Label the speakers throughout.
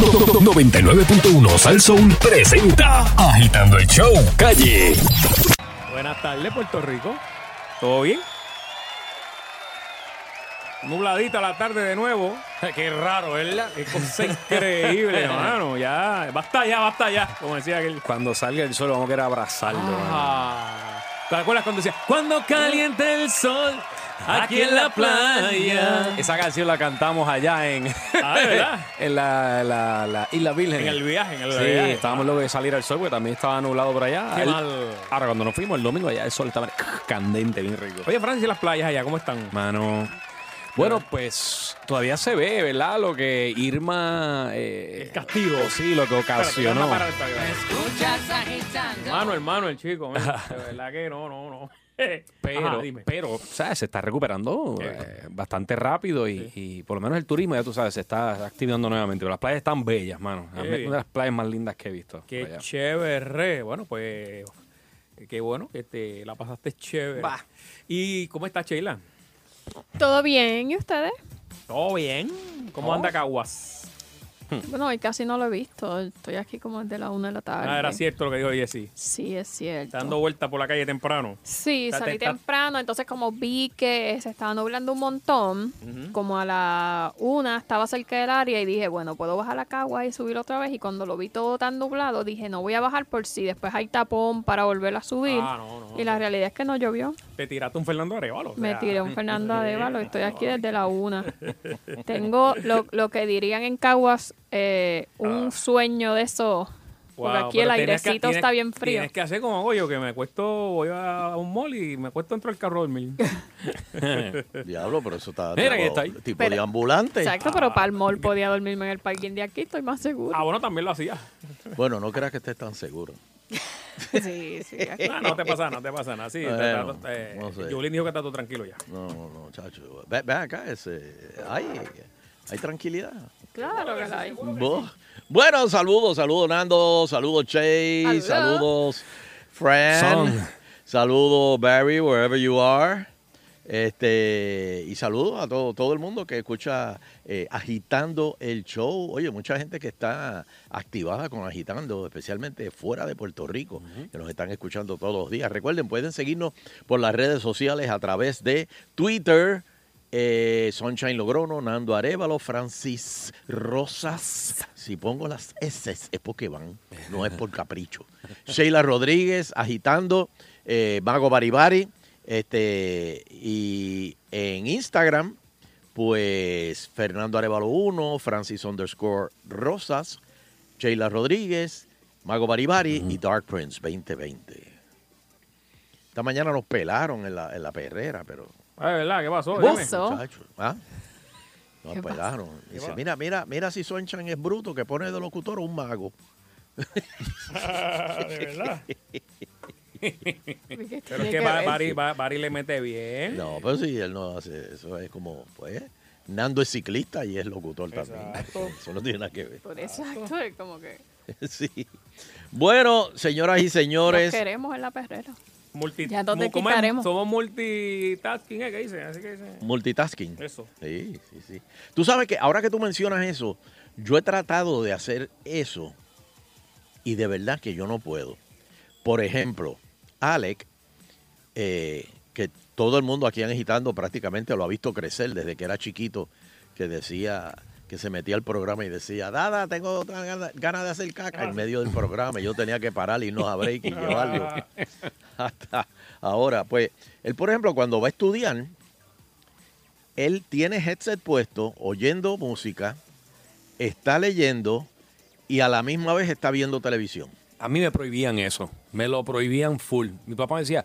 Speaker 1: no, no, 99.1 Salsoul presenta Agitando el Show Calle.
Speaker 2: Buenas tardes, Puerto Rico. ¿Todo bien? Nubladita la tarde de nuevo. Qué raro, ¿verdad? Qué cosa increíble, hermano. Ya, basta ya, basta ya. Como decía aquel.
Speaker 3: Cuando salga el sol vamos a querer abrazarlo. mano.
Speaker 2: Ah. ¿Te acuerdas cuando decía, cuando caliente el sol aquí en la playa?
Speaker 3: Esa canción la cantamos allá en,
Speaker 2: Ah, ¿de verdad?
Speaker 3: en la, la- la Isla Virgen.
Speaker 2: En el viaje, en el
Speaker 3: Sí,
Speaker 2: viaje.
Speaker 3: estábamos locos de salir al sol porque también estaba nublado por allá.
Speaker 2: Qué
Speaker 3: El-
Speaker 2: mal.
Speaker 3: Ahora, cuando nos fuimos el domingo allá, el sol estaba candente, bien rico.
Speaker 2: Oye, Francis, las playas allá, ¿cómo están?
Speaker 3: Mano. Bueno, pues todavía se ve, ¿verdad? Lo que Irma. eh,
Speaker 2: El castigo.
Speaker 3: Sí, lo que ocasionó.
Speaker 4: Escuchas agitando.
Speaker 2: Hermano, hermano, el chico. man, De verdad que no, no, no.
Speaker 3: Pero,
Speaker 2: Ajá, dime.
Speaker 3: pero, ¿sabes? Se está recuperando eh, bastante rápido y, y por lo menos el turismo, ya tú sabes, se está activando nuevamente. Pero las playas están bellas, mano.
Speaker 2: Qué
Speaker 3: Una de
Speaker 2: bien.
Speaker 3: las playas más lindas que he visto.
Speaker 2: Qué
Speaker 3: por allá.
Speaker 2: chévere. Bueno, pues qué bueno que te la pasaste chévere.
Speaker 3: Bah.
Speaker 2: ¿Y cómo está Sheila?
Speaker 5: ¿Todo bien? ¿Y ustedes?
Speaker 2: ¿Todo bien? ¿Cómo anda Caguas?
Speaker 5: Bueno, hoy casi no lo he visto. Estoy aquí como desde la una de la tarde.
Speaker 2: Ah, era cierto lo que dijo Jessy.
Speaker 5: Sí, es cierto.
Speaker 2: Está dando vueltas por la calle temprano.
Speaker 5: Sí,
Speaker 2: Está-
Speaker 5: salí
Speaker 2: está-
Speaker 5: temprano, entonces como vi que se estaba nublando un montón, como a la una estaba cerca del área y dije, bueno, puedo bajar la cagua y subir otra vez. Y cuando lo vi todo tan nublado, dije, no voy a bajar por si después hay tapón para volver a subir.
Speaker 2: Ah, no, no,
Speaker 5: y la realidad es que no llovió.
Speaker 2: Te tiraste un Fernando Arevalo. o
Speaker 5: Me
Speaker 2: sea,
Speaker 5: tiré un Fernando Adévalo, estoy aquí desde la una. Tengo lo, lo que dirían en Caguas, eh, un sueño de eso.
Speaker 2: Ah. wow,
Speaker 5: porque aquí
Speaker 2: pero
Speaker 5: el
Speaker 2: tienes que-
Speaker 5: airecito
Speaker 2: tienes-
Speaker 5: está bien frío.
Speaker 2: Tienes que hacer como hago yo, que me acuesto, voy a un mall y me acuesto dentro del carro a dormir.
Speaker 6: Diablo, pero eso está
Speaker 3: Mira,
Speaker 6: tipo,
Speaker 3: aquí estoy.
Speaker 6: tipo
Speaker 5: Pero-
Speaker 6: de ambulante.
Speaker 5: Exacto, pero para el mall podía dormirme en el parking de aquí, estoy más
Speaker 2: Ah,
Speaker 5: seguro.
Speaker 2: bueno, también lo hacía.
Speaker 6: Bueno, no creas que estés tan seguro.
Speaker 5: Sí, sí. aquí.
Speaker 2: Ah, no te pasa nada, no te pasa nada. Sí,
Speaker 6: Bueno,
Speaker 2: te- te-
Speaker 6: no sé.
Speaker 2: eh, Yulín dijo que está todo tranquilo ya.
Speaker 6: No, no, no, chacho. Ve- Ven, acá, ese. Hay, hay tranquilidad.
Speaker 5: Claro que la hay.
Speaker 6: Bo- Bueno, saludos, saludos Nando, saludos Che,
Speaker 5: Aló.
Speaker 6: saludos Fran,
Speaker 3: Son.
Speaker 6: saludos Barry, wherever you are. Este, y saludos a todo, todo el mundo que escucha eh, Agitando el Show. Oye, mucha gente que está activada con Agitando, especialmente fuera de Puerto Rico, que nos están escuchando todos los días. Recuerden, pueden seguirnos por las redes sociales a través de Twitter, eh, Sunshine Logrono, Nando Arevalo, Francis Rosas. Si pongo las S es porque van, no es por capricho. Sheila Rodríguez, agitando, eh, Mago Baribari. Este, y en Instagram, pues Fernando Arevalo 1, Francis underscore Rosas, Sheila Rodríguez, Mago Baribari y Dark Prince 2020. Esta mañana nos pelaron en la, en la perrera, pero
Speaker 2: Ah, de verdad, ¿qué pasó?
Speaker 5: ¿Vos?
Speaker 2: Dime.
Speaker 5: Eso.
Speaker 6: muchachos. ¿Ah? Nos
Speaker 5: ¿Qué
Speaker 6: pelaron. Dice, mira, mira, mira si Sonchan es bruto que pone de locutor a un mago.
Speaker 2: Ah, Pero es
Speaker 5: Tiene
Speaker 2: que
Speaker 5: que
Speaker 2: Ba-
Speaker 5: ver.
Speaker 2: Bari, Ba- Bari le mete bien.
Speaker 6: No, pero sí, él no hace eso. Es como, pues, Nando es ciclista y es locutor también. Eso no tiene nada que ver.
Speaker 5: Por eso exacto, es como que
Speaker 6: Sí. Bueno, señoras y
Speaker 5: nos
Speaker 6: señores,
Speaker 5: queremos en la perrera.
Speaker 2: Multi-
Speaker 5: Ya no te
Speaker 2: mu- ¿cómo es?
Speaker 5: quitaremos.
Speaker 2: Somos multitasking, ¿eh? ¿Qué dicen? Así que dicen.
Speaker 6: multitasking.
Speaker 2: Eso.
Speaker 6: Sí, sí, sí. Tú sabes que ahora que tú mencionas eso, yo he tratado de hacer eso y de verdad que yo no puedo. Por ejemplo, Alec, eh, que todo el mundo aquí en Agitando prácticamente lo ha visto crecer desde que era chiquito, que decía que se metía al programa y decía, Dada, tengo otra gana- ganas de hacer caca en medio del programa. y Yo tenía que parar, irnos a break y llevarlo. Hasta ahora, pues, él, por ejemplo, cuando va a estudiar, él tiene headset puesto, oyendo música, está leyendo y a la misma vez está viendo televisión.
Speaker 3: A mí me prohibían eso. Me lo prohibían full. Mi papá me decía,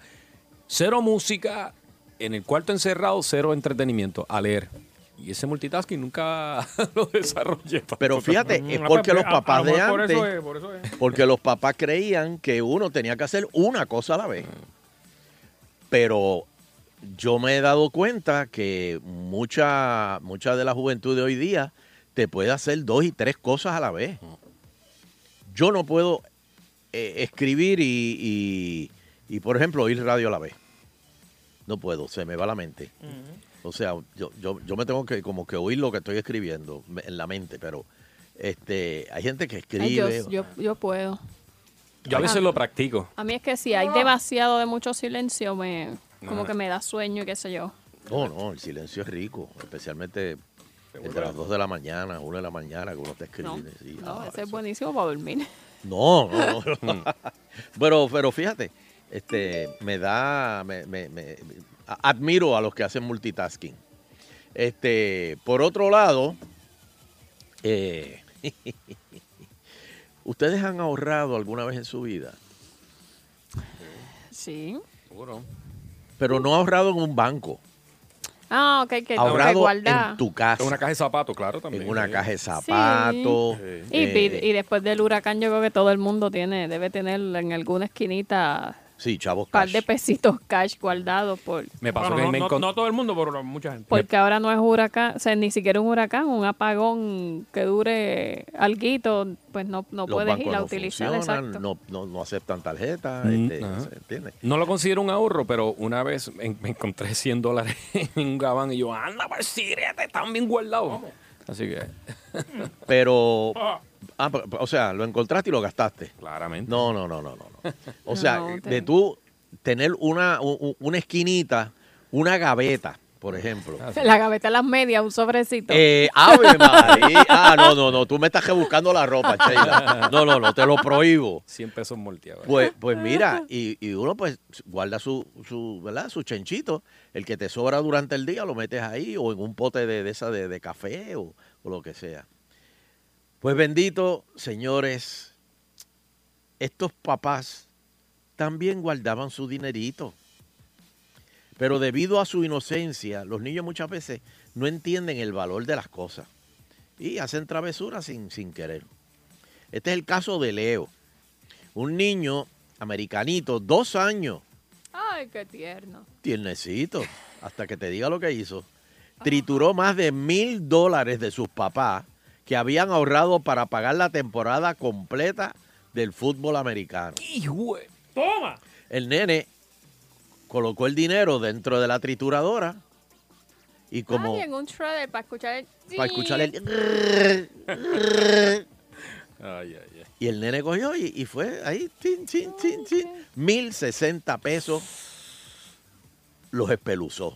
Speaker 3: cero música, en el cuarto encerrado, cero entretenimiento, a leer. Y ese multitasking nunca lo desarrollé.
Speaker 6: Pero fíjate,
Speaker 2: Mm,
Speaker 6: es
Speaker 2: ah,
Speaker 6: porque los
Speaker 2: pues, a- a lo
Speaker 6: papás de
Speaker 2: mejor Por eso
Speaker 6: antes,
Speaker 2: es, por eso es.
Speaker 6: porque los papás creían que uno tenía que hacer una cosa a la vez. Pero yo me he dado cuenta que mucha, mucha de la juventud de hoy día te puede hacer dos y tres cosas a la vez. Yo no puedo eh, escribir y, y- y, por ejemplo, oír radio a la vez. No puedo, se me va la mente. O sea, yo, yo, yo me tengo que como que oír lo que estoy escribiendo me- en la mente, pero Este, hay gente que escribe.
Speaker 5: Ay, yo, yo, yo puedo.
Speaker 3: Yo a veces lo practico.
Speaker 5: A mí es que si hay demasiado de mucho silencio, me como que me da sueño y qué sé yo.
Speaker 6: No, no, el silencio es rico, especialmente entre las 2 de la mañana, 1 de la mañana, que uno está
Speaker 5: No,
Speaker 6: escribiendo. sí,
Speaker 5: no
Speaker 6: ah,
Speaker 5: ese es
Speaker 6: eso-
Speaker 5: buenísimo para dormir.
Speaker 6: No, no, no. pero, pero fíjate, este, me da, me, me- me- a- admiro a los que hacen multitasking. Este, por otro lado, eh, ¿ustedes han ahorrado alguna vez en su vida?
Speaker 5: Sí.
Speaker 6: Pero no ahorrado en un banco,
Speaker 5: Ah, ok, que tengo que
Speaker 6: ahorrado
Speaker 5: guardar.
Speaker 6: en tu casa,
Speaker 3: En una caja de zapatos, claro, también.
Speaker 6: en una
Speaker 3: sí.
Speaker 6: caja de zapatos.
Speaker 5: Y,
Speaker 6: eh,
Speaker 5: y- y después del huracán yo creo que todo el mundo tiene, debe tener en alguna esquinita
Speaker 6: sí, chavos,
Speaker 5: un par
Speaker 6: cash.
Speaker 5: de pesitos cash guardados por,
Speaker 3: Me pasó
Speaker 2: Bueno,
Speaker 3: que
Speaker 2: no,
Speaker 3: Ah, me
Speaker 2: no-
Speaker 3: encont-
Speaker 2: no todo el mundo, pero mucha gente.
Speaker 5: porque ahora no es huracán, o sea, ni siquiera un huracán, un apagón que dure alguito, pues no, no
Speaker 6: Los
Speaker 5: puedes
Speaker 6: bancos
Speaker 5: ir a
Speaker 6: no
Speaker 5: utilizar.
Speaker 6: funcionan,
Speaker 5: exacto.
Speaker 6: no, no, no aceptan tarjetas,
Speaker 3: Mm,
Speaker 6: este,
Speaker 3: ajá.
Speaker 6: ¿se entiende?
Speaker 3: No lo considero un ahorro, pero una vez me, me encontré 100 dólares en un gabán y yo, anda, por sirete, están bien guardados. Así que,
Speaker 6: Pero, ah, pero- o sea, lo encontraste y lo gastaste.
Speaker 3: claramente.
Speaker 6: No, no, no, no, no. no. O sea,
Speaker 5: No, te-
Speaker 6: de tú tener una, u- u- una esquinita, una gaveta, por ejemplo.
Speaker 3: Ah,
Speaker 5: La gaveta de las medias, un sobrecito.
Speaker 6: Eh, Ave María. Ah, no, no, no. Tú me estás rebuscando la ropa, Sheila. No, no, no. Te lo prohíbo.
Speaker 3: 100 pesos molteados.
Speaker 6: Pues, pues mira, y, y uno pues guarda su, su, ¿verdad? Su chenchito, el que te sobra durante el día lo metes ahí o en un pote de, de esa de, de café o, o lo que sea. Pues bendito, señores, estos papás también guardaban su dinerito. Pero debido a su inocencia, los niños muchas veces no entienden el valor de las cosas y hacen travesuras sin, sin querer. Este es el caso de Leo un niño americanito, dos años,
Speaker 5: Ay, qué tierno.
Speaker 6: tiernecito, hasta que te diga lo que hizo, trituró más de mil dólares de sus papás que habían ahorrado para pagar la temporada completa del fútbol americano.
Speaker 3: Hijo de-
Speaker 2: ¡Toma!
Speaker 6: El nene colocó el dinero dentro de la trituradora y como
Speaker 5: Ay, en un shredder para escuchar el...
Speaker 6: para escuchar el...
Speaker 3: Ay, ay, ay.
Speaker 6: Y el nene cogió y, y fue ahí, chin, chin, chin, chin. 1060 pesos los espeluzó.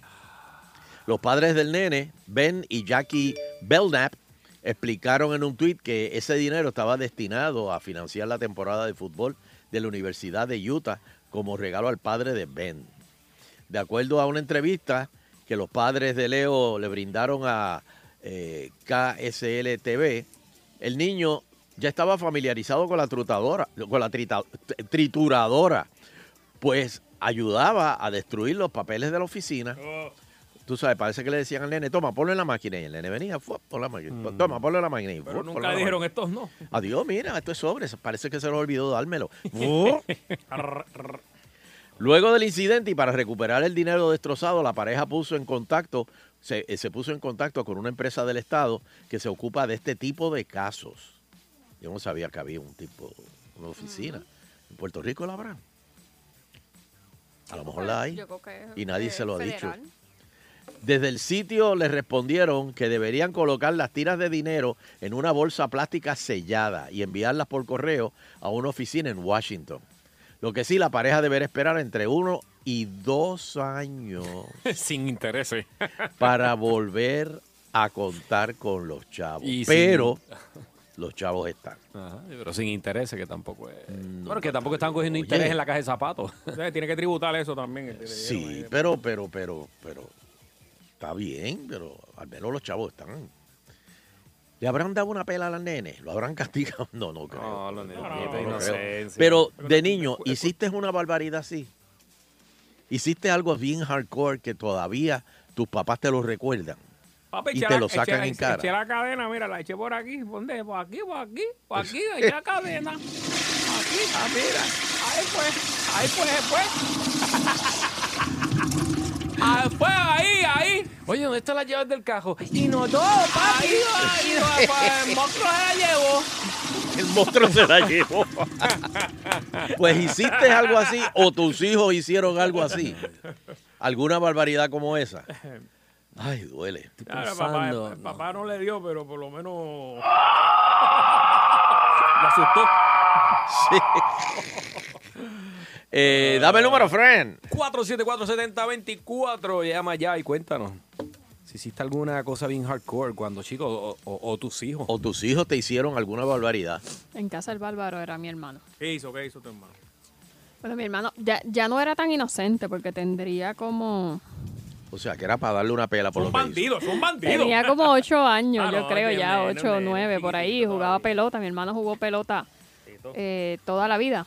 Speaker 6: Los padres del nene, Ben y Jackie Belknap, explicaron en un tuit que ese dinero estaba destinado a financiar la temporada de fútbol de la Universidad de Utah como regalo al padre de Ben. De acuerdo a una entrevista que los padres de Leo le brindaron a eh, KSL TV, el niño ya estaba familiarizado con la trutadora, con la trita- trituradora, pues ayudaba a destruir los papeles de la oficina.
Speaker 2: Oh.
Speaker 6: Tú sabes, parece que le decían al nene, toma, ponlo en la máquina. Y el nene venía, fue, por la máquina. Toma, ponlo en la máquina. Y fue,
Speaker 2: Pero
Speaker 6: ponlo en la
Speaker 2: nunca dijeron
Speaker 6: máquina.
Speaker 2: estos no.
Speaker 6: Adiós, mira, esto es sobre. Parece que se nos olvidó dármelo.
Speaker 2: Ah,
Speaker 6: Luego del incidente y para recuperar el dinero destrozado, la pareja puso en contacto, se, eh, se puso en contacto con una empresa del Estado que se ocupa de este tipo de casos. Yo no sabía que había un tipo, una oficina. ¿En Puerto Rico la habrá? A lo mejor la hay.
Speaker 5: Yo creo que es-
Speaker 6: Y nadie
Speaker 5: que
Speaker 6: se lo ha
Speaker 5: es
Speaker 6: dicho.
Speaker 5: federal.
Speaker 6: Desde el sitio le respondieron que deberían colocar las tiras de dinero en una bolsa plástica sellada y enviarlas por correo a una oficina en Washington. Lo que sí, la pareja deberá esperar entre uno y dos años
Speaker 3: Sin intereses.
Speaker 6: para volver a contar con los chavos.
Speaker 3: Y sin-
Speaker 6: Pero los chavos están.
Speaker 3: Ajá, pero sin intereses, que tampoco es.
Speaker 6: No,
Speaker 3: bueno, que tampoco están cogiendo interés
Speaker 6: Oye.
Speaker 3: en la caja de zapatos.
Speaker 2: O sea, tiene que tributar eso también. este, que te dieron ahí.
Speaker 6: Sí, pero, pero, pero, pero, está bien, pero al menos los chavos están. ¿Le habrán dado una pela a las nenes? ¿Lo habrán castigado? No, no creo.
Speaker 3: los nenes,
Speaker 2: no,
Speaker 3: nietos,
Speaker 2: no, no.
Speaker 3: inocencia.
Speaker 6: Pero de niño, ¿hiciste una barbaridad así? ¿Hiciste algo bien hardcore que todavía tus papás te lo recuerdan?
Speaker 2: Papi,
Speaker 6: y
Speaker 2: eché
Speaker 6: te
Speaker 2: la-
Speaker 6: lo sacan
Speaker 2: eché-
Speaker 6: en cara.
Speaker 2: Eché la cadena, mira, la eché por aquí. ¿Dónde? Por aquí, por aquí, por aquí, eché la cadena. Aquí, ah, mira. Ahí fue, ahí fue, fue. Ah, fue ahí, ahí.
Speaker 3: Oye, ¿dónde están las llaves del cajo?
Speaker 2: Ahí, ahí, fue, fue, el monstruo se la
Speaker 6: El
Speaker 2: llevó.
Speaker 6: monstruo se la llevó. pues hiciste algo así o tus hijos hicieron algo así. ¿Alguna barbaridad como esa? Ay, duele.
Speaker 2: Claro,
Speaker 3: Pensando,
Speaker 2: papá, el papá no le dio, pero por lo menos
Speaker 5: Ah.
Speaker 3: Me asustó.
Speaker 6: Eh, dame el número, friend.
Speaker 3: 474-7024. Llama ya y cuéntanos. Si hiciste alguna cosa bien hardcore cuando chicos o, o- o tus hijos.
Speaker 6: O tus hijos te hicieron alguna barbaridad.
Speaker 5: En casa del bárbaro era mi hermano.
Speaker 2: ¿Qué hizo? ¿Qué hizo tu hermano?
Speaker 5: Bueno, mi hermano ya, ya no era tan inocente porque tendría como...
Speaker 6: O sea, que era para darle una pela por
Speaker 2: Son
Speaker 6: lo que hizo.
Speaker 2: bandidos, son bandidos.
Speaker 5: Tenía como ocho años,
Speaker 2: Ah,
Speaker 5: yo
Speaker 2: no,
Speaker 5: creo
Speaker 2: tiene
Speaker 5: ya,
Speaker 2: menos,
Speaker 5: ocho o
Speaker 2: nene,
Speaker 5: nueve por ahí.
Speaker 2: chiquitito
Speaker 5: Jugaba
Speaker 2: todavía.
Speaker 5: pelota, mi hermano jugó pelota eh, toda la vida,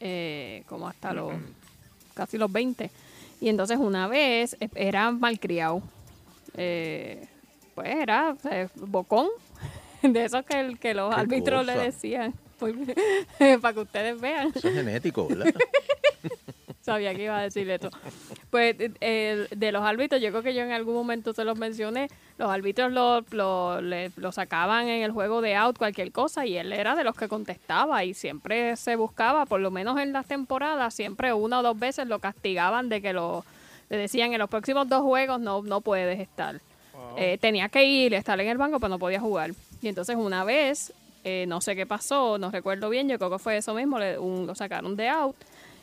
Speaker 5: eh, como hasta los casi los 20. Y entonces una vez eh, era malcriado, eh, pues era eh, bocón, de esos que, el- que los
Speaker 6: Qué
Speaker 5: árbitros le
Speaker 6: cosa.
Speaker 5: decían, pues, para que ustedes vean.
Speaker 6: Eso es genético, ¿verdad?
Speaker 5: Sabía que iba a decir esto. Pues eh, de los árbitros, yo creo que yo en algún momento se los mencioné, los árbitros lo, lo- le- lo sacaban en el juego de out, cualquier cosa, y él era de los que contestaba y siempre se buscaba, por lo menos en las temporadas, siempre una o dos veces lo castigaban de que lo, le decían en los próximos dos juegos no, no puedes estar. Eh, tenía que ir, estar en el banco, pero no podía jugar. Y entonces una vez, eh, no sé qué pasó, no recuerdo bien, yo creo que fue eso mismo, le- un- lo sacaron de out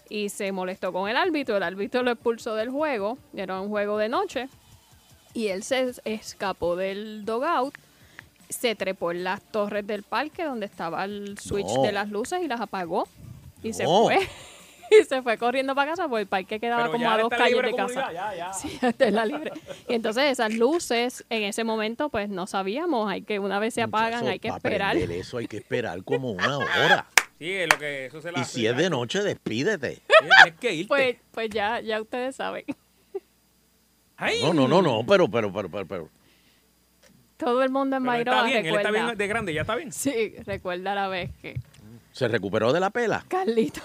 Speaker 5: y se molestó con el árbitro, el árbitro lo expulsó del juego, era un juego de noche, y él se es- escapó del dogout, se trepó en las torres del parque donde estaba el switch
Speaker 6: No.
Speaker 5: de las luces y las apagó y se
Speaker 6: No.
Speaker 5: fue. Y se fue corriendo para casa porque el parque quedaba
Speaker 2: Pero
Speaker 5: como
Speaker 2: ya
Speaker 5: a dos
Speaker 2: está
Speaker 5: calles
Speaker 2: libre
Speaker 5: de casa.
Speaker 2: comunidad, Ya, ya.
Speaker 5: Sí, hasta en la libre. Y entonces esas luces en ese momento pues no sabíamos, hay que una vez se apagan,
Speaker 6: Muchacho,
Speaker 5: hay que
Speaker 6: pa'
Speaker 5: esperar.
Speaker 6: aprender eso hay que esperar como una hora.
Speaker 2: Sí, es lo que eso se la
Speaker 6: Y si es de noche, despídete.
Speaker 2: Tienes que irte.
Speaker 5: Pues, pues ya, ya ustedes saben.
Speaker 2: Ay,
Speaker 6: No, no, no, no, pero, pero, pero, pero, pero.
Speaker 5: Todo el mundo en
Speaker 2: pero él está
Speaker 5: Bayroa
Speaker 2: bien, él está
Speaker 5: recuerda.
Speaker 2: bien de grande, ya está bien.
Speaker 5: Sí, recuerda la vez que
Speaker 6: ¿Se recuperó de la pela?
Speaker 5: Carlito.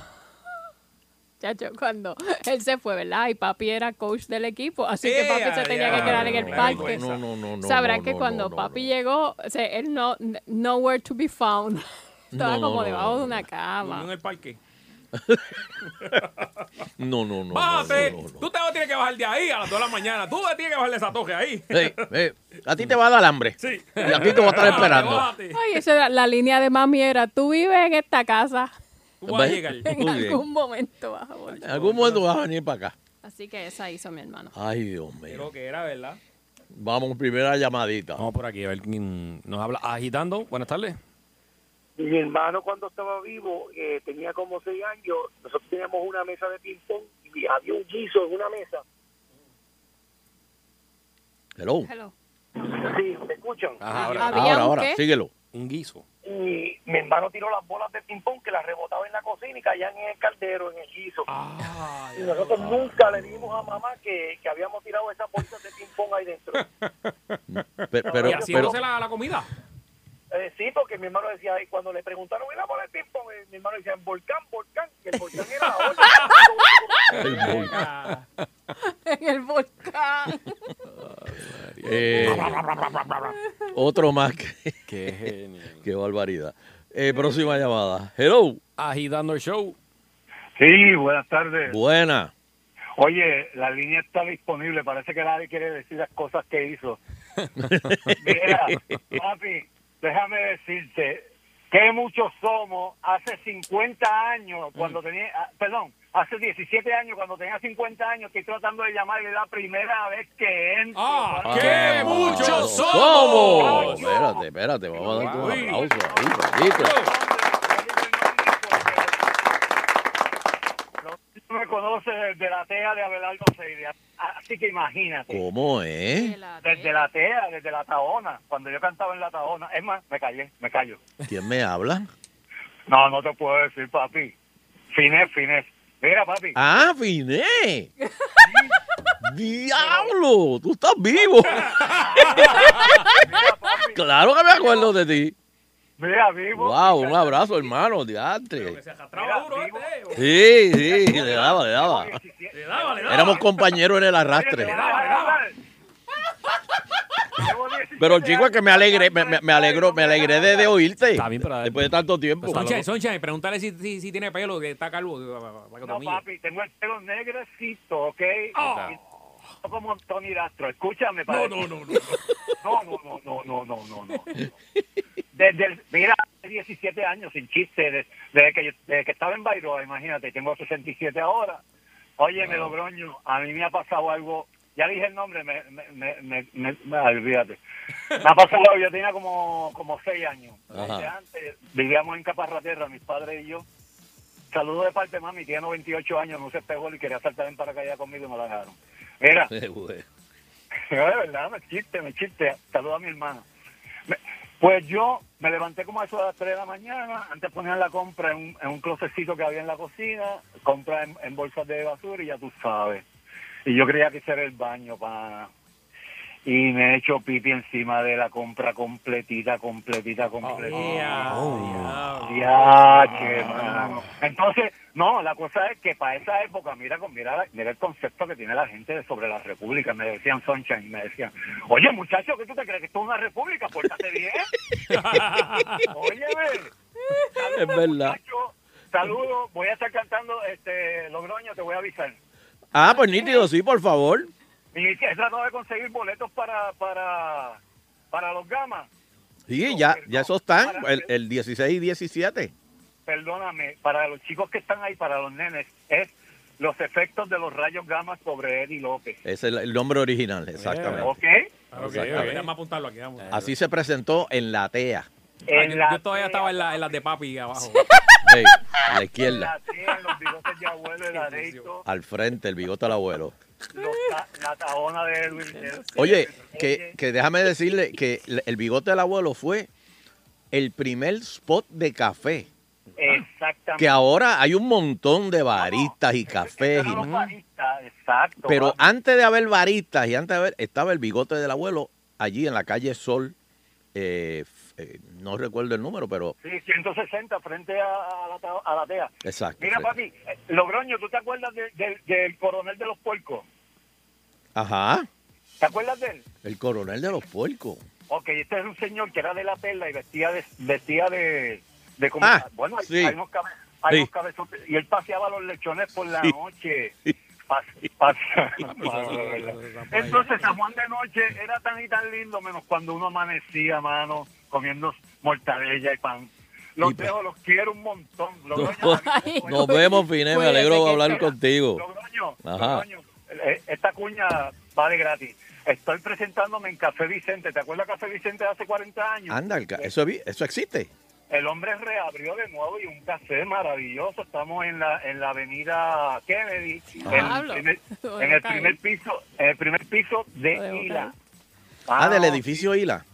Speaker 5: Chacho, cuando él se fue, ¿verdad? Y papi era coach del equipo, así que
Speaker 2: Eh,
Speaker 5: papi se
Speaker 2: ay,
Speaker 5: tenía
Speaker 2: ay,
Speaker 5: que quedar en el
Speaker 2: ay,
Speaker 5: parque.
Speaker 6: No, no, no, no.
Speaker 5: Sabrán
Speaker 6: no,
Speaker 5: que
Speaker 6: no,
Speaker 5: cuando
Speaker 6: no, no,
Speaker 5: papi
Speaker 6: no.
Speaker 5: llegó, o sea, él no, nowhere to be found. Estaba
Speaker 6: No, no,
Speaker 5: como
Speaker 6: no,
Speaker 5: debajo
Speaker 6: no,
Speaker 5: de
Speaker 6: no.
Speaker 5: una cama.
Speaker 2: Durmió en el parque.
Speaker 6: No, no, no.
Speaker 2: Bájate.
Speaker 6: no, no, no.
Speaker 2: Tú te vas a tener que bajar de ahí a las 2 de la mañana. Tú te tienes que bajar de esa toque ahí.
Speaker 6: Ey, ey, a ti te va a dar hambre.
Speaker 2: Sí.
Speaker 6: Y a ti te voy a estar esperando.
Speaker 2: Bájate, bájate.
Speaker 5: Ay, esa era la línea de mami era, tú vives en esta casa,
Speaker 2: Tú vas a
Speaker 6: Ve-
Speaker 2: llegar.
Speaker 5: en
Speaker 6: Muy bien.
Speaker 5: algún momento vas a volver.
Speaker 6: En algún momento vas a venir para acá.
Speaker 5: Así que esa hizo mi hermano.
Speaker 6: Ay, Dios mío.
Speaker 2: Creo que era, ¿verdad?
Speaker 6: Vamos, primera llamadita.
Speaker 3: Vamos por aquí a ver quién nos habla. Agitando, buenas tardes.
Speaker 7: Mi hermano cuando estaba vivo eh, tenía como seis años, nosotros teníamos una mesa de ping pong y había un guiso en una mesa.
Speaker 6: Hello.
Speaker 5: Hello.
Speaker 7: Sí, ¿me escuchan?
Speaker 3: Ajá, ahora.
Speaker 5: ¿Había
Speaker 6: Oh. Ahora,
Speaker 5: un
Speaker 6: ahora,
Speaker 5: qué?
Speaker 6: síguelo.
Speaker 3: Un guiso.
Speaker 7: Y mi hermano tiró las bolas de ping pong que las rebotaba en la cocina y caían en el caldero, en el guiso.
Speaker 6: Ah,
Speaker 7: y nosotros nunca le dimos a mamá que, que habíamos tirado esas bolsas de ping pong ahí dentro.
Speaker 6: Pe- Pero, pero,
Speaker 2: y haciéndose la, la comida.
Speaker 7: Eh, sí, porque mi hermano decía, y cuando le preguntaron, ¿y la bola de ping pong? Eh, mi hermano decía, volcán, volcán, que el volcán era la olla.
Speaker 6: el bol-
Speaker 5: En el volcán.
Speaker 6: eh, otro más. Que,
Speaker 3: Qué genial.
Speaker 6: qué barbaridad. Eh, próxima llamada. Hello.
Speaker 3: Agitando el show.
Speaker 8: Sí, buenas tardes.
Speaker 6: Buena.
Speaker 8: Oye, la línea está disponible. Parece que nadie quiere decir las cosas que hizo. Mira, papi, déjame decirte que muchos somos hace 50 años,
Speaker 2: Mm.
Speaker 8: cuando tenía, ah, perdón, hace 17 años, cuando tenía 50 años, estoy tratando de llamar y es la primera vez que entro.
Speaker 2: ¡Ah!
Speaker 6: Ah,
Speaker 2: ¡Qué
Speaker 6: no,
Speaker 2: muchos
Speaker 6: somos!
Speaker 2: somos!
Speaker 6: Espérate, espérate. Vamos a darte un
Speaker 2: Uy.
Speaker 6: aplauso ahí, Paquito.
Speaker 8: Tú me conoces desde la TEA de Abelardo Seidia. Así que imagínate.
Speaker 6: ¿Cómo es?
Speaker 8: Desde la TEA, desde la Taona, cuando yo cantaba en la Taona. Es más, me callé, me callo.
Speaker 6: ¿Quién me habla?
Speaker 8: No, no te puedo decir, papi. Fines, fines. Mira, papi.
Speaker 6: ¡Ah, Finé! ¡Diablo! ¡Tú estás vivo!
Speaker 8: Mira, papi.
Speaker 6: ¡Claro que me acuerdo de ti!
Speaker 8: Mira, vivo.
Speaker 6: ¡Wow! Un abrazo, hermano, diantre.
Speaker 2: Se arrastraba duro este. eh.
Speaker 6: Sí, sí, le daba, le daba.
Speaker 2: Le daba, le daba.
Speaker 6: Éramos compañeros en el arrastre. Pero chico, es que me alegré, me, me- me alegro, me alegré de, de oírte.
Speaker 3: Está bien, pero-
Speaker 6: Después de tanto tiempo.
Speaker 2: Soncha, Soncha, pregúntale si, si, si tiene pelo, que está calvo. que- para que te
Speaker 8: No,
Speaker 2: humille.
Speaker 8: papi, tengo el pelo negrecito, ¿ok?
Speaker 2: Ah.
Speaker 8: Y- como Tony Dastro, escúchame. Para
Speaker 2: no, no, no.
Speaker 8: No, no, no, no, no, no, no, no. Desde el, mira, hace 17 años, sin chiste, de- desde que, yo- desde que estaba en Bairoa, imagínate, tengo 67 ahora. Oye, me logroño, a mí me ha pasado algo, ya dije el nombre, me, me, me, me, me- me- ay, olvídate. Me ha pasado algo, yo tenía como, como 6 años.
Speaker 6: Ajá.
Speaker 8: Desde Antes, vivíamos en Caparraterra, mis padres y yo. Saludos de parte de mami, tiene 98 años, no se espejó y quería saltar en paracaídas conmigo y me la dejaron. Mira,
Speaker 6: Eh, güey.
Speaker 8: no, de verdad, me chiste, me chiste. Saluda a mi hermana. Me- Pues yo me levanté como a eso a las 3 de la mañana. Antes ponían la compra en un, en un closetcito que había en la cocina. Compra en, en bolsas de basura y ya tú sabes. Y yo creía que ese era el baño, pana. Y me he hecho pipi encima de la compra completita, completita, completita. Ya, che, mano. Entonces, no, la cosa es que para esa época, mira, con- mira, la- mira el concepto que tiene la gente de- sobre la república. Me decían Sunshine, me decían, oye, muchacho, ¿qué tú te crees que esto es una república? Pórtate bien. Óyeme. Saludos,
Speaker 6: Es verdad.
Speaker 8: muchacho. Saludos. Voy a estar cantando este Logroño, te voy a avisar.
Speaker 6: Ah, pues nítido, sí, por favor.
Speaker 8: Y he tratado de conseguir boletos para, para, para los gamas.
Speaker 6: Sí, ya, ya esos están, el, el 16 y 17.
Speaker 8: perdóname, para los chicos que están ahí, para los nenes, es los efectos de los rayos gamma sobre Eddie López.
Speaker 6: Ese es el, el nombre original, exactamente.
Speaker 8: ¿Ok?
Speaker 2: Ah, Ok, ok,
Speaker 6: Exactamente.
Speaker 2: vamos a apuntarlo aquí. Vamos.
Speaker 6: Así se presentó en la TEA,
Speaker 2: Ah, yo,
Speaker 8: la
Speaker 2: yo todavía
Speaker 8: tea,
Speaker 2: estaba en la, en la de papi abajo.
Speaker 6: Ey, a la
Speaker 8: en la
Speaker 6: izquierda,
Speaker 8: tea, en los bigotes de abuelo, el adeito,
Speaker 6: al frente, el bigote al abuelo.
Speaker 8: los ta- la taona de Edwin. de-
Speaker 6: Oye, que, que déjame decirle que el- el bigote del abuelo fue el primer spot de café.
Speaker 8: Exactamente.
Speaker 6: Que ahora hay un montón de baristas y cafés. y-
Speaker 8: Eran los baristas, Exacto.
Speaker 6: pero
Speaker 8: papi.
Speaker 6: antes de haber baristas y antes de haber, estaba el bigote del abuelo allí en la calle Sol. eh, f- eh, no recuerdo el número, pero
Speaker 8: Sí, 160 frente a, a la, ta- a la tea.
Speaker 6: exacto.
Speaker 8: Mira,
Speaker 6: sí.
Speaker 8: papi, eh, Logroño, ¿tú te acuerdas de- del- del coronel de los puercos?
Speaker 6: Ajá,
Speaker 8: ¿Te acuerdas de él?
Speaker 6: el coronel de los puercos.
Speaker 8: Ok, este es un señor que era de la perla y vestía de... Vestía de, de como,
Speaker 6: Ah,
Speaker 8: bueno, hay-
Speaker 6: sí.
Speaker 8: hay unos cabe- hay
Speaker 6: Sí.
Speaker 8: unos cabezotes, y él paseaba los lechones por la
Speaker 6: Sí.
Speaker 8: noche. Pas- pasea- Entonces San Juan de noche era tan y tan lindo, menos cuando uno amanecía, mano, comiendo mortadella y pan.
Speaker 6: Y
Speaker 8: Los
Speaker 6: pa-
Speaker 8: dejo, los quiero un montón. Los
Speaker 6: Nos,
Speaker 8: dueños-
Speaker 6: nos vemos, Fine, me
Speaker 5: Cuídate,
Speaker 6: alegro de
Speaker 5: que
Speaker 6: hablar
Speaker 5: está-
Speaker 6: contigo.
Speaker 8: Logroño,
Speaker 6: Ajá.
Speaker 8: Logroño, eh, esta cuña va de gratis. Estoy presentándome en Café Vicente. ¿Te acuerdas Café Vicente de hace 40 años?
Speaker 6: Anda, el ca- eso, vi- eso existe.
Speaker 8: El hombre reabrió de nuevo y un café maravilloso. Estamos en la, en la avenida Kennedy, en,
Speaker 5: Diablo.
Speaker 8: en el,
Speaker 5: Lo
Speaker 8: en
Speaker 5: de
Speaker 8: el
Speaker 5: botar.
Speaker 8: primer piso, en el primer piso
Speaker 5: Lo de
Speaker 8: de
Speaker 5: botar.
Speaker 8: Ila.
Speaker 6: Ah, del edificio Hila.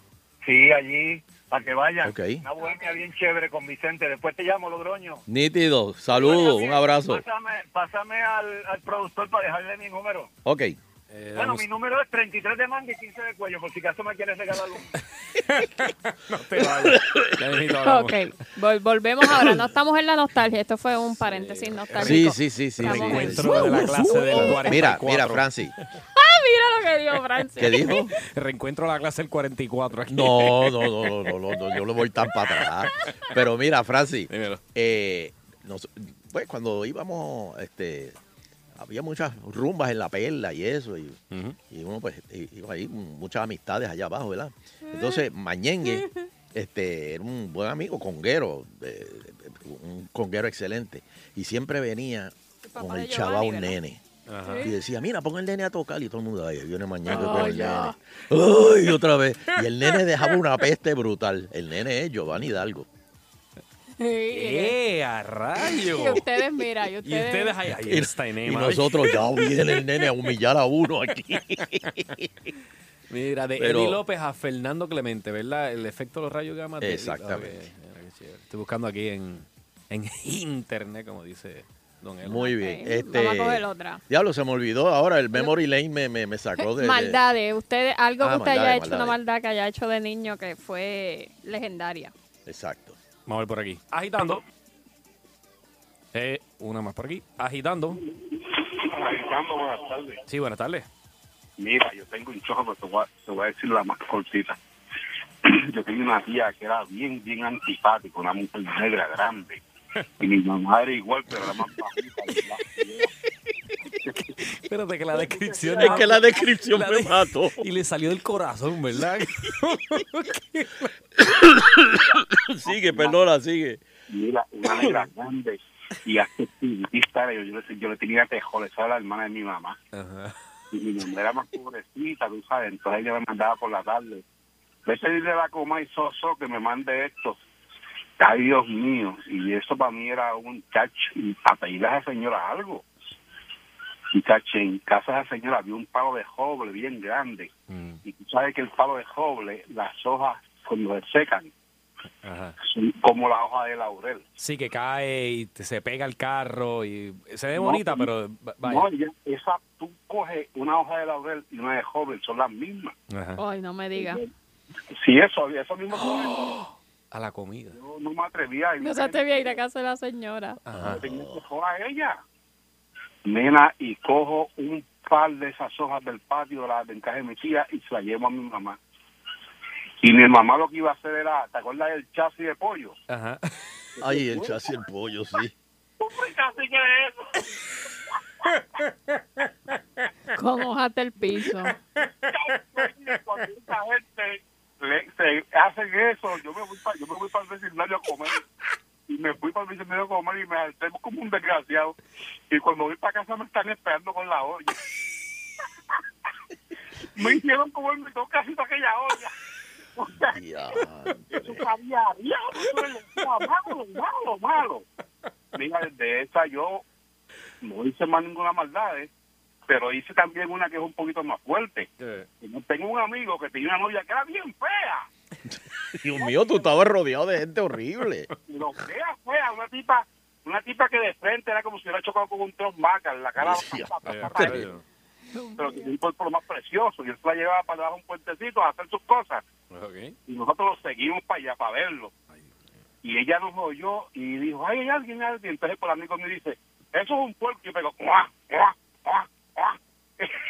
Speaker 8: Sí, allí, para que vayan.
Speaker 6: Ok.
Speaker 8: Una buena bien chévere con Vicente. Después te llamo, Logroño.
Speaker 6: Nítido, saludos, Uh, un abrazo.
Speaker 8: Pásame, pásame al, al productor para dejarle mi número.
Speaker 6: Ok,
Speaker 8: Bueno, mi número es 33 de manga y 15 de cuello, por si acaso me quieres regalar uno.
Speaker 5: Ok, vol- volvemos ahora. No estamos en la nostalgia. Esto fue un paréntesis
Speaker 6: sí,
Speaker 5: nostálgico.
Speaker 6: sí, sí, sí.
Speaker 5: Estamos
Speaker 6: sí.
Speaker 3: Reencuentro de la clase del 44.
Speaker 6: Mira, mira, Francis,
Speaker 5: Ah, Mira lo que dijo Francis.
Speaker 6: ¿qué dijo?
Speaker 3: Reencuentro de la clase del 44 aquí.
Speaker 6: No, no, no, no, no, no, no, yo no voy tan para atrás. Pero mira, Francis,
Speaker 3: Dímelo.
Speaker 6: eh, nos- pues cuando íbamos, este, había muchas rumbas en la perla y eso, y, y uno pues i- iba ahí, m- muchas amistades allá abajo, ¿verdad? Entonces, Mañengue, este, era un buen amigo, conguero, eh, un conguero excelente, y siempre venía
Speaker 5: papá
Speaker 6: con
Speaker 5: de
Speaker 6: el chaval
Speaker 5: Giovanni, ¿verdad?
Speaker 6: nene. Y decía, mira, pon el nene a tocar. Y todo el mundo, ay, viene mañana
Speaker 5: Ay,
Speaker 6: con el
Speaker 5: ya.
Speaker 6: nene. Ay, otra vez. Y el nene dejaba una peste brutal. El nene es Giovanni Hidalgo.
Speaker 5: Sí.
Speaker 3: ¡Eh, a rayo!
Speaker 5: Y ustedes, mira, y
Speaker 3: Y
Speaker 5: ustedes.
Speaker 3: ustedes ahí, ahí está
Speaker 6: Y
Speaker 3: Enema.
Speaker 6: nosotros, ya viene el nene a humillar a uno aquí.
Speaker 3: Mira, de
Speaker 6: Pero-
Speaker 3: Eddie López a Fernando Clemente, ¿verdad? El efecto de los rayos gamma. de-
Speaker 6: Exactamente.
Speaker 3: Ok, mira qué chévere. Estoy buscando aquí en, en internet, como dice Don Elo.
Speaker 6: Muy bien.
Speaker 5: Ok,
Speaker 6: Este,
Speaker 5: vamos a coger otra.
Speaker 6: Diablo, se me olvidó ahora. El memory lane me, me, me sacó de... de-
Speaker 5: Maldades, ustedes, algo
Speaker 6: Ah,
Speaker 5: que usted haya
Speaker 6: maldades,
Speaker 5: hecho, una
Speaker 6: maldades.
Speaker 5: maldad que haya hecho de niño que fue legendaria.
Speaker 6: Exacto.
Speaker 3: Vamos a ver por aquí. Agitando. Eh, una más por aquí. Agitando.
Speaker 9: Arrancando, buenas tardes.
Speaker 3: Sí, buenas tarres.
Speaker 9: Mira, yo tengo un chojo, pero te voy, a, te voy a decir la más cortita. Yo tenía una tía que era bien, bien antipática, una mujer negra grande. Y mi mamá era igual, pero era más bajita. y más fea.
Speaker 3: Espérate, que la descripción.
Speaker 6: Es que la descripción me mató.
Speaker 3: Y le salió del corazón, ¿verdad?
Speaker 6: sigue, perdona, sigue.
Speaker 9: Mira, una negra grande y hace activista. Yo, yo, le- yo le tenía tejoles, esa era la hermana de mi mamá. Y mi mamá era más pobrecita, tú sabes. Entonces ella me mandaba por la tarde. Vete y dile a la coma y soso que me mande esto. Ay, Dios mío. Y eso para mí era un cacho. Y para pedirle a esa señora algo. Y caché, en casa de esa señora había un palo de joble bien grande.
Speaker 3: Mm.
Speaker 9: Y tú sabes que el palo de joble, las hojas, cuando se secan,
Speaker 3: Ajá.
Speaker 9: son como la hoja de laurel.
Speaker 3: Sí, que cae y te- se pega el carro y se ve
Speaker 9: No,
Speaker 3: bonita, pero va- vaya.
Speaker 9: No, ya, esa, tú coges una hoja de laurel y una de joven, son las mismas.
Speaker 3: Ajá.
Speaker 6: Ah.
Speaker 5: Ay, no me diga.
Speaker 9: Sí, eso, eso mismo.
Speaker 3: ¡Oh!
Speaker 9: coges.
Speaker 3: A la comida.
Speaker 9: Yo no me atrevía.
Speaker 5: No se atrevía a ir a casa de la señora.
Speaker 3: Ajá.
Speaker 9: Tenía que coger a ella. Nena, y cojo un par de esas hojas del patio, las de encaje de mi tía, y se las llevo a mi mamá. Y mi mamá lo que iba a hacer era, ¿te acuerdas del chasis de pollo?
Speaker 3: Ajá.
Speaker 6: Ay, el chasis, el pollo, sí.
Speaker 9: ¿Tú así que es eso?
Speaker 5: Con hojas del piso.
Speaker 9: Cuando esa gente le- se hacen eso, yo me fui para yo me fui para el vecindario a comer y me fui para el vecindario a comer y me salté como un desgraciado y cuando voy para casa me están esperando con la olla. me hicieron comer me tocó casi toda aquella olla. O sea,
Speaker 6: Diantre.
Speaker 9: sabía diablo, eso era malo, malo, malo. Mira, de esa yo no hice más ninguna maldad, ¿eh? pero hice también una que es un poquito más fuerte. Tengo un amigo que tenía una novia que era bien fea,
Speaker 6: Dios mío, tú estabas rodeado de gente horrible.
Speaker 9: pero fea, fea, una tipa, una tipa que de frente era como si hubiera chocado con un trombaca, la cara,
Speaker 6: Sí,
Speaker 9: pero tenía un cuerpo lo más precioso, y él se la llevaba para abajo un puentecito a hacer sus cosas,
Speaker 3: Ok.
Speaker 9: y nosotros lo seguimos para allá, para verlo. Y ella nos oyó y dijo, ay, hay alguien, hay alguien. Entonces por amigo me dice, eso es un puerco, y yo pego, ¡guau, guau, guau, guau".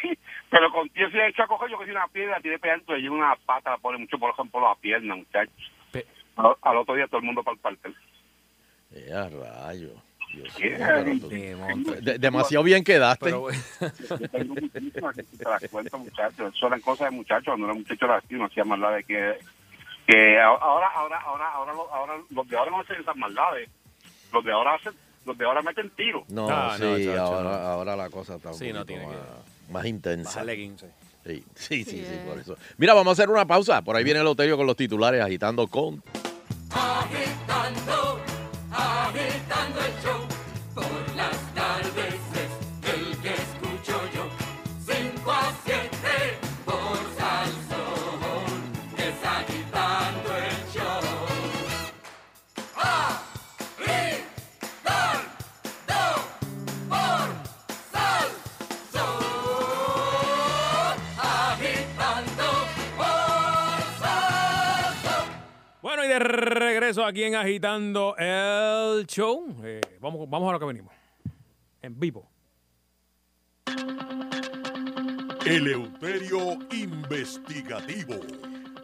Speaker 9: Pero con tío se hecho a coger, yo que soy una piedra, tiene pegando y una pata, la pone mucho por ejemplo las piernas, muchachos.
Speaker 3: Pe-
Speaker 9: Al, al otro día todo el mundo para el partel.
Speaker 6: Eh, a rayo. Dios
Speaker 9: Qué
Speaker 6: mío, pero tú-
Speaker 3: Demon.
Speaker 6: de- demasiado bien quedaste.
Speaker 3: Pero,
Speaker 9: Yo tengo muchísimas que te las cuento, muchachos. Eso eran cosas de muchachos, cuando era muchacho era así, no hacía maldades que, que a- ahora, ahora, ahora, ahora, lo- ahora, los de ahora no hacen esas maldades, los de ahora hacen, los de ahora meten tiros.
Speaker 6: No,
Speaker 3: Ah, no,
Speaker 6: sí,
Speaker 3: chacho,
Speaker 6: ahora,
Speaker 3: no.
Speaker 6: ahora la cosa está un
Speaker 3: Sí, no
Speaker 6: poquito
Speaker 3: tiene que-
Speaker 6: más, más intensa.
Speaker 3: bájale 15.
Speaker 6: Sí, sí, sí, sí,
Speaker 5: Sí,
Speaker 6: por
Speaker 5: es.
Speaker 6: eso. Mira, vamos a hacer una pausa. Por ahí viene el Loterio con los titulares agitando con.
Speaker 4: Agitando, agitando el show. Por las tardes es el que escucho yo. 5 a 7 por Salsón. Es agitando el show. Agitando por Salsón. Agitando por Salsón.
Speaker 2: Bueno, y de regreso aquí en Agitando el Show. Eh, vamos, vamos a lo que venimos. En vivo.
Speaker 10: Eleuterio Investigativo.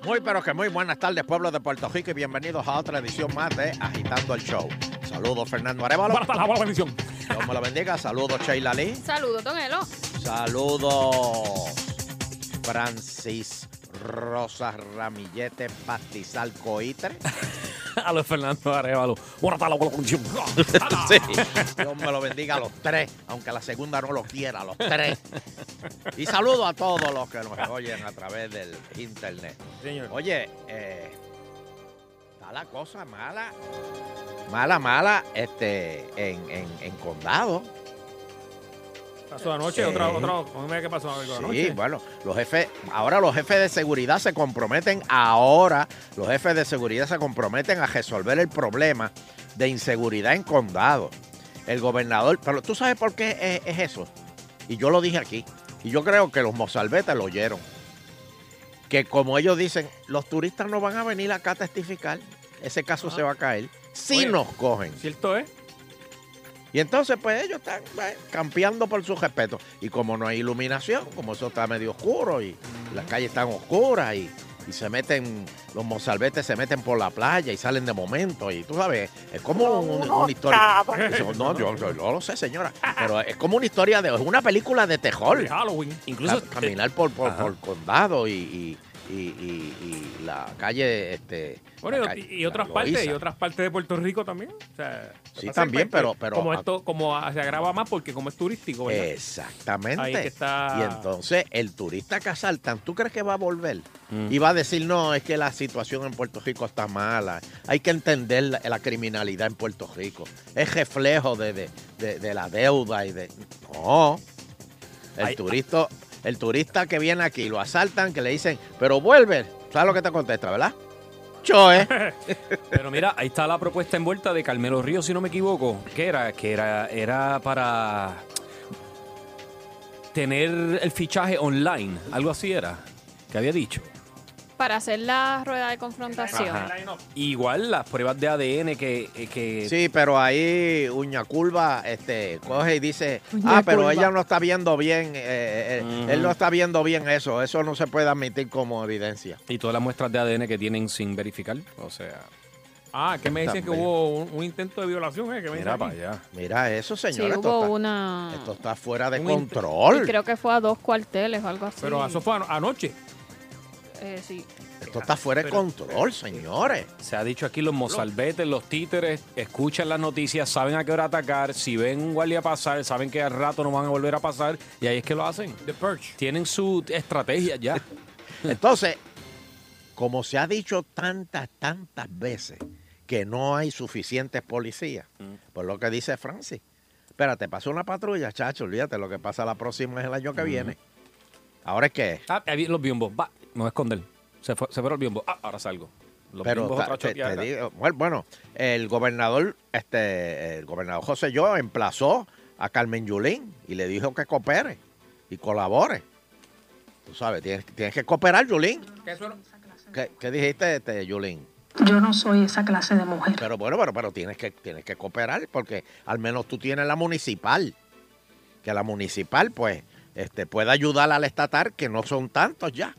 Speaker 6: Muy, pero que muy buenas tardes, pueblo de Puerto Rico, y bienvenidos a otra edición más de Agitando el Show. Saludos, Fernando Arevalo.
Speaker 2: Buenas tardes, buena bendición.
Speaker 6: Dios me lo bendiga. Saludos, Sheila Lee.
Speaker 5: Saludos, Don Elo.
Speaker 6: Saludos, Francis Rosa Ramillete Pastizal Coitre.
Speaker 3: A los Fernando Arevalo. Buenas tardes, buena condición.
Speaker 6: Sí. Dios me lo bendiga a los tres, aunque la segunda no lo quiera, a los tres. Y saludo a todos los que nos oyen a través del internet. Oye, eh, está la cosa mala, mala, mala, este, en, en, en condado.
Speaker 2: Pasó anoche,
Speaker 6: Sí.
Speaker 2: otra, otra, mira qué pasó amigo, anoche.
Speaker 6: Sí, bueno, los jefes, ahora los jefes de seguridad se comprometen, ahora los jefes de seguridad se comprometen a resolver el problema de inseguridad en condado. El gobernador, pero tú sabes por qué es, es eso. Y yo lo dije aquí. Y yo creo que los mozalbetes lo oyeron. Que como ellos dicen, los turistas no van a venir acá a testificar. Ese caso se va a caer. Si
Speaker 2: Ah. Oye.
Speaker 6: nos cogen.
Speaker 2: ¿Cierto ¿eh? es?
Speaker 6: Y entonces, pues ellos están eh, campeando por su respeto. Y como no hay iluminación, como eso está medio oscuro y las calles están oscuras y, y se meten, los mozalbetes se meten por la playa y salen de momento. Y tú sabes, es como un- una historia. Eso, No, yo, yo no lo sé, señora. Pero es como una historia de. Es una película de tejol.
Speaker 3: Halloween. Incluso.
Speaker 6: Ca- caminar por, por, por condado y, y- y- y- y la calle. Este, la
Speaker 2: Bueno, y,
Speaker 6: calle-
Speaker 2: y otras
Speaker 6: la
Speaker 2: partes, y
Speaker 6: Loíza.
Speaker 2: otras partes de Puerto Rico también. O sea,
Speaker 6: Sí,
Speaker 2: pasa
Speaker 6: también,
Speaker 2: que
Speaker 6: pero- pero-
Speaker 2: Como esto, como ah, se agrava más porque como es turístico, ¿verdad?
Speaker 6: Exactamente.
Speaker 2: Ahí que está-
Speaker 6: Y entonces el turista que asaltan, ¿tú crees que va a volver?
Speaker 2: Mm.
Speaker 6: Y va a decir, no, es que la situación en Puerto Rico está mala. Hay que entender la, la criminalidad en Puerto Rico. Es reflejo de, de- de- de la deuda y de... No. El
Speaker 2: ah.
Speaker 3: Ay,
Speaker 6: turista... El turista que viene aquí, lo asaltan, que le dicen, pero vuelve. ¿Sabes lo que te contesta, verdad? Choe.
Speaker 3: Pero mira, ahí está la propuesta envuelta de Carmelo Ríos, si no me equivoco. ¿Qué era? Que era, era para tener el fichaje online. Algo así era. Que había dicho.
Speaker 5: Para hacer la rueda de confrontación.
Speaker 3: Igual las pruebas de ADN que. eh, que
Speaker 6: Sí, pero ahí Uña Curva este, coge y dice,
Speaker 5: Uña
Speaker 6: ah, pero
Speaker 5: Curva.
Speaker 6: ella no está viendo bien, eh, eh,
Speaker 3: Ujú.
Speaker 6: él no está viendo bien eso, eso no se puede admitir como evidencia.
Speaker 3: Y todas las muestras de ADN que tienen sin verificar. O sea,
Speaker 2: Ah, que me dicen que
Speaker 6: También.
Speaker 2: hubo un, un intento de violación, ¿eh? Que me
Speaker 3: mira
Speaker 2: dicen
Speaker 3: para
Speaker 2: aquí.
Speaker 3: allá.
Speaker 6: Mira eso,
Speaker 5: Sí,
Speaker 6: señor,
Speaker 5: hubo
Speaker 6: esto, está,
Speaker 5: una.
Speaker 6: esto está fuera de
Speaker 2: Un int-
Speaker 5: y
Speaker 6: control.
Speaker 5: creo que fue a dos cuarteles o algo así.
Speaker 2: Pero eso fue ano- anoche.
Speaker 5: Eh, sí.
Speaker 6: Esto está fuera de
Speaker 2: Pero-
Speaker 6: control, señores.
Speaker 3: Se ha dicho aquí los mozalbetes, los títeres, escuchan las noticias, saben a qué hora atacar, si ven un guardia pasar, saben que al rato no van a volver a pasar, y ahí es que lo hacen.
Speaker 2: The Purge.
Speaker 3: Tienen su estrategia ya.
Speaker 6: Entonces, como se ha dicho tantas, tantas veces que no hay suficientes policías,
Speaker 2: Mm.
Speaker 6: por lo que dice Francis, espérate, pasó una patrulla, chacho, olvídate, lo que pasa la próxima es el año que viene. Ahora es que...
Speaker 3: Ah, ahí vienen los biombos. Va, me voy a esconder. Se fue, se fueron los biombos. Ah, ahora salgo. Los
Speaker 6: Pero
Speaker 3: biombos
Speaker 6: ta-
Speaker 3: otra
Speaker 6: te-
Speaker 3: choqueada.
Speaker 6: te digo, bueno, bueno, el gobernador, este, el gobernador José Yo emplazó a Carmen Yulín y le dijo que coopere y colabore. Tú sabes, tienes, tienes que cooperar, Yulín. ¿Qué, qué dijiste, este, Yulín?
Speaker 11: Yo no soy esa clase de mujer.
Speaker 6: Pero bueno, pero, pero tienes que, tienes que cooperar porque al menos tú tienes la municipal. Que la municipal, pues, este, puede ayudar al estatal, que no son tantos ya.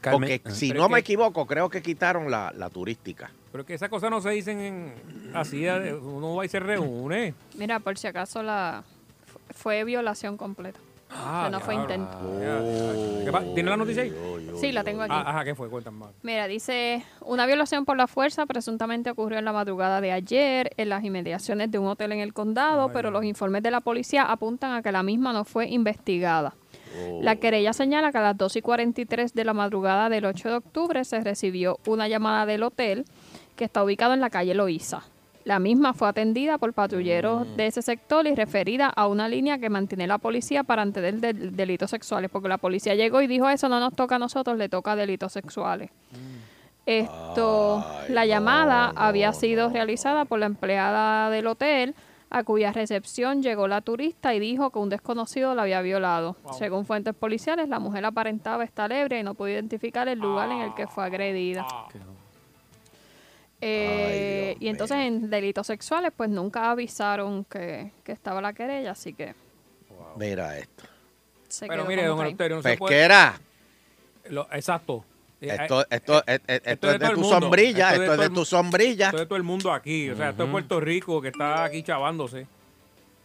Speaker 3: Carmen,
Speaker 6: porque
Speaker 3: ajá.
Speaker 6: si
Speaker 2: ah, Pero
Speaker 6: no
Speaker 2: es
Speaker 6: me
Speaker 2: que-
Speaker 6: equivoco, creo que quitaron la, la turística.
Speaker 2: Pero es que esas cosas no se dicen en- así, eh, uno va y se reúne.
Speaker 5: Mira, por si acaso la. fu- Fue violación completa.
Speaker 2: Ah,
Speaker 5: Que no fue
Speaker 2: diablo.
Speaker 5: intento.
Speaker 2: Ah, ¿qué pa- ¿Tiene la noticia ahí?
Speaker 5: Sí, la tengo aquí.
Speaker 2: Ah, ajá, ¿qué fue? Cuéntame. más.
Speaker 5: Mira, dice, una violación por la fuerza presuntamente ocurrió en la madrugada de ayer en las inmediaciones de un hotel en el condado, pero los informes de la policía apuntan a que la misma no fue investigada.
Speaker 6: Oh.
Speaker 5: La
Speaker 12: Oh.
Speaker 5: querella señala que a las 2 y 43 de la madrugada del 8 de octubre se recibió una llamada del hotel que está ubicado en la calle Loíza. La misma fue atendida por patrulleros de ese sector y referida a una línea que mantiene la policía para antener del- delitos sexuales, porque la policía llegó y dijo eso no nos toca a nosotros, le toca a delitos sexuales. Esto, la llamada había sido realizada por la empleada del hotel a cuya recepción llegó la turista y dijo que un desconocido la había violado. Según fuentes policiales, la mujer aparentaba estar ebria y no pudo identificar el lugar en el que fue agredida. Eh, y entonces en delitos sexuales, pues nunca avisaron que, que estaba la querella, así que
Speaker 6: Mira esto.
Speaker 5: se
Speaker 2: Pero
Speaker 5: quedó
Speaker 2: mire,
Speaker 5: como
Speaker 2: don
Speaker 5: que ahí.
Speaker 2: Eleuterio, no
Speaker 6: Pues
Speaker 2: se puede...
Speaker 6: Pesquera,
Speaker 2: Lo- exacto. Eh,
Speaker 6: esto,
Speaker 2: eh,
Speaker 6: esto, eh, eh,
Speaker 2: esto
Speaker 6: esto
Speaker 2: es
Speaker 6: es de
Speaker 2: de todo
Speaker 6: tu
Speaker 2: el mundo.
Speaker 6: sombrilla,
Speaker 2: Esto es
Speaker 6: esto
Speaker 2: de
Speaker 6: es
Speaker 2: todo
Speaker 6: de
Speaker 2: el
Speaker 6: tu
Speaker 2: mu-
Speaker 6: sombrilla.
Speaker 2: esto de todo el mundo aquí. O sea, esto es Puerto Rico que está aquí chavándose.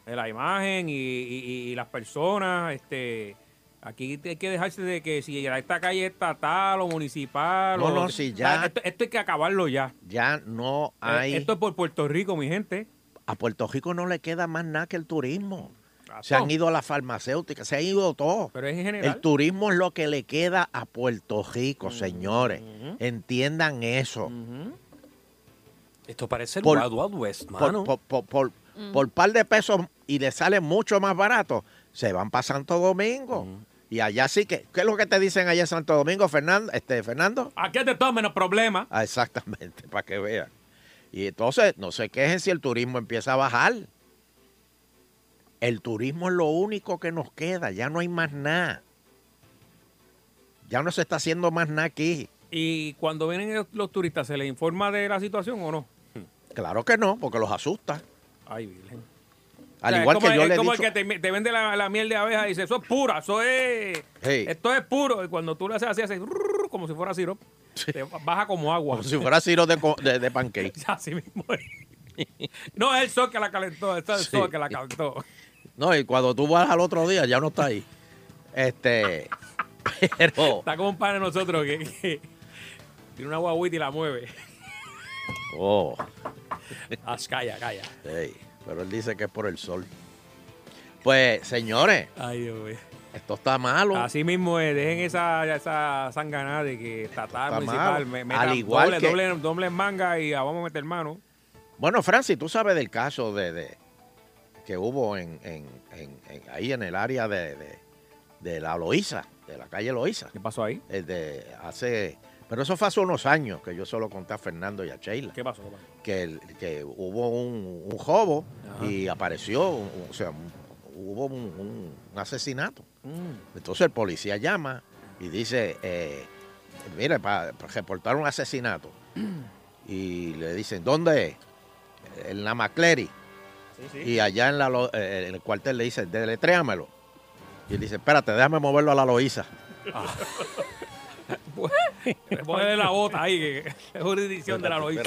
Speaker 2: De la imagen y, y- y las personas. este Aquí hay que dejarse de que si esta calle es estatal o municipal.
Speaker 6: No,
Speaker 2: o-
Speaker 6: no, si ya-
Speaker 2: Esto, esto hay que acabarlo ya.
Speaker 6: Ya no
Speaker 2: Eh,
Speaker 6: hay...
Speaker 2: Esto es por Puerto Rico, mi gente.
Speaker 6: A Puerto Rico no le queda más nada que el turismo. Se
Speaker 2: Exacto.
Speaker 6: han ido a las farmacéuticas, se han ido todo.
Speaker 2: Pero es en
Speaker 6: El
Speaker 2: general.
Speaker 6: turismo es lo que le queda a Puerto Rico, señores. Entiendan eso.
Speaker 3: Esto parece el
Speaker 6: Por-
Speaker 3: Wild Wild West, mano.
Speaker 6: Por, por, por, por- por par de pesos y le sale mucho más barato, se van para Santo Domingo. Y allá sí que... ¿Qué es lo que te dicen allá en Santo Domingo, Fernando? Este, Fernando?
Speaker 2: Aquí es de todo menos problema.
Speaker 6: Ah, exactamente, para que vean. Y entonces, no se quejen si el turismo empieza a bajar. El turismo es lo único que nos queda, ya no hay más nada. Ya no se está haciendo más nada aquí.
Speaker 2: Y cuando vienen los- los turistas, ¿se les informa de la situación o no?
Speaker 6: Claro que no, porque los asusta.
Speaker 2: Ay, virgen. O
Speaker 6: Al
Speaker 2: sea,
Speaker 6: igual
Speaker 2: es como,
Speaker 6: que yo
Speaker 2: es
Speaker 6: le he
Speaker 2: como
Speaker 6: dicho,
Speaker 2: el que te, te vende la, la miel de abeja y dice, eso es pura, eso es...
Speaker 6: Sí.
Speaker 2: Esto es puro. Y cuando tú le haces así, haces rrrr, como si fuera sirope. Te baja como agua.
Speaker 6: Como si fuera siro de, co- de, de pancake.
Speaker 2: Así mismo es. No es el sol que la calentó, es el
Speaker 6: Sí.
Speaker 2: sol que la calentó.
Speaker 6: No, y cuando tú vas al otro día ya no está ahí. Este. Pero.
Speaker 2: Está como un pan de nosotros que, que tiene una guaguita y la mueve.
Speaker 6: Oh.
Speaker 2: Ah, calla, calla.
Speaker 6: Ey, pero él dice que es por el sol. Pues, señores.
Speaker 2: Ay, Dios mío.
Speaker 6: Esto está malo.
Speaker 2: Así mismo es, dejen esa, esa sanganada de que
Speaker 6: Está
Speaker 2: Tatar municipal
Speaker 6: malo.
Speaker 2: me,
Speaker 6: Al igual
Speaker 2: doble,
Speaker 6: que-
Speaker 2: doble, doble en manga y ah, vamos a meter mano.
Speaker 6: Bueno, Francis, tú sabes del caso de, de- que hubo en, en- en- en- ahí en el área de, de- de la Loíza, de la calle Loíza. ¿Qué
Speaker 2: pasó ahí?
Speaker 6: hace, pero eso fue hace unos años que yo solo conté a Fernando y a Sheila.
Speaker 2: ¿Qué pasó? ¿Qué pasó?
Speaker 6: Que, el- que hubo un, un jobo
Speaker 2: Ajá.
Speaker 6: y apareció, un- o sea, un- hubo un, un- un asesinato. Entonces el policía llama y dice, eh, mire, para reportar un asesinato. Y le dicen, ¿dónde es? En la Macleri. Y allá en, la, lo- eh, en el cuartel le dicen, deletréamelo. Y él dice, espérate, déjame moverlo a la Loíza.
Speaker 2: Ah. Ponle la bota ahí, que es jurisdicción de la loíza.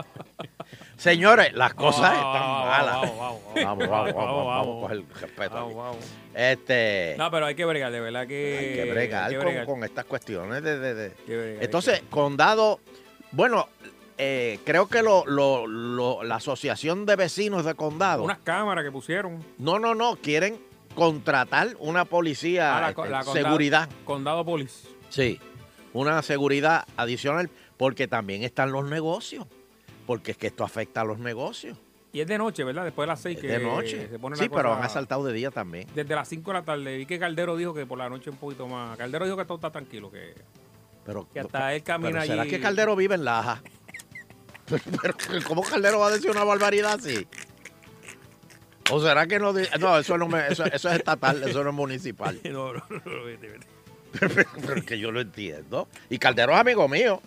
Speaker 6: Señores, las cosas
Speaker 2: Vamos,
Speaker 6: están
Speaker 2: Ah, vamos,
Speaker 6: malas.
Speaker 2: vamos, vamos, vamos.
Speaker 6: vamos, vamos, vamos,
Speaker 2: Vamos, vamos.
Speaker 6: vamos a coger respeto.
Speaker 2: Vamos,
Speaker 6: aquí.
Speaker 2: vamos.
Speaker 6: Este,
Speaker 2: No, pero hay que bregar, de verdad que.
Speaker 6: hay que bregar, con- Con, estas cuestiones de- de- de,
Speaker 2: Hay que bregar, hay
Speaker 6: Entonces,
Speaker 2: que-
Speaker 6: condado, bueno, eh, creo que lo- lo- lo- la asociación de vecinos de condado.
Speaker 2: Unas cámaras que pusieron.
Speaker 6: No, no, no, quieren contratar una
Speaker 2: Ah,
Speaker 6: policía,
Speaker 2: la
Speaker 6: este,
Speaker 2: co- la condado-
Speaker 6: seguridad.
Speaker 2: Condado Polis.
Speaker 6: Sí, una seguridad adicional, porque también están los negocios, porque es que esto afecta a los negocios
Speaker 2: Y es de noche, ¿verdad? Después de las 6 que
Speaker 6: de noche.
Speaker 2: se pone la
Speaker 6: Sí, pero
Speaker 2: cosa-
Speaker 6: han asaltado de día también.
Speaker 2: Desde las 5 de la tarde. Vi que Caldero dijo que por la noche un poquito más. Caldero dijo que todo está tranquilo, que,
Speaker 6: Pero,
Speaker 2: que hasta él camina
Speaker 6: pero ¿será
Speaker 2: allí.
Speaker 6: que Caldero vive en Laja? Pero, pero, ¿cómo Caldero va a decir una barbaridad así? ¿O será que no? di- No, eso, no me- eso, eso es estatal, eso no es municipal.
Speaker 2: No, no, no, no, vete, vete.
Speaker 6: Pero que yo lo entiendo. Y Caldero es amigo mío.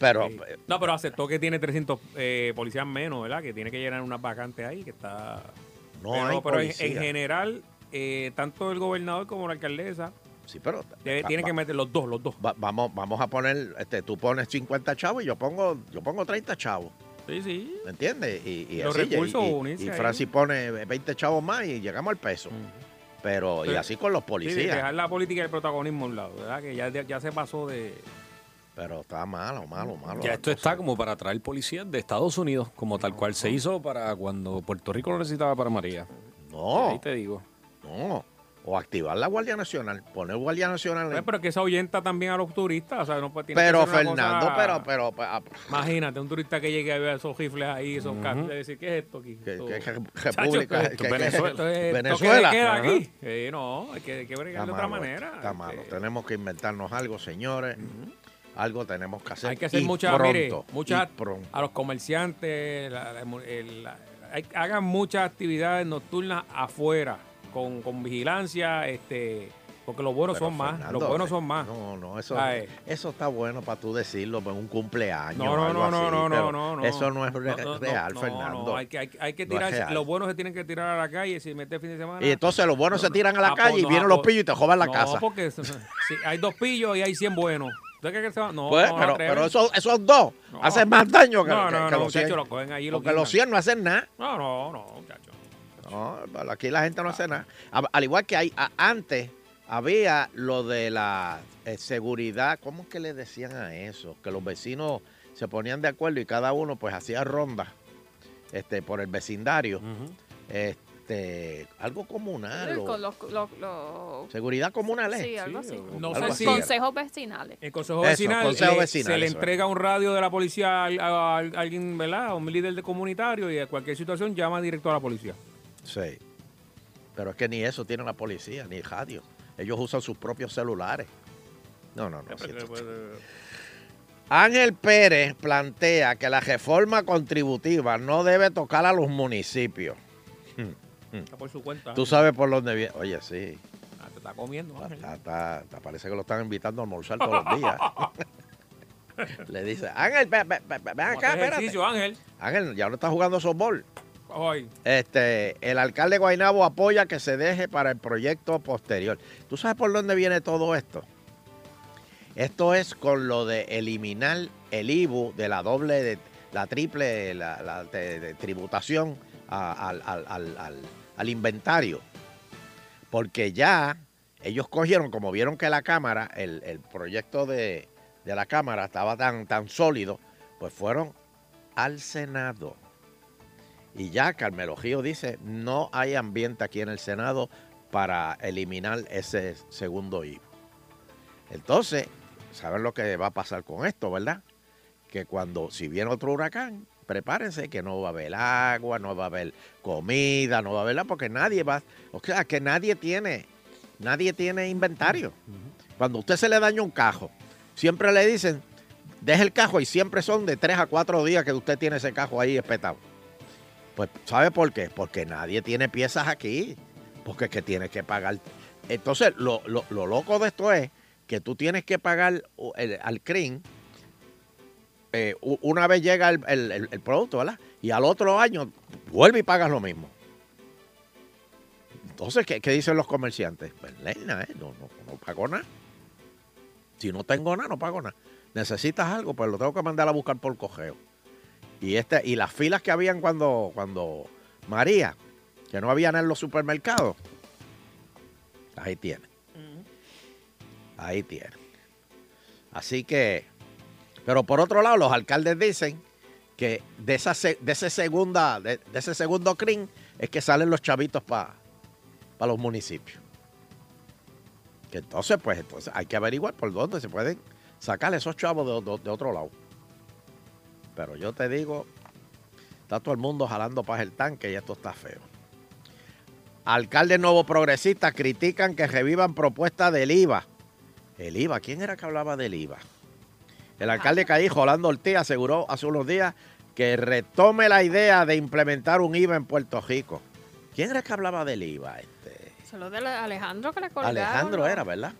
Speaker 6: Pero,
Speaker 2: No, pero aceptó que tiene 300 eh, policías menos, ¿verdad? Que tiene que llenar unas vacantes ahí, que está...
Speaker 6: No
Speaker 2: pero,
Speaker 6: hay
Speaker 2: pero en- en,
Speaker 6: policía.
Speaker 2: general, eh, tanto el gobernador como la alcaldesa...
Speaker 6: Sí, pero...
Speaker 2: Debe- tiene que meter los dos, los dos.
Speaker 6: vamos, vamos a poner, este, tú pones 50 chavos y yo pongo, yo pongo 30 chavos.
Speaker 2: Sí, sí.
Speaker 6: ¿Me entiendes? Y, y
Speaker 2: Los
Speaker 6: así, y-
Speaker 2: recursos
Speaker 6: y-
Speaker 2: unirse
Speaker 6: Y,
Speaker 2: ahí.
Speaker 6: Francis pone 20 chavos más y llegamos al peso. Pero, y
Speaker 2: Sí.
Speaker 6: así con los
Speaker 2: Sí,
Speaker 6: policías.
Speaker 2: dejar la política y el protagonismo a un lado, ¿verdad? Que ya, ya se pasó de...
Speaker 6: Pero está malo, malo, malo.
Speaker 3: Ya esto está como para traer policías de Estados Unidos, como tal cual se hizo para cuando Puerto Rico lo necesitaba para María.
Speaker 6: No.
Speaker 3: Ahí te digo.
Speaker 6: No. O activar la Guardia Nacional, poner Guardia Nacional.
Speaker 2: Eh,
Speaker 6: en-
Speaker 2: Pero es que eso ahuyenta también a los turistas, o sea, no puede... tiene que
Speaker 6: Pero
Speaker 2: ser una cosa-
Speaker 6: Fernando, pero, pero, pues, ah, pa-
Speaker 2: Imagínate, un turista que llegue a ver esos rifles ahí, esos
Speaker 6: Ujú.
Speaker 2: carteles, decir, ¿qué es esto aquí?
Speaker 6: Que-
Speaker 2: Esto-
Speaker 6: que- que-
Speaker 2: Chacho,
Speaker 6: República,
Speaker 2: esto-
Speaker 6: que- que-
Speaker 2: esto es- esto es
Speaker 6: Venezuela.
Speaker 2: toque de queda
Speaker 6: Ajá.
Speaker 2: aquí. Eh, no, hay que, hay que bregar
Speaker 6: está
Speaker 2: de otra
Speaker 6: malo esto,
Speaker 2: manera. este.
Speaker 6: Está malo. Tenemos que inventarnos algo, señores. Algo tenemos que hacer.
Speaker 2: Hay que hacer
Speaker 6: y
Speaker 2: muchas,
Speaker 6: pronto,
Speaker 2: mire, muchas
Speaker 6: y pronto.
Speaker 2: a los comerciantes, la- la- el- la- hay- hagan muchas actividades nocturnas afuera, con, con vigilancia, este, porque los buenos
Speaker 6: Pero,
Speaker 2: son más,
Speaker 6: Fernando,
Speaker 2: los buenos
Speaker 6: eh,
Speaker 2: son más.
Speaker 6: No, no, eso,
Speaker 2: Ay.
Speaker 6: eso está bueno para tú decirlo en un cumpleaños.
Speaker 2: No, no,
Speaker 6: algo
Speaker 2: no, no,
Speaker 6: así,
Speaker 2: no,
Speaker 6: pero
Speaker 2: no, no, no.
Speaker 6: Eso no es re-
Speaker 2: No, no,
Speaker 6: real,
Speaker 2: no,
Speaker 6: Fernando.
Speaker 2: no, hay que, hay, que- hay que
Speaker 6: No es
Speaker 2: tirar,
Speaker 6: real.
Speaker 2: los buenos se tienen que tirar a la calle si mete fin de semana.
Speaker 6: Y entonces los buenos
Speaker 2: No,
Speaker 6: se
Speaker 2: no.
Speaker 6: tiran a la
Speaker 2: Ah,
Speaker 6: calle
Speaker 2: pues,
Speaker 6: y
Speaker 2: no,
Speaker 6: vienen
Speaker 2: ah,
Speaker 6: los
Speaker 2: pues,
Speaker 6: pillos y te jodan la
Speaker 2: no,
Speaker 6: casa.
Speaker 2: porque si hay dos pillos y hay 100 buenos. ¿Usted cree que se va? No,
Speaker 6: Pues,
Speaker 2: no, no
Speaker 6: pero,
Speaker 2: atreven.
Speaker 6: pero esos, esos dos hacen más daño que,
Speaker 2: No,
Speaker 6: que-
Speaker 2: no,
Speaker 6: que
Speaker 2: no,
Speaker 6: los
Speaker 2: muchachos,
Speaker 6: 100.
Speaker 2: lo cogen ahí y lo
Speaker 6: Porque los
Speaker 2: guindan.
Speaker 6: 100 no hacen nada.
Speaker 2: No, no, no, muchachos.
Speaker 6: No, pero aquí la gente no hace nada. A- Al igual que hay, a- antes había lo de la eh, seguridad, ¿cómo es que le decían a eso? Que los vecinos se ponían de acuerdo y cada uno pues hacía rondas este, por el vecindario. este, algo comunal. o-
Speaker 5: Con los, los- los-
Speaker 6: seguridad comunal ¿eh? es.
Speaker 5: Sí, algo así.
Speaker 2: No
Speaker 6: Algo
Speaker 2: sé
Speaker 6: así
Speaker 2: si-
Speaker 6: era.
Speaker 5: Consejos vecinales.
Speaker 2: El Consejo
Speaker 6: Eso,
Speaker 2: Vecinal,
Speaker 6: Consejo
Speaker 2: le-
Speaker 6: Vecinal,
Speaker 2: se le
Speaker 6: eso es.
Speaker 2: entrega un radio de la policía a, a- a alguien, ¿verdad? A un líder de comunitario y a cualquier situación llama directo a la policía.
Speaker 6: Sí. Pero es que ni eso tiene la policía, ni radio. Ellos usan sus propios celulares. No, no, no. sí, esto- Ángel Pérez plantea que la reforma contributiva no debe tocar a los municipios. Hmm.
Speaker 2: Está por su cuenta.
Speaker 6: Tú sabes por dónde viene. Oye, sí.
Speaker 2: Ah, te está comiendo. Ángel.
Speaker 6: Está- está- está- parece que lo están invitando a almorzar todos los días. Le dice, Ángel, ve- ve- ve- ve- ven
Speaker 2: Vamos a
Speaker 6: acá,
Speaker 2: hacer
Speaker 6: espérate.
Speaker 2: este ejercicio, Ángel.
Speaker 6: Ángel, ya no está jugando softball.
Speaker 2: Ay,
Speaker 6: Este, el alcalde Guainabo apoya que se deje para el proyecto posterior. ¿Tú sabes por dónde viene todo esto? Esto es con lo de eliminar el IVU de la doble, de, la triple, la, la de- de tributación a- al, al- al- al- al inventario. Porque ya ellos cogieron, como vieron que la Cámara, el, el proyecto de, de la Cámara estaba tan, tan sólido, pues fueron al Senado. Y ya Carmelo Gio dice, no hay ambiente aquí en el Senado para eliminar ese segundo IVU. Entonces, ¿saben lo que va a pasar con esto, verdad? Que cuando, si viene otro huracán, prepárense que no va a haber agua, no va a haber comida, no va a haber nada, porque nadie va, o sea, que nadie tiene, nadie tiene inventario. Cuando a usted se le daña un cajo, siempre le dicen, deje el cajo y siempre son de tres a cuatro días que usted tiene ese cajo ahí espetado. Pues, ¿sabe por qué? Porque nadie tiene piezas aquí. Porque es que tienes que pagar. Entonces, lo, lo- lo loco de esto es que tú tienes que pagar o- el- al CRIM eh, u- una vez llega el, el- el- el producto, ¿verdad? Y al otro año vuelve y pagas lo mismo. Entonces, ¿qué, qué dicen los comerciantes? Pues, nena, eh, no, no, no pago nada. Si no tengo nada, no pago nada. Necesitas algo, pues lo tengo que mandar a buscar por cogeo. Y, este, y las filas que habían cuando, cuando María, que no habían en los supermercados, ahí tiene. Ahí tiene. Así que, pero por otro lado, los alcaldes dicen que de, esa, se- de, ese, segunda, de, de ese segundo crin es que salen los chavitos para los municipios. Que entonces, pues, entonces hay que averiguar por dónde se pueden sacar esos chavos de, de- de otro lado. Pero yo te digo, está todo el mundo jalando para el tanque y esto está feo. Alcaldes nuevo progresistas critican que revivan propuestas del IVA. El IVA, ¿quién era que hablaba del IVA? El alcalde Caíjo, Orlando Ortiz, aseguró hace unos días que retome la idea de implementar un IVA en Puerto Rico. ¿Quién era que hablaba del IVA?
Speaker 5: Solo de la- Alejandro que le colgaron.
Speaker 6: Alejandro
Speaker 5: los-
Speaker 6: era, ¿verdad?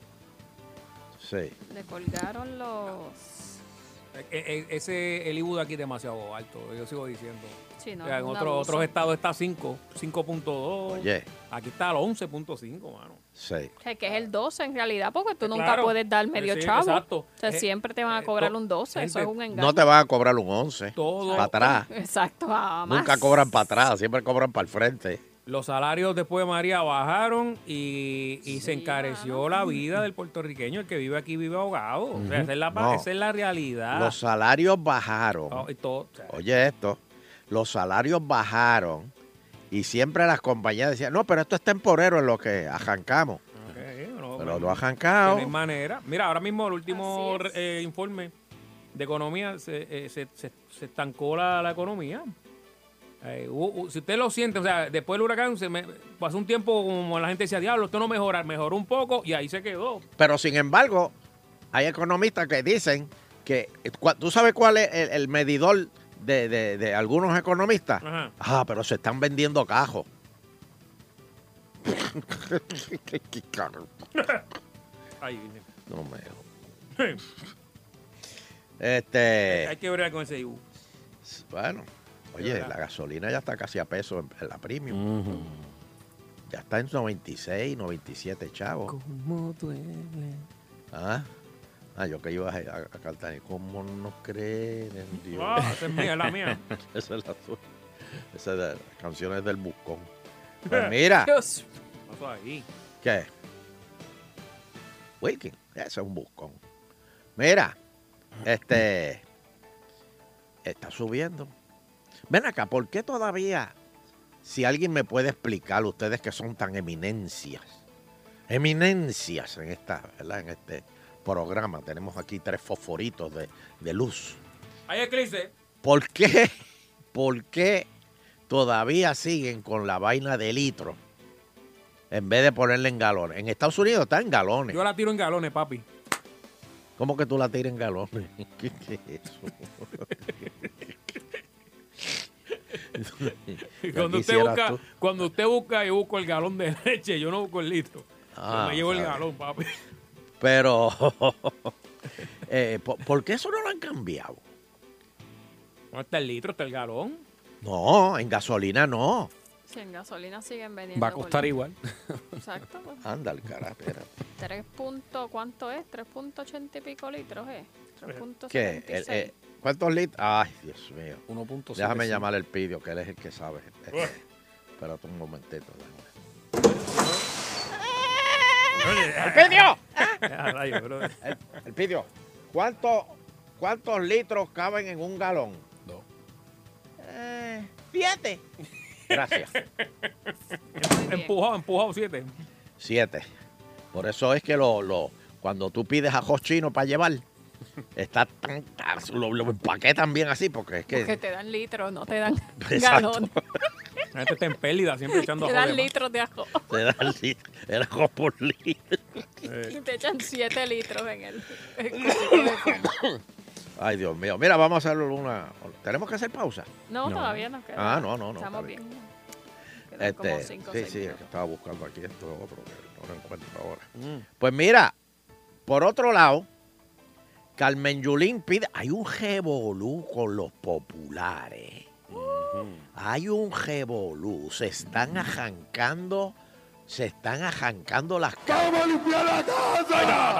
Speaker 6: Sí.
Speaker 5: Le colgaron los.
Speaker 2: E- e- ese el IBU de aquí es demasiado alto, yo sigo diciendo.
Speaker 5: Sí, no,
Speaker 2: O sea,
Speaker 5: es
Speaker 2: en
Speaker 5: un
Speaker 2: otro-
Speaker 5: abuso.
Speaker 2: otros estados está 5, 5.2.
Speaker 6: Oye.
Speaker 2: Aquí está al 11.5, mano.
Speaker 6: Sí.
Speaker 5: O sea, que es el 12 en realidad, porque tú nunca
Speaker 2: Eh, Claro.
Speaker 5: puedes dar medio
Speaker 2: Sí,
Speaker 5: chavo.
Speaker 2: exacto.
Speaker 5: O sea,
Speaker 2: Eh,
Speaker 5: siempre te van a cobrar
Speaker 2: to-
Speaker 5: un 12, eso es
Speaker 2: gente,
Speaker 5: un engaño.
Speaker 6: No te van a cobrar un 11.
Speaker 2: Todo.
Speaker 6: Para atrás.
Speaker 5: Exacto, a más.
Speaker 6: Nunca cobran para atrás, siempre cobran para el frente.
Speaker 2: Los salarios después de María bajaron y, y se encareció la vida del puertorriqueño. El que vive aquí vive ahogado. O sea,
Speaker 6: Ujú.
Speaker 2: esa es la,
Speaker 6: No.
Speaker 2: esa es la realidad.
Speaker 6: Los salarios bajaron.
Speaker 2: Ah. Oh, y todo, o sea,
Speaker 6: Oye esto, los salarios bajaron y siempre las compañías decían, no, pero esto es temporero en lo que arrancamos.
Speaker 2: ok, no,
Speaker 6: Pero
Speaker 2: no,
Speaker 6: lo arrancado.
Speaker 2: no hay manera. Mira, ahora mismo el último eh, informe de economía se, eh, se, se- se estancó la, la economía. Eh, hubo- hubo- si usted lo siente, o sea, después del huracán se me, pasó un tiempo como la gente decía, diablo, esto no mejora, mejoró un poco y ahí se quedó.
Speaker 6: Pero sin embargo, hay economistas que dicen que, eh, cua- ¿tú sabes cuál es el, el medidor de, de- de algunos economistas?
Speaker 2: Ajá.
Speaker 6: Ah, pero se están vendiendo cajos. Qué caro.
Speaker 2: Ay,
Speaker 6: No me-
Speaker 2: Dios. Hay
Speaker 6: Este,
Speaker 2: que ver con ese IBU.
Speaker 6: bueno, oye, la gasolina ya está casi a peso en, en la premium. Ya está en 96, 97 chavos. Ah, ah, yo que iba a, a, a cantar. ¿Cómo no creen en Dios?
Speaker 2: Ah, esa es mía, la mía.
Speaker 6: Esa es la suya. Esa es de las canciones del buscón. Pues mira,
Speaker 2: Pasó ahí.
Speaker 6: ¿qué? Wilkin, ese es un buscón. Mira, este. Está subiendo. Ven acá, ¿por qué todavía? Si alguien me puede explicar, ustedes que son tan eminencias, eminencias en esta, ¿verdad? En este programa. Tenemos aquí tres fosforitos de, de luz.
Speaker 2: Hay eclipse.
Speaker 6: ¿Por qué? ¿Por qué todavía siguen con la vaina de litro? En vez de ponerle en galones. En Estados Unidos está en galones.
Speaker 2: Yo la tiro en galones, papi.
Speaker 6: ¿Cómo que tú la tiras en galones? ¿Qué, qué es eso? Ya
Speaker 2: Cuando usted,
Speaker 6: quisieras
Speaker 2: busca,
Speaker 6: tú.
Speaker 2: cuando usted busca, yo busco el galón de leche, yo no busco el litro.
Speaker 6: Ah,
Speaker 2: Yo me llevo el
Speaker 6: sabe.
Speaker 2: galón, papi.
Speaker 6: Pero, eh, ¿por, por qué eso no lo han cambiado?
Speaker 2: No está el litro, está el galón.
Speaker 6: No, en gasolina no.
Speaker 5: Si en gasolina siguen vendiendo.
Speaker 6: Va a costar
Speaker 5: por-
Speaker 6: igual.
Speaker 5: Exacto. pues.
Speaker 6: Ah. Anda, el carajo, espérate.
Speaker 5: 3 punto, ¿cuánto es? 3.80 y pico litros, ¿eh? 3.76.
Speaker 6: ¿Qué? El- eh, ¿Cuántos litros? Ay, Dios mío.
Speaker 3: 1.75.
Speaker 6: Déjame llamar al pidio, que él es el que sabe. Este, Espérate un momentito.
Speaker 13: ah,
Speaker 4: ¡Elpidio!
Speaker 2: Ah,
Speaker 6: El, el pidio. ¿Cuánto- ¿Cuántos litros caben en un galón?
Speaker 14: Eh, fíjate.
Speaker 6: Gracias.
Speaker 2: Empujado, empujado, siete.
Speaker 6: Siete. Por eso es que lo, lo- cuando tú pides ajos chinos para llevar, está tan, tan- lo, lo empaquetan bien así, porque es que...
Speaker 5: Que te dan litros, no te dan
Speaker 6: Exacto.
Speaker 5: galón.
Speaker 2: La gente está en pérdida, siempre echando
Speaker 5: Te
Speaker 2: ajo
Speaker 5: dan
Speaker 2: de más.
Speaker 5: litros de ajo.
Speaker 6: Te dan el li- el ajo por litro.
Speaker 5: Y te echan 7 litros en el. en el cuchillo de fondo.
Speaker 6: Ay, Dios mío. Mira, vamos a hacerlo una... ¿Tenemos que hacer pausa?
Speaker 5: No, todavía no queda.
Speaker 6: Ah, no, no, no.
Speaker 5: Estamos
Speaker 6: está bien.
Speaker 5: bien. Quedan como
Speaker 6: Este,
Speaker 5: cinco o
Speaker 6: sí,
Speaker 5: seis
Speaker 6: sí, es
Speaker 5: minutos.
Speaker 6: que estaba buscando aquí esto otro que no lo encuentro ahora. Pues mira, por otro lado, Carmen Yulín pide, hay un revolú con los populares. Hay un revolú, se están arrancando, se están arrancando las
Speaker 4: ¡Vamos a limpiar la casa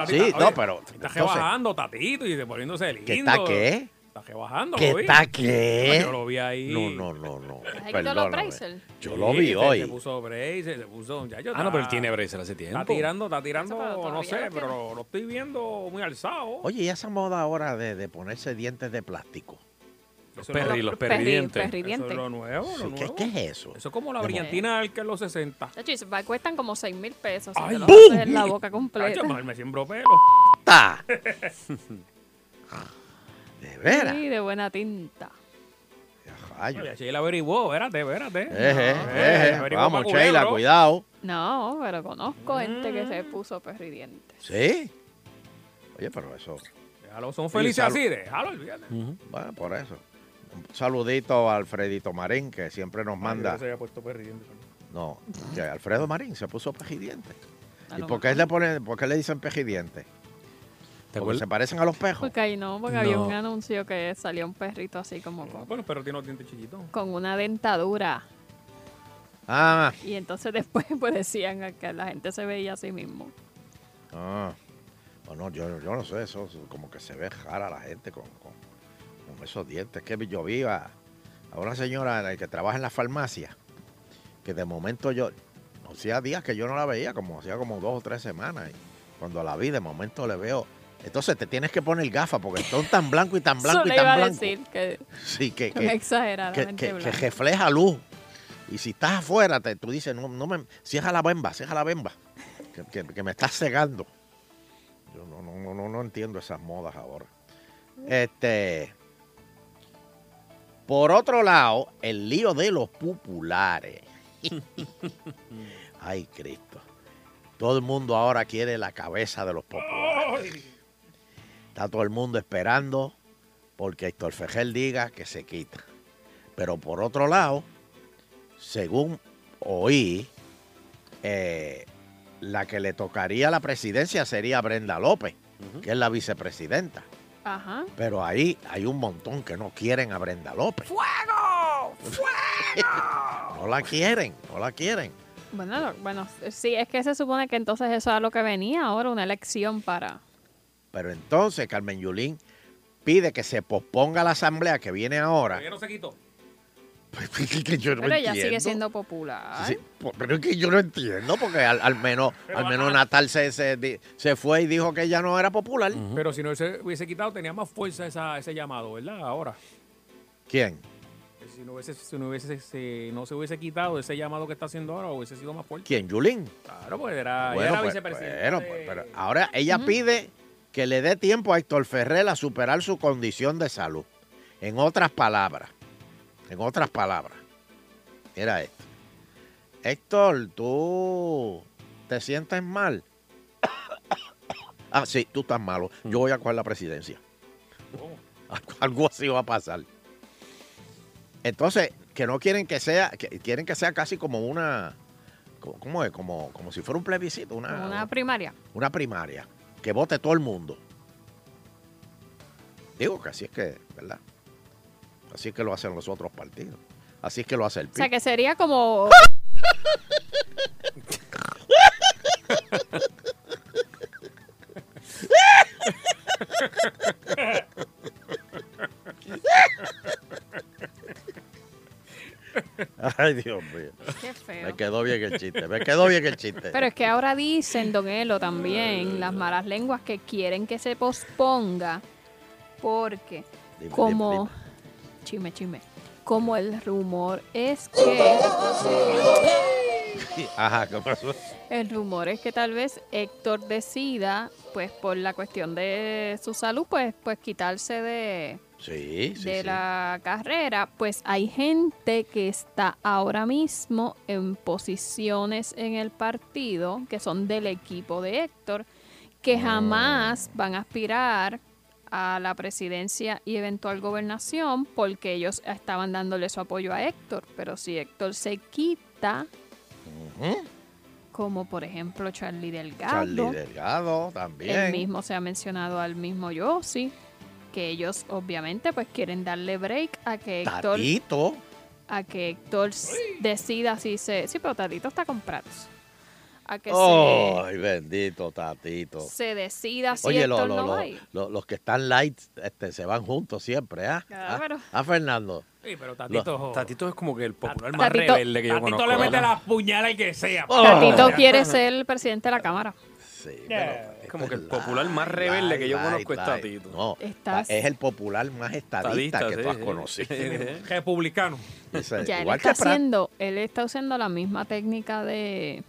Speaker 13: Ah,
Speaker 4: ya!
Speaker 6: Sí, no, pero
Speaker 2: Está
Speaker 6: entonces-
Speaker 2: rebajando, tatito, y poniéndose lindo.
Speaker 6: ¿Qué está qué?
Speaker 2: Está rebajando,
Speaker 6: ¿Qué
Speaker 2: lo vi.
Speaker 6: está qué?
Speaker 2: Yo lo vi ahí.
Speaker 6: No, no, no, no.
Speaker 5: ¿Has quitado los
Speaker 6: Perdóname.
Speaker 5: braces?
Speaker 6: Yo lo
Speaker 2: Sí,
Speaker 6: vi
Speaker 2: se-
Speaker 6: hoy.
Speaker 2: Se puso bracer, se puso. Ya, yo
Speaker 3: Ah, no, pero él
Speaker 2: está-
Speaker 3: tiene bracer hace
Speaker 2: Está
Speaker 3: tiempo.
Speaker 2: tirando, está tirando,
Speaker 5: Eso, pero
Speaker 2: no sé,
Speaker 5: todavía lo
Speaker 2: pero lo, lo estoy viendo muy alzado.
Speaker 6: Oye, ¿y esa moda ahora de, de ponerse dientes de plástico?
Speaker 2: Los
Speaker 3: perri- los perridientes.
Speaker 2: Eso es
Speaker 5: Perridientes.
Speaker 2: lo nuevo, lo
Speaker 6: Sí, ¿qué-
Speaker 2: nuevo.
Speaker 6: ¿Qué, es eso?
Speaker 2: Eso es como la
Speaker 6: De
Speaker 2: brillantina del que en los 60.
Speaker 5: De hecho, y se- va- cuestan como 6 mil pesos. si
Speaker 2: Ay,
Speaker 5: te lo
Speaker 2: ¡boom!
Speaker 5: haces en la boca completa.
Speaker 2: Cacho, me siembro pelo.
Speaker 6: ¡Ta! ¿De veras?
Speaker 5: Sí, de buena tinta.
Speaker 6: Rayo.
Speaker 2: Oye, Sheila averiguó, espérate, espérate.
Speaker 6: Eje, eje.
Speaker 2: averiguó
Speaker 6: eh, Vamos,
Speaker 2: pa'
Speaker 6: Sheila,
Speaker 2: culebro.
Speaker 6: cuidado.
Speaker 5: No, pero conozco gente que
Speaker 2: Mm.
Speaker 5: se puso perridientes.
Speaker 6: Sí. Oye, pero eso.
Speaker 2: Déjalo, son felices
Speaker 6: Oye,
Speaker 2: así,
Speaker 6: salud.
Speaker 2: déjalo, olvídate.
Speaker 6: Bueno, por eso. Un saludito a Alfredito Marín, que siempre nos
Speaker 2: Ay,
Speaker 6: manda.
Speaker 2: yo se había puesto perridiente.
Speaker 6: No, que Alfredo Marín se puso pejidiente.
Speaker 5: A
Speaker 6: ¿Y
Speaker 5: lo
Speaker 6: por qué, le ponen, por qué le dicen pejidiente? Porque
Speaker 3: acuerdas?
Speaker 6: se parecen a los pejos.
Speaker 5: Porque ahí no, porque había
Speaker 3: No.
Speaker 5: un anuncio que salió un perrito así como con,
Speaker 2: Bueno, pero tiene los dientes chiquitos.
Speaker 5: con una dentadura.
Speaker 6: Ah,
Speaker 5: Y entonces después pues decían que la gente se veía a sí mismo.
Speaker 6: ah. Bueno, yo, yo no sé, eso es como que se ve jara la gente con, con, con esos dientes. Que yo vi a, a una señora en la que trabaja en la farmacia, que de momento yo, hacía días que yo no la veía, como hacía como dos o tres semanas. Y cuando la vi, de momento le veo. Entonces te tienes que poner gafas porque son tan blanco y tan blanco
Speaker 5: Eso
Speaker 6: y
Speaker 5: le
Speaker 6: tan
Speaker 5: iba a
Speaker 6: blanco.
Speaker 5: decir que
Speaker 6: Sí, que,
Speaker 5: son
Speaker 6: que, que,
Speaker 5: exageradamente
Speaker 6: que- que
Speaker 5: blanco.
Speaker 6: refleja luz. Y si estás afuera, te, tú dices, no, no me, cierra la bemba, cierra la bemba, que, que- que me estás cegando. Yo no, no, no, no, no entiendo esas modas ahora. Este, por otro lado, el lío de los populares. Ay, Cristo. Todo el mundo ahora quiere la cabeza de los populares. Está todo el mundo esperando porque Héctor Fejel diga que se quita. Pero por otro lado, según oí, eh, la que le tocaría la presidencia sería Brenda López, que es la vicepresidenta.
Speaker 5: Ajá.
Speaker 6: Pero ahí hay un montón que no quieren a Brenda López.
Speaker 5: ¡Fuego!
Speaker 6: No la quieren, no la quieren.
Speaker 5: Bueno, lo- bueno, sí, es que se supone que entonces eso era lo que venía ahora, una elección para...
Speaker 6: Pero entonces Carmen Yulín pide que se posponga la asamblea que viene ahora.
Speaker 2: Todavía no se quitó.
Speaker 6: Que yo no
Speaker 5: Pero ella
Speaker 6: entiendo.
Speaker 5: sigue siendo popular.
Speaker 6: Sí, po- pero es que yo no entiendo, porque al, al menos, al menos Natal se, se, di- se fue y dijo que ella no era popular.
Speaker 2: Pero si no se hubiese quitado, tenía más fuerza esa, ese llamado, ¿verdad? Ahora.
Speaker 6: ¿Quién?
Speaker 2: Si no, hubiese, si, no hubiese, si no se hubiese quitado ese llamado que está haciendo ahora, hubiese sido más fuerte.
Speaker 6: ¿Quién? ¿Yulín?
Speaker 2: Claro, pues era,
Speaker 6: Bueno,
Speaker 2: ella era
Speaker 6: pues,
Speaker 2: vicepresidenta.
Speaker 6: bueno,
Speaker 2: de-
Speaker 6: pues, pero ahora ella pide que le dé tiempo a Héctor Ferrer a superar su condición de salud. En otras palabras, en otras palabras, era esto. Héctor, tú te sientes mal. ah, sí, tú estás malo. Yo voy a coger la presidencia. Algo así va a pasar. Entonces, que no quieren que sea, que quieren que sea casi como una, como- ¿cómo es? Como, como si fuera un plebiscito, una,
Speaker 5: Como una primaria.
Speaker 6: una primaria, que vote todo el mundo. Digo que así es que, ¿verdad? Así es que lo hacen los otros partidos. Así es que lo hace el
Speaker 5: O sea,
Speaker 6: PIB.
Speaker 5: que sería como...
Speaker 6: Ay, Dios mío.
Speaker 5: Qué feo.
Speaker 6: Me quedó bien el chiste. Me quedó bien el chiste.
Speaker 5: Pero es que ahora dicen, Don Elo, también las malas lenguas que quieren que se posponga porque
Speaker 6: Dime,
Speaker 5: como chisme, chisme, como el rumor es que
Speaker 6: Ajá, ¿qué pasó?
Speaker 5: el rumor es que tal vez Héctor decida, pues por la cuestión de su salud, pues pues quitarse de
Speaker 6: Sí, sí.
Speaker 5: de
Speaker 6: sí.
Speaker 5: la carrera, pues hay gente que está ahora mismo en posiciones en el partido que son del equipo de Héctor, que
Speaker 6: Oh.
Speaker 5: jamás van a aspirar a la presidencia y eventual gobernación porque ellos estaban dándole su apoyo a Héctor, pero si Héctor se quita, como por ejemplo Charlie Delgado,
Speaker 6: Charlie Delgado también.
Speaker 5: el mismo se ha mencionado al mismo Yossi, que ellos obviamente pues quieren darle break a que Héctor,
Speaker 6: Tatito.
Speaker 5: a que Héctor s- decida si se... Sí, pero Tatito está comprado. A que
Speaker 6: Ay,
Speaker 5: se-
Speaker 6: bendito Tatito.
Speaker 5: se, decida si
Speaker 6: Oye, lo-
Speaker 5: Héctor
Speaker 6: lo-
Speaker 5: no
Speaker 6: lo-
Speaker 5: va. a ir.
Speaker 6: lo- los que están light este, se van juntos siempre, ¿ah?
Speaker 5: Ah, pero-
Speaker 6: Ah, Fernando.
Speaker 2: Sí, pero Tatito-
Speaker 3: Tatito es como que el popular
Speaker 2: Tatito-
Speaker 3: más rebelde que yo
Speaker 2: Tatito
Speaker 3: conozco.
Speaker 2: le mete
Speaker 3: ¿verdad?
Speaker 2: las puñalas al que sea.
Speaker 5: Tatito quiere ser el presidente de la Cámara.
Speaker 3: Es como que el popular más rebelde que yo conozco es Tatito.
Speaker 6: No,
Speaker 5: Estás-
Speaker 6: es el popular más estadista
Speaker 3: Estadista,
Speaker 6: que
Speaker 3: sí,
Speaker 6: tú has
Speaker 3: sí.
Speaker 6: conocido.
Speaker 2: Eh, Republicano.
Speaker 6: Ese-
Speaker 5: Ya él
Speaker 6: igual
Speaker 5: está
Speaker 6: que Prat.
Speaker 5: haciendo, él está usando la misma técnica de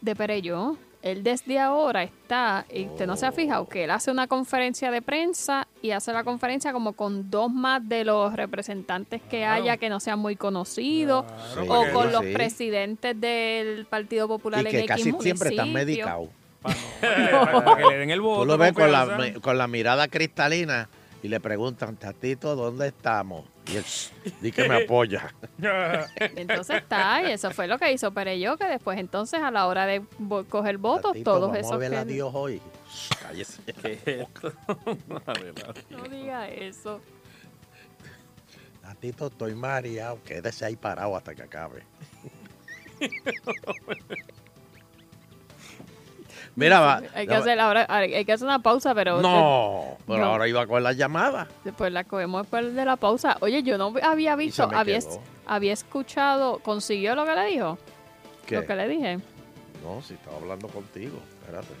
Speaker 5: de Perelló. Él desde ahora está, y usted no se ha fijado, que él hace una conferencia de prensa y hace la conferencia como con dos más de los representantes que haya que no sean muy conocidos
Speaker 6: Sí,
Speaker 5: o con los
Speaker 6: sí.
Speaker 5: presidentes del Partido Popular
Speaker 6: Y
Speaker 5: en
Speaker 6: que
Speaker 5: X
Speaker 6: casi siempre están
Speaker 5: municipio.
Speaker 6: medicados.
Speaker 2: Para que le den el voto.
Speaker 6: Tú lo ves con la,
Speaker 2: confianza.
Speaker 6: mi- con la mirada cristalina y le preguntan, Tatito, ¿dónde estamos? Y él, di que me apoya.
Speaker 5: Entonces está, y eso fue lo que hizo Perelló, que después entonces a la hora de vo- coger votos,
Speaker 6: Tatito,
Speaker 5: todos
Speaker 6: vamos
Speaker 5: esos
Speaker 6: a ver a
Speaker 5: que-
Speaker 6: Dios hoy. Cállese.
Speaker 5: No diga eso.
Speaker 6: Tatito, estoy mareado. Quédese ahí parado hasta que acabe. Mira, va.
Speaker 5: Hay que, hacer, ahora, hay que hacer una pausa, pero
Speaker 6: No, pero
Speaker 5: No.
Speaker 6: ahora iba con las llamadas.
Speaker 5: después la cogemos después de la pausa. Oye, yo no había visto,
Speaker 6: me
Speaker 5: había,
Speaker 6: quedó.
Speaker 5: había escuchado, consiguió lo que le dijo,
Speaker 6: ¿Qué?
Speaker 5: lo que le dije.
Speaker 6: No, si estaba hablando contigo. Espérate.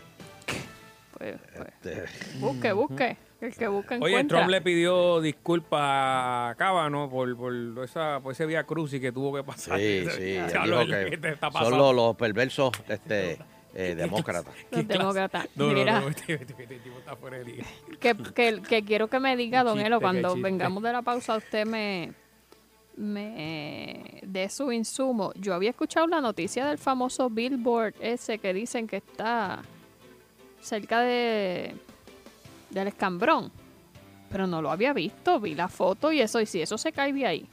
Speaker 5: Pues, pues,
Speaker 6: Este,
Speaker 5: busque, busque, el que busca
Speaker 2: Oye,
Speaker 5: encuentra.
Speaker 2: Trump le pidió disculpas a Cábano por, por, esa, por ese vía crucis que tuvo que pasar.
Speaker 6: sí, sí. él
Speaker 2: Ah, Ya
Speaker 6: dijo
Speaker 2: lo-
Speaker 6: que
Speaker 2: ¿qué te está
Speaker 6: son
Speaker 2: pasando?
Speaker 6: los, los perversos este, eh, demócratas.
Speaker 5: Los demócratas.
Speaker 2: No, no,
Speaker 5: Mira,
Speaker 2: no, este, este- este tipo está fuera de liga.
Speaker 5: Que, que- que quiero que me diga, don
Speaker 2: chiste,
Speaker 5: Elo,
Speaker 2: qué
Speaker 5: cuando
Speaker 2: chiste.
Speaker 5: vengamos de la pausa, usted me, me eh, dé su insumo. Yo había escuchado la noticia del famoso Billboard ese que dicen que está cerca de del escambrón, pero no lo había visto. Vi la foto y eso, y si eso se cae de ahí.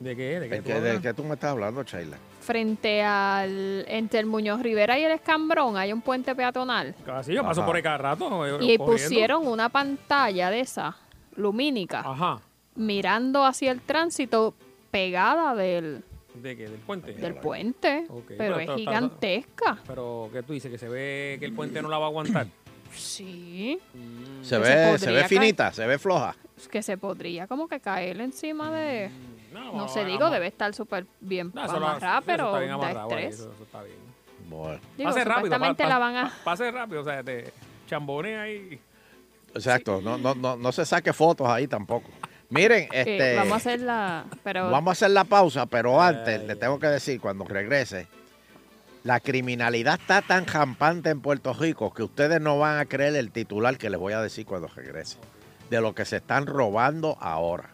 Speaker 2: ¿De qué? ¿De qué?
Speaker 6: ¿De
Speaker 2: tú
Speaker 6: qué, de
Speaker 2: hablas?
Speaker 6: qué tú me estás hablando, Chayla?
Speaker 5: Frente al. Entre el Muñoz Rivera y el escambrón hay un puente peatonal.
Speaker 2: Así yo paso
Speaker 6: Ajá.
Speaker 2: por ahí cada rato. eh,
Speaker 5: Y
Speaker 2: corriendo.
Speaker 5: pusieron una pantalla de esa, lumínica.
Speaker 2: Ajá.
Speaker 5: mirando hacia el tránsito pegada del,
Speaker 2: ¿De qué? ¿Del puente?
Speaker 5: del puente,
Speaker 2: Ok, pero
Speaker 5: pero
Speaker 2: está-
Speaker 5: es
Speaker 2: está-
Speaker 5: gigantesca.
Speaker 2: Pero, ¿qué tú dices? ¿Que se ve que el puente no la va a aguantar?
Speaker 5: Sí,
Speaker 6: Se
Speaker 2: Mm.
Speaker 5: Eso
Speaker 6: ve, se
Speaker 5: podría
Speaker 6: ve
Speaker 5: caer.
Speaker 6: finita, se ve floja.
Speaker 5: es que se podría como que caer encima de... No
Speaker 2: se
Speaker 5: sé, digo, debe estar súper bien
Speaker 2: eso lo-
Speaker 5: amarrada,
Speaker 2: eso
Speaker 5: pero
Speaker 2: está bien
Speaker 5: da
Speaker 2: amarrado ahí,
Speaker 5: estrés.
Speaker 2: eso- eso está bien.
Speaker 6: Bueno,
Speaker 5: Digo,
Speaker 2: Pase rápido, pa-
Speaker 5: supuestamente
Speaker 2: pa-
Speaker 5: la van a...
Speaker 2: pa- Pase rápido, o sea, te chambonea ahí.
Speaker 6: exacto. No, no, no, no se saque fotos ahí tampoco. Miren,
Speaker 5: eh,
Speaker 6: este,
Speaker 5: vamos a hacer la... Pero
Speaker 6: vamos a hacer la pausa, pero antes le tengo que decir, cuando regrese, la criminalidad está tan jampante en Puerto Rico que ustedes no van a creer el titular que les voy a decir cuando regrese, de lo que se están robando ahora.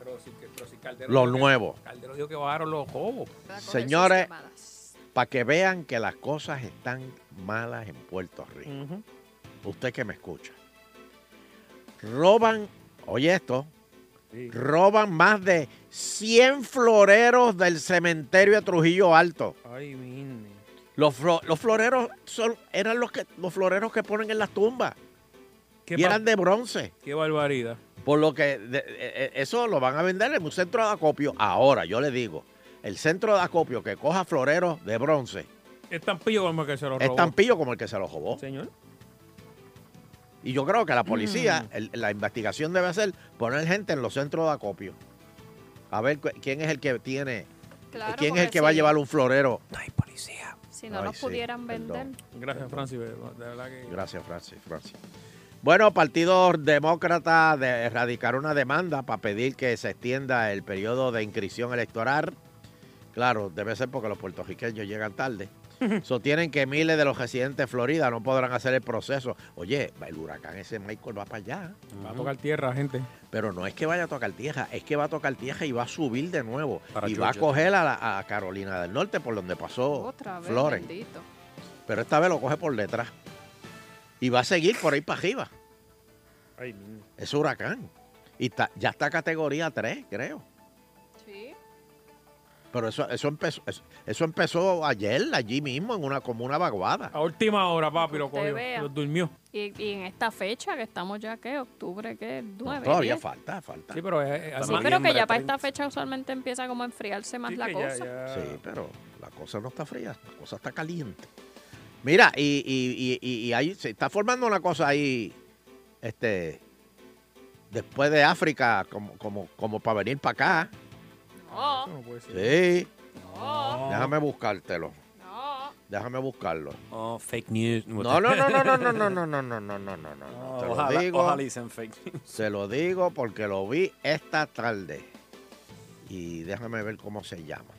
Speaker 2: Pero si, pero si Calderón
Speaker 6: Lo
Speaker 2: dijo que-
Speaker 6: nuevo.
Speaker 2: Calderón dijo que bajaron los cobos.
Speaker 5: va a coger sus
Speaker 6: señores.
Speaker 5: llamadas.
Speaker 6: Para que vean que las cosas están malas en Puerto Rico. Usted que me escucha. Roban, oye esto, roban más de 100 floreros del cementerio de Trujillo Alto.
Speaker 2: Ay, mire.
Speaker 6: Los, flo- los floreros son, eran los, que, los floreros que ponen en las tumbas
Speaker 2: Qué,
Speaker 6: y
Speaker 2: pa-
Speaker 6: eran de bronce.
Speaker 2: qué barbaridad.
Speaker 6: Por lo que de- eh, eh, eso lo van a vender en un centro de acopio. Ahora, yo le digo, el centro de acopio que coja floreros de bronce
Speaker 2: Es tan pillo como el que se lo robó.
Speaker 6: es tan pillo como el que se los robó.
Speaker 2: Señor.
Speaker 6: Y yo
Speaker 2: Mm.
Speaker 6: creo que la policía, el- la investigación debe ser poner gente en los centros de acopio. A ver cu- quién es el que tiene.
Speaker 5: Claro,
Speaker 6: ¿Quién es el
Speaker 5: porque
Speaker 6: que va a
Speaker 5: si-
Speaker 6: llevar un florero?
Speaker 5: Si no
Speaker 6: Ay,
Speaker 5: los
Speaker 6: sí,
Speaker 5: pudieran vender.
Speaker 6: perdón.
Speaker 2: Gracias, Francis. De verdad que.
Speaker 6: Gracias, Francis. Francis. Bueno, Partido Demócrata de radicar una demanda para pedir que se extienda el periodo de inscripción electoral. Claro, debe ser porque los puertorriqueños llegan tarde. Sostienen que miles de los residentes de Florida no podrán hacer el proceso. Oye, el huracán ese Michael va para allá.
Speaker 2: Va a tocar tierra, gente.
Speaker 6: Pero no es que vaya a tocar tierra, es que va a tocar tierra y va a subir de nuevo.
Speaker 2: Para
Speaker 6: y va a
Speaker 2: Georgia.
Speaker 6: coger a, la- a Carolina del Norte por donde pasó
Speaker 5: Otra vez,
Speaker 6: Flores.
Speaker 5: bendito.
Speaker 6: Pero esta vez lo coge por detrás. Y va a seguir por ahí para arriba.
Speaker 2: Ay, niño.
Speaker 6: Es huracán. Y está- ya está categoría 3, creo.
Speaker 5: Sí.
Speaker 6: Pero eso, eso, empezó, eso, eso empezó ayer, allí mismo, en una comuna vaguada.
Speaker 2: A última hora, papi, lo
Speaker 5: Usted
Speaker 2: cogió.
Speaker 5: vea.
Speaker 2: Lo durmió.
Speaker 5: Y, y en esta fecha que estamos ya, ¿qué? Octubre, ¿qué? 9.
Speaker 6: Todavía falta, falta.
Speaker 2: Sí, pero, es- es-
Speaker 5: Sí, pero que ya para esta fecha usualmente empieza como a enfriarse más
Speaker 2: Ah, Sí,
Speaker 5: la
Speaker 2: que ya-
Speaker 5: cosa.
Speaker 2: ya-
Speaker 6: Sí, pero la cosa no está fría, la cosa está caliente. Mira, y, y, y- y- y ahí se está formando una cosa ahí, este, después de África, como, como, como para venir para acá.
Speaker 5: No.
Speaker 2: Eso no puede ser.
Speaker 6: Sí. Déjame buscártelo. Déjame buscarlo.
Speaker 3: Oh, fake news.
Speaker 6: No, no, no, no, no, no, no, no, no, no, no, no, no, no. Te lo
Speaker 3: ojalá,
Speaker 6: digo.
Speaker 3: ojalá y sean fake news.
Speaker 6: Se lo digo porque lo vi esta tarde. Y déjame ver cómo se llama.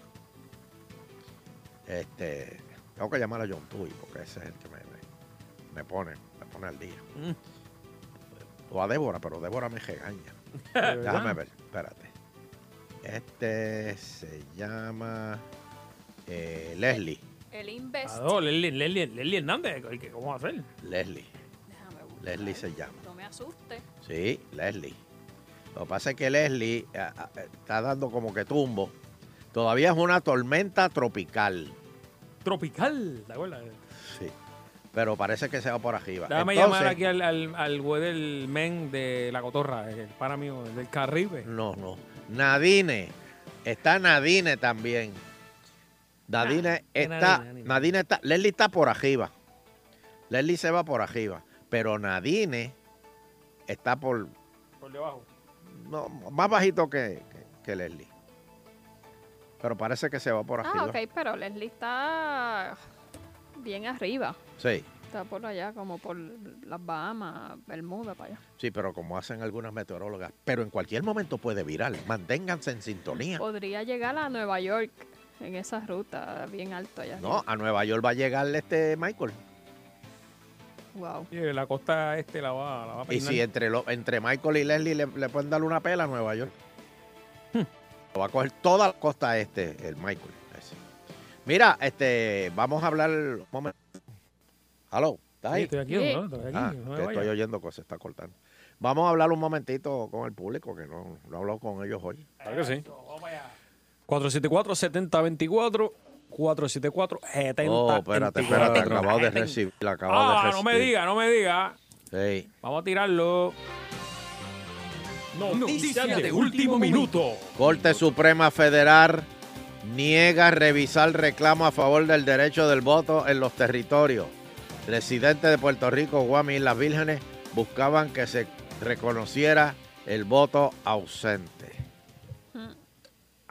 Speaker 6: Este, tengo que llamar a John Tui porque ese es el que me, me- me pone, me pone al día.
Speaker 2: Mm.
Speaker 6: O a Débora, pero Débora me regaña.
Speaker 2: verdad?
Speaker 6: déjame ver, espérate. Este se llama eh, Leslie.
Speaker 5: El Invest.
Speaker 2: Ah, no, Leslie, Leslie- Leslie Hernández, el que- ¿cómo va a hacer?
Speaker 6: Leslie.
Speaker 5: Déjame buscar.
Speaker 6: Leslie se llama.
Speaker 5: No me asuste.
Speaker 6: Sí, Leslie. Lo que pasa es que Leslie ah, ah, está dando como que tumbo. Todavía es una tormenta tropical.
Speaker 2: Tropical, ¿te acuerdas?
Speaker 6: Sí. Pero parece que se va por arriba.
Speaker 2: Déjame
Speaker 6: Entonces-
Speaker 2: llamar aquí al, al, al güey del men de la cotorra, el para mí, el del Caribe.
Speaker 6: No, no. Nadine. Está Nadine también. Nadine está.
Speaker 2: Ah, Nadine,
Speaker 6: Nadine,
Speaker 2: Nadine.
Speaker 6: está. Leslie está por arriba. Leslie se va por arriba. Pero Nadine está por.
Speaker 2: Por debajo.
Speaker 6: no, más bajito que, que- que Leslie. Pero parece que se va por
Speaker 5: Ah,
Speaker 6: arriba.
Speaker 5: ok, pero Leslie está bien arriba.
Speaker 6: Sí.
Speaker 5: Está por allá, como por las Bahamas, Bermuda, para allá.
Speaker 6: Sí, pero como hacen algunas meteorólogas, pero en cualquier momento puede virar. Manténganse en sintonía.
Speaker 5: Podría llegar a Nueva York en esa ruta, bien alto allá.
Speaker 6: No, a Nueva York va a llegar este Michael.
Speaker 5: Wow.
Speaker 2: Sí, la costa este la va, la va a
Speaker 6: Y
Speaker 2: peinar.
Speaker 6: si entre, lo- entre Michael y Leslie le, le pueden dar una pela a Nueva York.
Speaker 2: Hmm.
Speaker 6: Lo va a coger toda la costa este, el Michael. ese. Mira, este, vamos a hablar un momento. Aló, ¿estás
Speaker 2: Sí,
Speaker 6: ahí?
Speaker 2: estoy aquí,
Speaker 5: Sí.
Speaker 2: ¿no? estoy aquí.
Speaker 6: Ah,
Speaker 2: no me
Speaker 6: te
Speaker 2: vaya.
Speaker 6: estoy oyendo cosas, está cortando. Vamos a hablar un momentito con el público, que no, no he hablado con ellos hoy.
Speaker 3: Claro que sí. 474-7024. 474
Speaker 6: Oh, espérate, espérate, acabado de recibir, acabado de
Speaker 2: Ah,
Speaker 6: recibir.
Speaker 2: no me diga, no me diga.
Speaker 6: Sí.
Speaker 2: Vamos a tirarlo.
Speaker 1: Noticia de último minuto.
Speaker 6: Corte Suprema Federal niega revisar reclamo a favor del derecho del voto en los territorios. Residentes de Puerto Rico, Guam y Islas Vírgenes buscaban que se reconociera el voto ausente.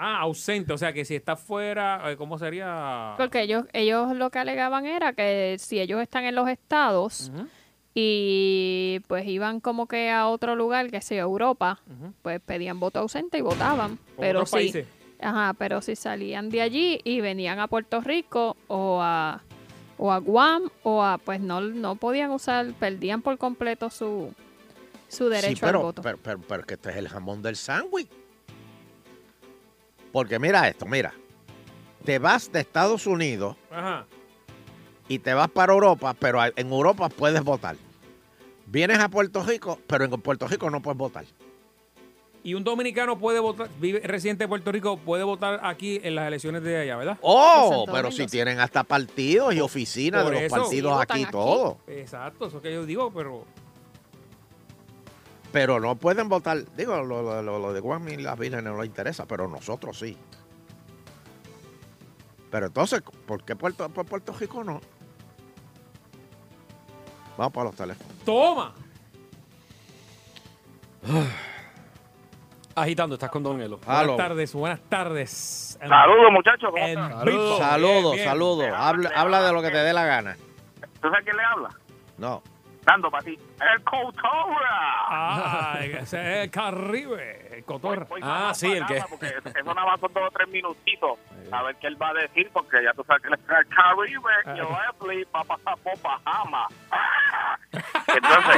Speaker 2: Ah, ausente, o sea que si está fuera, eh, ¿cómo sería?
Speaker 5: Porque ellos, ellos lo que alegaban era que si ellos están en los estados y pues iban como que a otro lugar, que sea Europa, pues pedían voto ausente y votaban. Pero
Speaker 2: otros
Speaker 5: sí.
Speaker 2: países.
Speaker 5: Ajá, pero si salían de allí y venían a Puerto Rico o a, o a Guam o a, pues no, no podían usar, perdían por completo su, su derecho
Speaker 6: sí, pero,
Speaker 5: al voto.
Speaker 6: Pero, pero- pero que este es el jamón del sándwich. Porque mira esto, mira. Te vas de Estados Unidos
Speaker 2: Ajá.
Speaker 6: y te vas para Europa, pero en Europa puedes votar. Vienes a Puerto Rico, pero en Puerto Rico no puedes votar.
Speaker 2: Y un dominicano puede votar, vive residente de Puerto Rico, puede votar aquí en las elecciones de allá, ¿verdad?
Speaker 6: Oh,
Speaker 5: Santo
Speaker 6: pero
Speaker 5: Domingo,
Speaker 6: si
Speaker 5: sí.
Speaker 6: tienen hasta partidos y oficinas
Speaker 2: Por
Speaker 6: de los
Speaker 2: eso.
Speaker 5: Sí,
Speaker 6: partidos
Speaker 5: votan
Speaker 6: aquí y
Speaker 5: aquí.
Speaker 6: todo.
Speaker 2: Exacto, eso que yo digo, pero
Speaker 6: Pero no pueden votar. Digo, lo, lo- lo- lo de Guam y las Vírgenes no les interesa, pero nosotros sí. Pero entonces, ¿por qué Puerto, por Puerto Rico no? Vamos para los teléfonos.
Speaker 2: toma.
Speaker 3: agitando, estás con Don Elo.
Speaker 2: Buenas tardes, buenas tardes.
Speaker 15: Saludos, muchachos, ¿cómo
Speaker 2: En
Speaker 15: están?
Speaker 2: vivo. Bien,
Speaker 6: Saludos,
Speaker 2: bien.
Speaker 6: saludos. Habla, habla de lo que te dé la gana.
Speaker 15: ¿Tú sabes quién le habla?
Speaker 6: No.
Speaker 15: Dando para ti. ¡El Coutura!
Speaker 2: Ah, ese es el Caribe, el cotorra.
Speaker 3: Ah, sí, el que.
Speaker 15: Porque eso nada más son dos o tres minutitos. A ver qué él va a decir, porque ya tú sabes que el
Speaker 6: Ah.
Speaker 15: Caribe, yo voy a play, va a pasar por Bahama. ¡Ah! Entonces,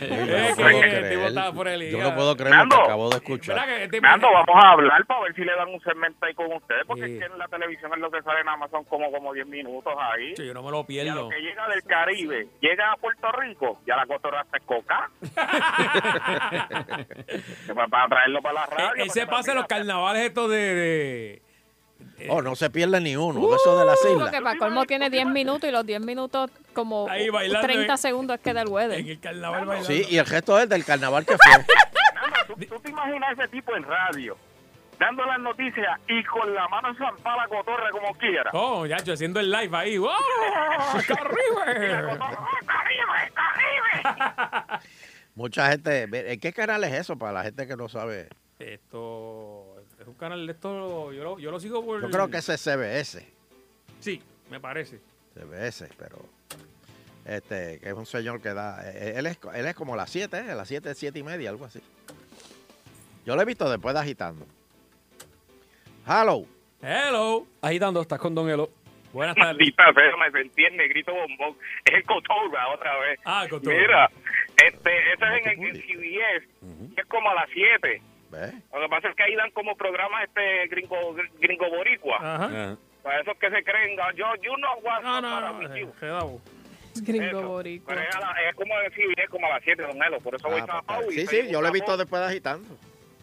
Speaker 6: Yo
Speaker 2: Eh,
Speaker 6: no
Speaker 2: que
Speaker 6: puedo
Speaker 2: el tipo estaba por el
Speaker 6: creer. Yo
Speaker 2: hígado.
Speaker 6: no puedo creer lo que
Speaker 15: Nando.
Speaker 6: acabo de
Speaker 2: ¿Verdad
Speaker 6: escuchar.
Speaker 2: que este-
Speaker 15: Nando, vamos a hablar para ver si le dan un segmento ahí con ustedes, porque
Speaker 2: Sí.
Speaker 15: es que en la televisión es lo que sale nada más son como, como 10 minutos ahí.
Speaker 2: Yo no me lo
Speaker 15: Y a
Speaker 2: pierdo.
Speaker 15: lo que llega del Caribe, llega a Puerto Rico, ya la cotorra se coca. Se va para traerlo para la radio.
Speaker 2: Él- Él
Speaker 15: para
Speaker 2: se
Speaker 15: que
Speaker 2: pasa los
Speaker 15: también-
Speaker 2: carnavales estos de... de- Uh,
Speaker 6: Oh, no se pierde ni uno. de Eso de las islas.
Speaker 5: Porque para colmo tiene 10 minutos y los 10 minutos como
Speaker 2: Ahí bailando,
Speaker 5: 30
Speaker 2: eh.
Speaker 5: segundos es que da el weather.
Speaker 2: en el carnaval bailando.
Speaker 6: Sí, y el resto es del carnaval que fue.
Speaker 15: Nando, ¿tú, tú te imaginas ese tipo en radio, dando las noticias y con la mano zampada la cotorra como quiera?
Speaker 2: Oh, ya, yo haciendo el live ahí. ¡Wow! ¡Caribe!
Speaker 15: Cotorra, ¡ah, Caribe, Caribe!
Speaker 6: Mucha gente. ve- ¿En qué canal es eso para la gente que no sabe?
Speaker 2: Esto es un canal de esto. Yo lo, yo lo sigo por.
Speaker 6: Yo creo que ese es CBS.
Speaker 2: Sí, me parece.
Speaker 6: CBS, pero. Este, que es un señor que da. eh, Él es, él es como las 7, ¿eh? A las 7, 7 y media, algo así. Yo lo he visto después de agitando. Hello.
Speaker 2: Hello.
Speaker 3: Agitando, estás con Don Elo.
Speaker 2: Buenas tardes.
Speaker 15: Maldita sea, me sentí el negrito bombón. Es el cotorra otra vez.
Speaker 2: Ah, con todo.
Speaker 15: Mira, este, ese es
Speaker 6: te
Speaker 15: en el
Speaker 6: pudiste.
Speaker 15: CBS, que es como a las 7.
Speaker 6: ¿Ves?
Speaker 15: Lo que pasa es que ahí dan como programas este gringo, gringo boricua.
Speaker 2: Ajá.
Speaker 3: Ah.
Speaker 15: Para esos que se creen, yo, yo no aguanto
Speaker 2: No,
Speaker 15: para
Speaker 2: no,
Speaker 15: mi
Speaker 2: no.
Speaker 15: chivo.
Speaker 2: se da voz.
Speaker 5: Es gringo
Speaker 15: Eso.
Speaker 5: boricua.
Speaker 15: Pero es, a la- es como decir, es como a las 7, don Elo, por eso voy
Speaker 6: Ah,
Speaker 15: a
Speaker 6: pues,
Speaker 15: Pau. y
Speaker 6: sí, sí,
Speaker 15: seguimos
Speaker 6: yo lo he visto
Speaker 15: tapado.
Speaker 6: después de agitando.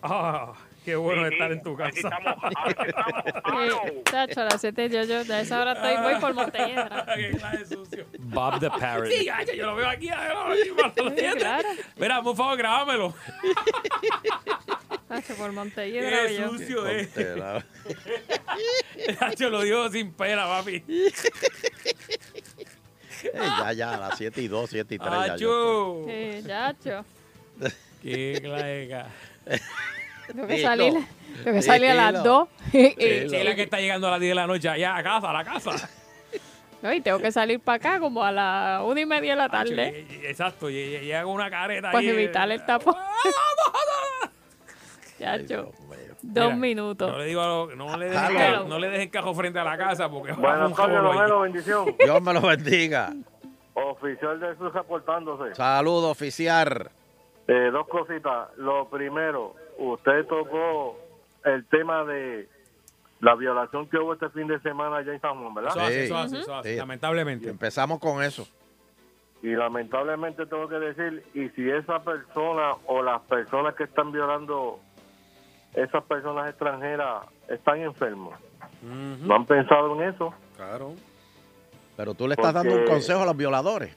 Speaker 2: Ah, qué bueno
Speaker 15: Sí,
Speaker 2: estar
Speaker 15: sí,
Speaker 2: en tu
Speaker 15: aquí
Speaker 2: casa.
Speaker 15: estamos, aquí estamos,
Speaker 5: Eh,
Speaker 15: palo.
Speaker 5: Chacho, a las 7 yo, yo, a esa hora estoy, voy por Montelledra.
Speaker 2: Qué clase de sucio.
Speaker 3: Bob the Parrot.
Speaker 2: Sí, ay, yo lo veo aquí. ay, yo lo veo aquí,
Speaker 5: Sí, claro.
Speaker 2: Mira, por favor, grábamelo.
Speaker 5: Chacho, por Montelledra.
Speaker 2: Qué
Speaker 5: yo.
Speaker 2: sucio es.
Speaker 6: Ponte la-
Speaker 2: Yo lo digo sin pena, papi.
Speaker 6: Eh, ya, ya, a las 7 y 2, 7 y 3. ya, yo
Speaker 2: Acho.
Speaker 5: Sí, Eh, chacho.
Speaker 2: Qué clase.
Speaker 5: Tengo que
Speaker 6: Dilo.
Speaker 5: salir, tengo que salir a las
Speaker 6: Dilo.
Speaker 5: 2.
Speaker 6: Dilo.
Speaker 2: Sí, la que está llegando a las 10 de la noche allá a casa, a la casa.
Speaker 5: No, y tengo que salir para acá como a las 1 y media de la tarde.
Speaker 2: Acho, y- y- Exacto, y- y- y hago una careta.
Speaker 5: Pues
Speaker 2: ahí, eh,
Speaker 5: evitar el tapón.
Speaker 6: estoy-
Speaker 5: Chacho,
Speaker 6: Dios mío.
Speaker 5: dos
Speaker 2: Mira, No
Speaker 5: minutos.
Speaker 2: le digo, a lo- no le dejes,
Speaker 6: Hello.
Speaker 2: ca- no le dejes cajo frente a la casa porque
Speaker 7: Buenas tardes,
Speaker 2: jabón
Speaker 7: Don
Speaker 2: ahí.
Speaker 7: Elo, bendición.
Speaker 6: Dios me lo bendiga.
Speaker 7: Oficial de Jesús reportándose.
Speaker 6: Saludo oficial.
Speaker 7: Eh, dos cositas. Lo primero, usted tocó el tema de la violación que hubo este fin de semana allá en San Juan, ¿verdad?
Speaker 2: Eso hace,
Speaker 6: Sí.
Speaker 2: eso hace, eso hace,
Speaker 6: Sí.
Speaker 2: lamentablemente.
Speaker 6: Empezamos con eso.
Speaker 7: Y lamentablemente tengo que decir, y si esa persona o las personas que están violando, esas personas extranjeras están enfermos, ¿no han pensado en eso?
Speaker 3: Claro.
Speaker 6: Pero tú le estás
Speaker 7: Porque-
Speaker 6: dando un consejo a los violadores.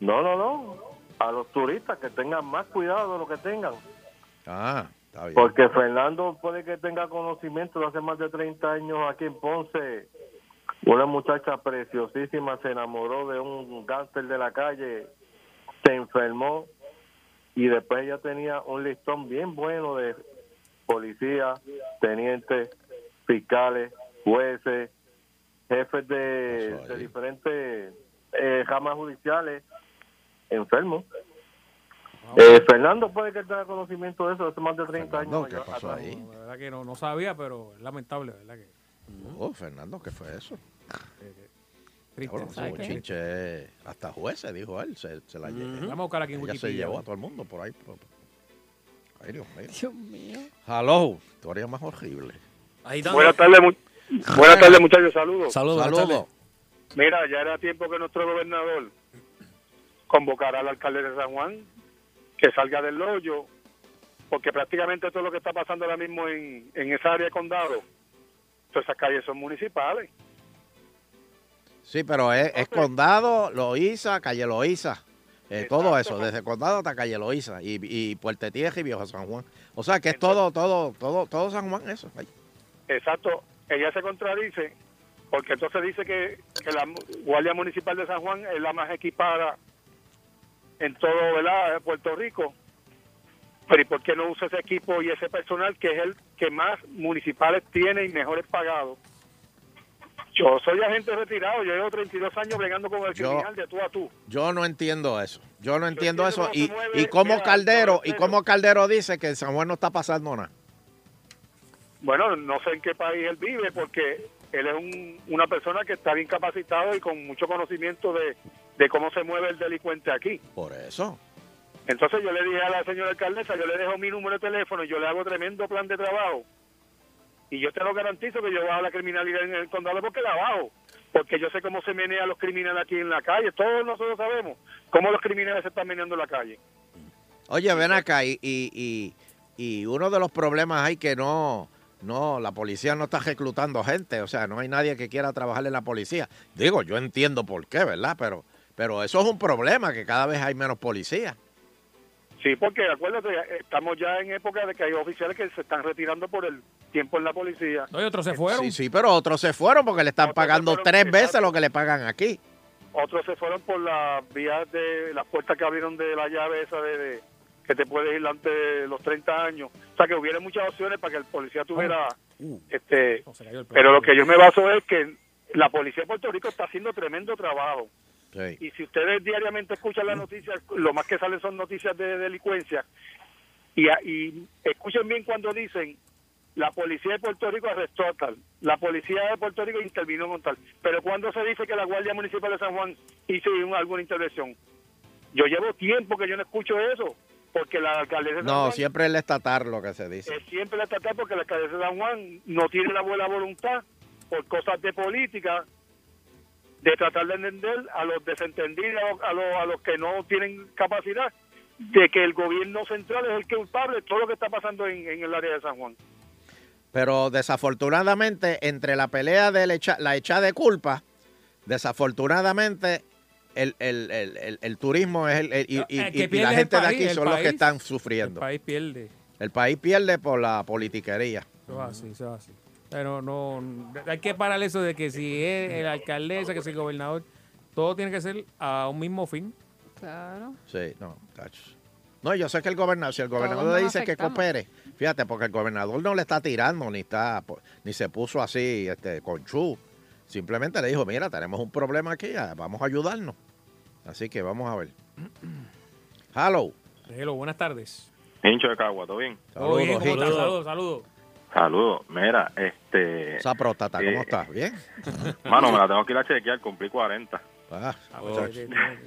Speaker 7: No, no, no. A los turistas que tengan más cuidado de lo que tengan.
Speaker 6: Ah, está bien.
Speaker 7: Porque Fernando puede que tenga conocimiento de hace más de 30 años aquí en Ponce. Una muchacha preciosísima se enamoró de un gánster de la calle, se enfermó y después ella tenía un listón bien bueno de policía, tenientes, fiscales, jueces, jefes de,
Speaker 6: Eso ahí.
Speaker 7: de diferentes eh, ramas judiciales, enfermos.
Speaker 6: Ah,
Speaker 7: Eh, Fernando puede que tenga conocimiento de eso hace más de 30
Speaker 6: Fernando,
Speaker 7: años.
Speaker 6: ¿qué
Speaker 7: allá
Speaker 6: pasó
Speaker 7: atrás.
Speaker 6: ahí?
Speaker 2: La verdad que no, no sabía, pero es lamentable, ¿verdad? Que
Speaker 6: Oh, Fernando, ¿qué fue eso?
Speaker 2: triste.
Speaker 6: Cabrón, ese
Speaker 5: ¿sabes qué?
Speaker 6: bochinche, hasta jueces, dijo él. Se, se la llevó.
Speaker 2: Vamos a buscar aquí en
Speaker 6: Ella se
Speaker 2: Wikipedia.
Speaker 6: llevó a todo el mundo por ahí. por- por- Ay, Dios mío.
Speaker 5: Dios mío.
Speaker 6: Hello. Historia más horrible.
Speaker 3: Agitando.
Speaker 15: Buenas tardes, mu- buenas tardes, muchachos, saludos.
Speaker 3: Saludos. buenas
Speaker 6: Saludos.
Speaker 15: Mira, ya era tiempo que nuestro gobernador convocara al alcalde de San Juan que salga del hoyo, porque prácticamente todo lo que está pasando ahora mismo en, en esa área de condado, todas esas calles son municipales.
Speaker 6: Sí, pero es, es condado, Loíza, calle Loíza. eh, todo eso,
Speaker 15: Exacto.
Speaker 6: desde condado hasta calle Loíza y, y Puerto Tierra y Viejo San Juan. O sea que es todo, todo, todo, todo San Juan eso. Ay,
Speaker 15: Exacto, ella se contradice, porque entonces dice que, que la mu- Guardia Municipal de San Juan es la más equipada en todo ¿verdad? Puerto Rico,
Speaker 14: pero ¿y por qué no usa ese equipo y ese personal que es el que más municipales tiene y mejores pagados? Yo soy agente retirado, yo llevo 32 años bregando con el
Speaker 6: Yo-
Speaker 14: criminal de tú a tú.
Speaker 6: Yo no entiendo eso. Yo no entiendo eso. Y, y como Caldero, y como Caldero dice que en San Juan no está pasando nada.
Speaker 14: Bueno, no sé en qué país él vive porque él es un- una persona que está bien capacitado y con mucho conocimiento de, de cómo se mueve el delincuente aquí.
Speaker 6: Por eso.
Speaker 14: Entonces yo le dije a la señora alcaldesa, yo le dejo mi número de teléfono y yo le hago tremendo plan de trabajo. Y yo te lo garantizo que yo bajo la criminalidad en el condado porque la bajo. Porque yo sé cómo se menea los criminales aquí en la calle. Todos nosotros sabemos cómo los criminales se están meneando en la calle.
Speaker 6: Oye, ven acá y, y, y- y uno de los problemas hay que no, no, la policía no está reclutando gente, o sea, no hay nadie que quiera trabajar en la policía. Digo, yo entiendo por qué, ¿verdad? Pero, pero eso es un problema, que cada vez hay menos policía.
Speaker 14: Sí, porque acuérdate, estamos ya en época de que hay oficiales que se están retirando por el tiempo en la policía.
Speaker 2: No, y otros se
Speaker 6: Sí, sí, pero otros se fueron porque le están pagando tres veces lo que le pagan aquí.
Speaker 14: Otros se fueron por las vías de las puertas que abrieron de la llave esa de, de- que te puedes ir antes de los 30 años. O sea, que hubiera muchas opciones para que el policía tuviera... este Pero lo que yo me baso es que la policía de Puerto Rico está haciendo tremendo trabajo. Y si ustedes diariamente escuchan las noticias, lo más que salen son noticias de delincuencia. Y, a- y escuchen bien cuando dicen, la policía de Puerto Rico arrestó a tal, la policía de Puerto Rico intervino con tal. Pero cuando se dice que la Guardia Municipal de San Juan hizo un- alguna intervención, yo llevo tiempo que yo no escucho eso, porque la alcaldesa de San
Speaker 6: No,
Speaker 14: Juan
Speaker 6: siempre es el estatar lo que se dice.
Speaker 14: eh, siempre la tratar porque la alcaldesa de San Juan no tiene la buena voluntad por cosas de política de tratar de entender a los desentendidos, a los, a los, a los que no tienen capacidad, de que el gobierno central es el que es culpable de todo lo que está pasando en, en el área de San Juan.
Speaker 6: Pero desafortunadamente, entre la pelea de la echada de culpa, desafortunadamente, el, el- el- el- el turismo es el, el- y, y-
Speaker 2: El que
Speaker 6: y- y
Speaker 2: pierde
Speaker 6: la
Speaker 2: es el
Speaker 6: gente
Speaker 2: país,
Speaker 6: de aquí
Speaker 2: el
Speaker 6: son los que
Speaker 2: país.
Speaker 6: están
Speaker 2: El
Speaker 6: sufriendo. El país,
Speaker 2: país pierde.
Speaker 6: pierde por la politiquería.
Speaker 2: Eso es así, eso es así. Pero no, hay que parar eso de que si es el alcaldesa, que si el gobernador, todo tiene que ser a un mismo fin.
Speaker 5: Claro.
Speaker 6: Sí, no, tacho. No, yo sé que el gobernador, si el gobernador
Speaker 5: nos
Speaker 6: le dice que
Speaker 5: afectamos.
Speaker 6: coopere, fíjate, porque el gobernador no le está tirando ni está po- ni se puso así este con chu. Simplemente le dijo, "Mira, tenemos un problema aquí, ah, vamos a ayudarnos." Así que vamos a ver. Hello.
Speaker 2: Hello, buenas tardes.
Speaker 16: Hincho de Cagua, ¿todo bien?
Speaker 2: Todo bien, ¿cómo estás?
Speaker 16: Saludos.
Speaker 2: Saludos, saludos.
Speaker 16: Saludos. Mira, este...
Speaker 6: Esa próstata, ¿cómo
Speaker 16: eh,
Speaker 6: estás? ¿Bien?
Speaker 16: Mano, me la tengo que ir a chequear, cumplí 40.
Speaker 6: Ah,
Speaker 16: muchacho.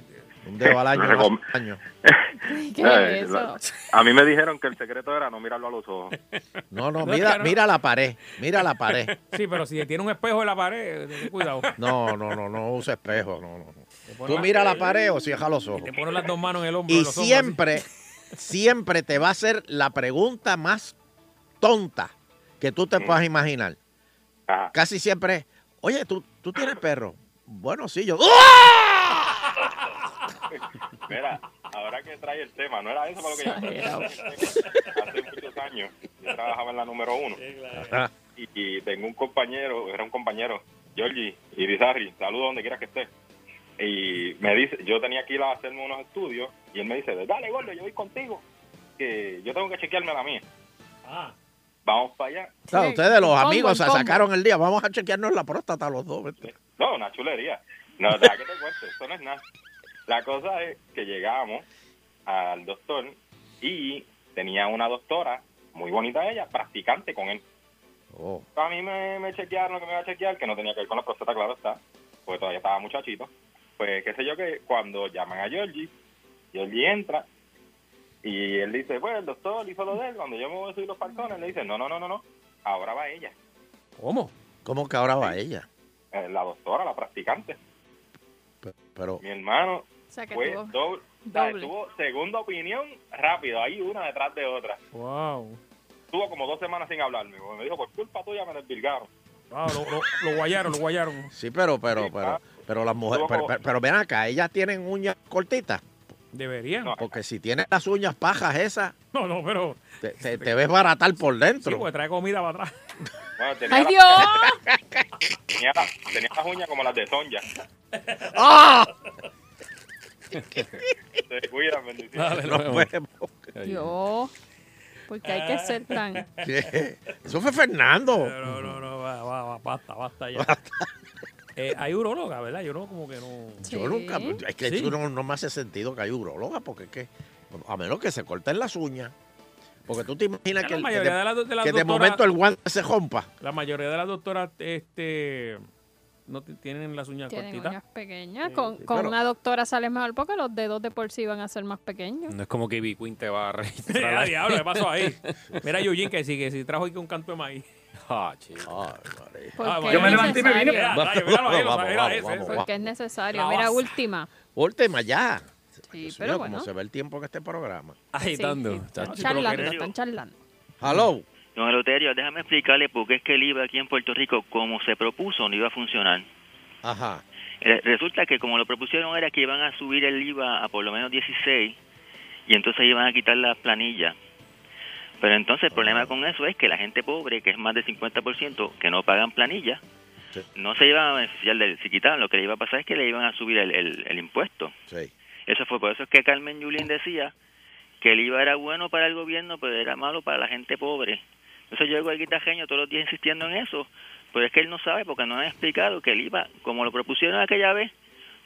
Speaker 6: un dedo al año,
Speaker 16: Me recom-
Speaker 6: más año.
Speaker 16: ¿Qué es eso? Eh, A mí me dijeron que el secreto era no mirarlo a los ojos.
Speaker 6: No, no,
Speaker 16: No,
Speaker 6: mira,
Speaker 16: que no.
Speaker 6: mira la pared, mira la pared.
Speaker 2: Sí, pero si tiene un espejo en la pared, ten cuidado.
Speaker 6: No, no, no, no usa espejo, no, no. no.
Speaker 2: pones
Speaker 6: Tú
Speaker 2: la-
Speaker 6: mira la pared o cierra los ojos.
Speaker 2: eh, Te pones las dos manos en el hombro.
Speaker 6: Y
Speaker 2: en los hombros,
Speaker 6: siempre, siempre te va a hacer la pregunta más tonta que tú
Speaker 16: Mm.
Speaker 6: te puedas imaginar.
Speaker 16: Ah.
Speaker 6: Casi siempre es, oye, ¿tú, tú tienes perro. Bueno, sí, yo. "¡Ah!"
Speaker 16: Mira, ahora que trae el tema, no era eso para lo que yo
Speaker 4: Exagerado.
Speaker 16: Hace muchos años yo trabajaba en la número uno
Speaker 4: Ajá.
Speaker 16: y, y tengo un compañero, era un compañero, Giorgi Irizarri, saludo donde quiera que esté. Y me dice, yo tenía que ir a hacerme unos estudios y él me dice, dale, gordo, yo voy contigo, que yo tengo que chequearme la mía. Vamos para allá.
Speaker 6: Claro, ustedes los
Speaker 16: Combo,
Speaker 6: amigos se
Speaker 16: combo.
Speaker 6: sacaron el día. Vamos a chequearnos la próstata los dos. vente.
Speaker 16: No, una chulería. No, ¿de verdad que te cuento? Eso no es nada. La cosa es que llegamos al doctor y tenía una doctora, muy bonita ella, practicante con él. A mí me, me chequearon lo que me iba a chequear, que no tenía que ver con la próstata, claro está, porque todavía estaba muchachito. Pues qué sé yo que cuando llaman a Georgie, Georgie entra y él dice, bueno, el doctor hizo lo de él, cuando yo me voy a subir los falcones, le dice, no, no, no, no, no, ahora va ella.
Speaker 2: ¿Cómo?
Speaker 6: ¿Cómo que ahora va ella?
Speaker 16: Eh, la doctora, la practicante.
Speaker 6: Pero,
Speaker 16: Mi hermano,
Speaker 5: O sea que
Speaker 16: fue
Speaker 5: tuvo-
Speaker 16: doble- o sea,
Speaker 5: doble.
Speaker 16: tuvo segunda opinión rápido, ahí una detrás de otra.
Speaker 2: Wow.
Speaker 16: Tuvo como dos semanas sin hablarme. porque Me dijo, por culpa tuya me desvirgaron.
Speaker 2: wow Ah, lo, lo- lo guayaron, lo guayaron.
Speaker 6: sí, pero, pero, pero, pero las mujeres. Pero, pero, pero ven acá, ellas tienen uñas cortitas.
Speaker 2: Deberían.
Speaker 6: Porque si tienes las uñas pajas esas,
Speaker 2: No, no, pero.
Speaker 6: te, te- te ves baratar por
Speaker 2: Sí,
Speaker 6: dentro.
Speaker 2: porque trae comida para atrás.
Speaker 16: Bueno, tenía,
Speaker 2: ¡Ay,
Speaker 16: las-
Speaker 2: Dios!
Speaker 16: tenía las- tenía las uñas como las de Sonja.
Speaker 6: ¡Ah!
Speaker 16: Se cuidan, bendiciones.
Speaker 6: Nos vemos.
Speaker 5: Yo. Porque hay que ser tan.
Speaker 2: Ah.
Speaker 6: ¿Qué? Eso fue Fernando.
Speaker 2: No, no, no, va, va, va, basta, basta ya. Eh, hay urologa, ¿verdad? Yo no, como que no.
Speaker 6: Yo nunca. Es que
Speaker 2: Sí.
Speaker 6: eso no, no me hace sentido que hay urologa, porque es que. A menos que se corten las uñas. Porque tú te imaginas
Speaker 2: Ya
Speaker 6: que, el-
Speaker 2: la
Speaker 6: que,
Speaker 2: mayoría
Speaker 6: de,
Speaker 2: de las do- de las
Speaker 6: que de
Speaker 2: doctoras-
Speaker 6: momento el guante se rompa.
Speaker 2: La mayoría de las doctoras este, no ti- tienen las uñas
Speaker 5: Tienen
Speaker 2: cortitas.
Speaker 5: uñas pequeñas. Con, con
Speaker 3: Claro.
Speaker 5: una doctora sales mejor porque los dedos de por sí van a ser más pequeños.
Speaker 3: No es como que B. Queen te va a registrar.
Speaker 2: Ah, diablo, ¿qué pasó ahí? Mira a Eugene que sí, que sí, trajo aquí un canto de maíz.
Speaker 3: Ah, chico.
Speaker 2: Ah,
Speaker 5: Porque
Speaker 2: Yo me
Speaker 5: es
Speaker 2: levanté y me vine.
Speaker 5: necesario.
Speaker 2: Mira, rayo, míralo ahí, lo-
Speaker 6: Vamos,
Speaker 2: era
Speaker 6: vamos,
Speaker 2: ese,
Speaker 6: vamos,
Speaker 5: Porque
Speaker 6: vamos.
Speaker 5: es necesario.
Speaker 6: La
Speaker 5: Mira,
Speaker 6: baza.
Speaker 5: última.
Speaker 6: Última ya.
Speaker 5: Sí,
Speaker 6: Dios
Speaker 5: pero
Speaker 6: mío, cómo
Speaker 5: bueno.
Speaker 6: se ve el tiempo en este programa.
Speaker 3: Agitando.
Speaker 5: Sí, sí, Están charlando, están charlando.
Speaker 6: Hello.
Speaker 17: Don Eleuterio, déjame explicarle por qué es que el IVA aquí en Puerto Rico, como se propuso, no iba a funcionar.
Speaker 6: Ajá.
Speaker 17: Eh, Resulta que como lo propusieron era que iban a subir el IVA a por lo menos 16 y entonces iban a quitar las planillas. Pero entonces el problema con eso es que la gente pobre, que es más del 50%, que no pagan planilla, no se iban a beneficiar del si quitaban, lo que le iba a pasar es que le iban a subir el, el- el impuesto.
Speaker 6: Sí.
Speaker 17: Eso fue por eso es que Carmen Yulín decía que el IVA era bueno para el gobierno, pero era malo para la gente pobre. Entonces yo oigo al guitajeño todos los días insistiendo en eso, pero es que él no sabe porque no han explicado que el IVA, como lo propusieron aquella vez,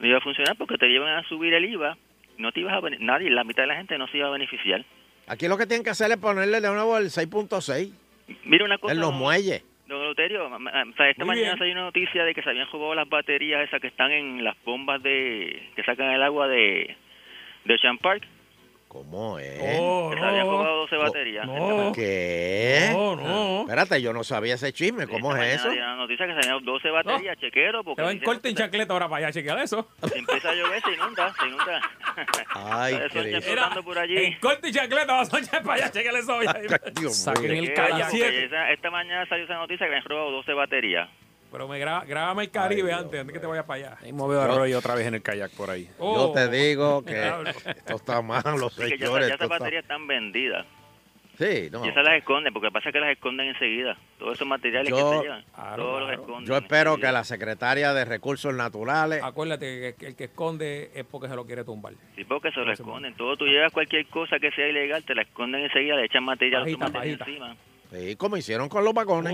Speaker 17: no iba a funcionar porque te iban a subir el IVA, no te ibas a bene- nadie, la mitad de la gente no se iba a beneficiar.
Speaker 6: Aquí lo que tienen que hacer es ponerle de nuevo el 6.6.
Speaker 17: Mira una cosa.
Speaker 6: En los
Speaker 17: don-
Speaker 6: muelles.
Speaker 17: Don Eleuterio, ma- ma- o sea, esta
Speaker 6: Muy
Speaker 17: mañana
Speaker 6: bien.
Speaker 17: salió una noticia de que se habían robado las baterías esas que están en las bombas de que sacan el agua de de Ocean Park.
Speaker 6: ¿Cómo es?
Speaker 17: que se habían robado 12 baterías.
Speaker 6: ¿Qué? Ah,
Speaker 17: No, no.
Speaker 6: Espérate, yo no sabía ese chisme. ¿Cómo
Speaker 17: Mañana
Speaker 6: es eso?
Speaker 17: dieron la noticia que se habían 12 baterías, chequero, porque
Speaker 2: Te va en
Speaker 17: dicen,
Speaker 2: corte en chancleta ahora para allá, chequear eso.
Speaker 17: si empieza a llover se inunda, se inunda.
Speaker 6: Ay,
Speaker 17: Eso está
Speaker 6: Cristo.
Speaker 17: explotando por allí.
Speaker 2: En corte y chancleta vas a echar para allá, chequear eso. ya.
Speaker 17: Saquen el
Speaker 2: calla.
Speaker 17: Esta mañana salió esa noticia que habían robado 12 baterías.
Speaker 2: Pero me gra- grábame el Caribe antes, antes que te vayas para allá.
Speaker 3: Ahí movió a Roy otra vez en el kayak por ahí.
Speaker 2: Oh.
Speaker 6: Yo te digo que
Speaker 17: Diablo.
Speaker 6: esto está malo,
Speaker 17: Así que ya,
Speaker 6: señores.
Speaker 17: ya
Speaker 6: esto
Speaker 17: esas
Speaker 6: está-
Speaker 17: baterías están vendidas.
Speaker 6: Sí, no.
Speaker 17: Y esas las esconden, porque pasa que las esconden enseguida. Todos esos materiales que
Speaker 6: Yo-
Speaker 17: se llevan, todos los esconden.
Speaker 6: Yo espero que la secretaria de Recursos Naturales.
Speaker 17: Ah.
Speaker 2: Acuérdate que el que esconde es porque se lo quiere tumbar.
Speaker 17: Sí, porque se lo esconden. Todo tú llevas cualquier cosa que sea ilegal, te la esconden enseguida, le echan material,
Speaker 6: Pajita,
Speaker 17: otro material
Speaker 6: pajita.
Speaker 17: encima.
Speaker 6: Sí, como hicieron con los vagones.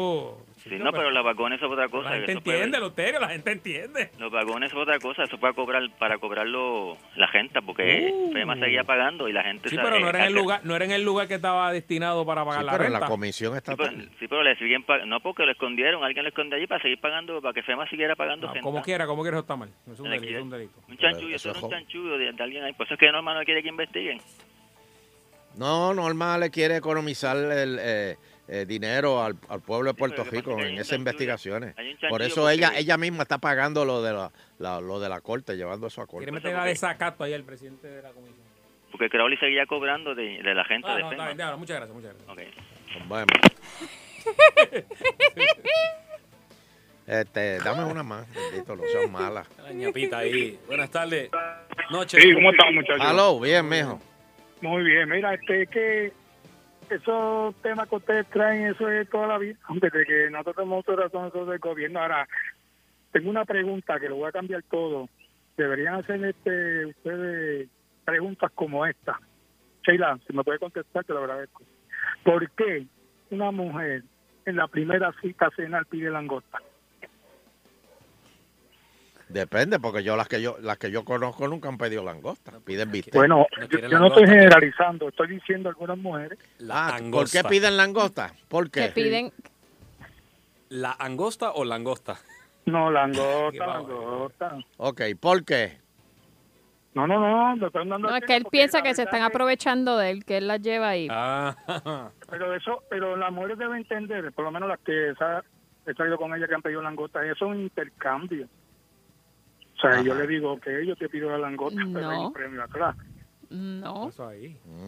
Speaker 17: Sí, no, pero los vagones es otra cosa.
Speaker 2: La gente
Speaker 17: eso puede-
Speaker 2: entiende, Loterio, la gente entiende.
Speaker 17: Los vagones es otra cosa, eso para cobrar para cobrarlo la gente, porque FEMA seguía pagando y la gente...
Speaker 2: Uh.
Speaker 17: eh,
Speaker 2: Sí,
Speaker 17: sabe-
Speaker 2: pero no era en el
Speaker 17: hace-
Speaker 2: lugar, no era en el lugar que estaba destinado para pagar
Speaker 6: Sí,
Speaker 2: la
Speaker 6: pero
Speaker 2: renta.
Speaker 6: la comisión
Speaker 17: Sí, pero,
Speaker 6: estatal.
Speaker 17: sí, pero le siguen pagando, no porque lo escondieron, alguien lo esconde allí para seguir pagando, para que FEMA siguiera pagando gente.
Speaker 2: Como quiera, como quiera, eso está mal. Es un
Speaker 17: Aquí
Speaker 2: delito, es un delito.
Speaker 17: Un chanchullo, eso, era un chanchullo de, de alguien ahí, por eso es que Norma no quiere que investiguen.
Speaker 6: No, Norma le quiere economizar el eh, eh, dinero al, al pueblo de Puerto Rico en esas investigaciones.
Speaker 17: hay un
Speaker 6: Por
Speaker 17: chanchullo
Speaker 6: eso
Speaker 17: porque-
Speaker 6: ella ella misma está pagando lo de la, la- lo de la corte, llevando eso a corte.
Speaker 2: Quiere meter a desacato ahí al presidente de la comisión.
Speaker 17: Porque Crowley seguía cobrando de, de la gente
Speaker 2: Ah,
Speaker 17: de
Speaker 2: no, está
Speaker 17: FEMA.
Speaker 2: bien, déjalo, muchas gracias, muchas gracias.
Speaker 6: Nos vemos. Este, dame una más, bendito, no sean malas.
Speaker 3: La ñapita ahí. Buenas tardes. Noche.
Speaker 8: Sí, ¿cómo están, muchachos?
Speaker 6: Aló, bien, mijo.
Speaker 8: Muy bien, mira, este es que esos temas que ustedes traen, eso es toda la vida. Desde que nosotros tenemos uso de razón, eso es del gobierno. Ahora, tengo una pregunta que lo voy a cambiar todo. Deberían hacer este ustedes preguntas como esta. Sheila, si me puede contestar, te lo agradezco. ¿Por qué una mujer en la primera cita cenar pide langosta?
Speaker 6: Depende, porque yo las que yo las que yo conozco nunca han pedido langosta, piden bistec.
Speaker 8: Bueno, yo, yo no estoy generalizando, estoy diciendo algunas mujeres.
Speaker 6: Ah, ¿Por qué piden langosta? ¿Por qué?
Speaker 5: Que piden
Speaker 3: ¿La angosta o langosta?
Speaker 8: No,
Speaker 3: Qué
Speaker 8: langosta,
Speaker 3: bárbaro.
Speaker 8: langosta.
Speaker 6: Ok, ¿por qué?
Speaker 8: No, no, no, lo están dando
Speaker 5: No,
Speaker 8: a
Speaker 5: es que
Speaker 8: Sheila
Speaker 5: él
Speaker 8: porque
Speaker 5: piensa
Speaker 8: la
Speaker 5: que se
Speaker 8: verdad
Speaker 5: están
Speaker 8: es-
Speaker 5: aprovechando de él, que él las lleva ahí.
Speaker 2: Ah,
Speaker 8: Pero eso, pero las mujeres deben entender, por lo menos las que esa- he salido con ellas que han pedido langosta, eso es un intercambio. O sea,
Speaker 6: Ajá.
Speaker 8: yo le digo que yo te pido la langosta, pero hay
Speaker 5: No.
Speaker 8: un premio atrás.
Speaker 5: No.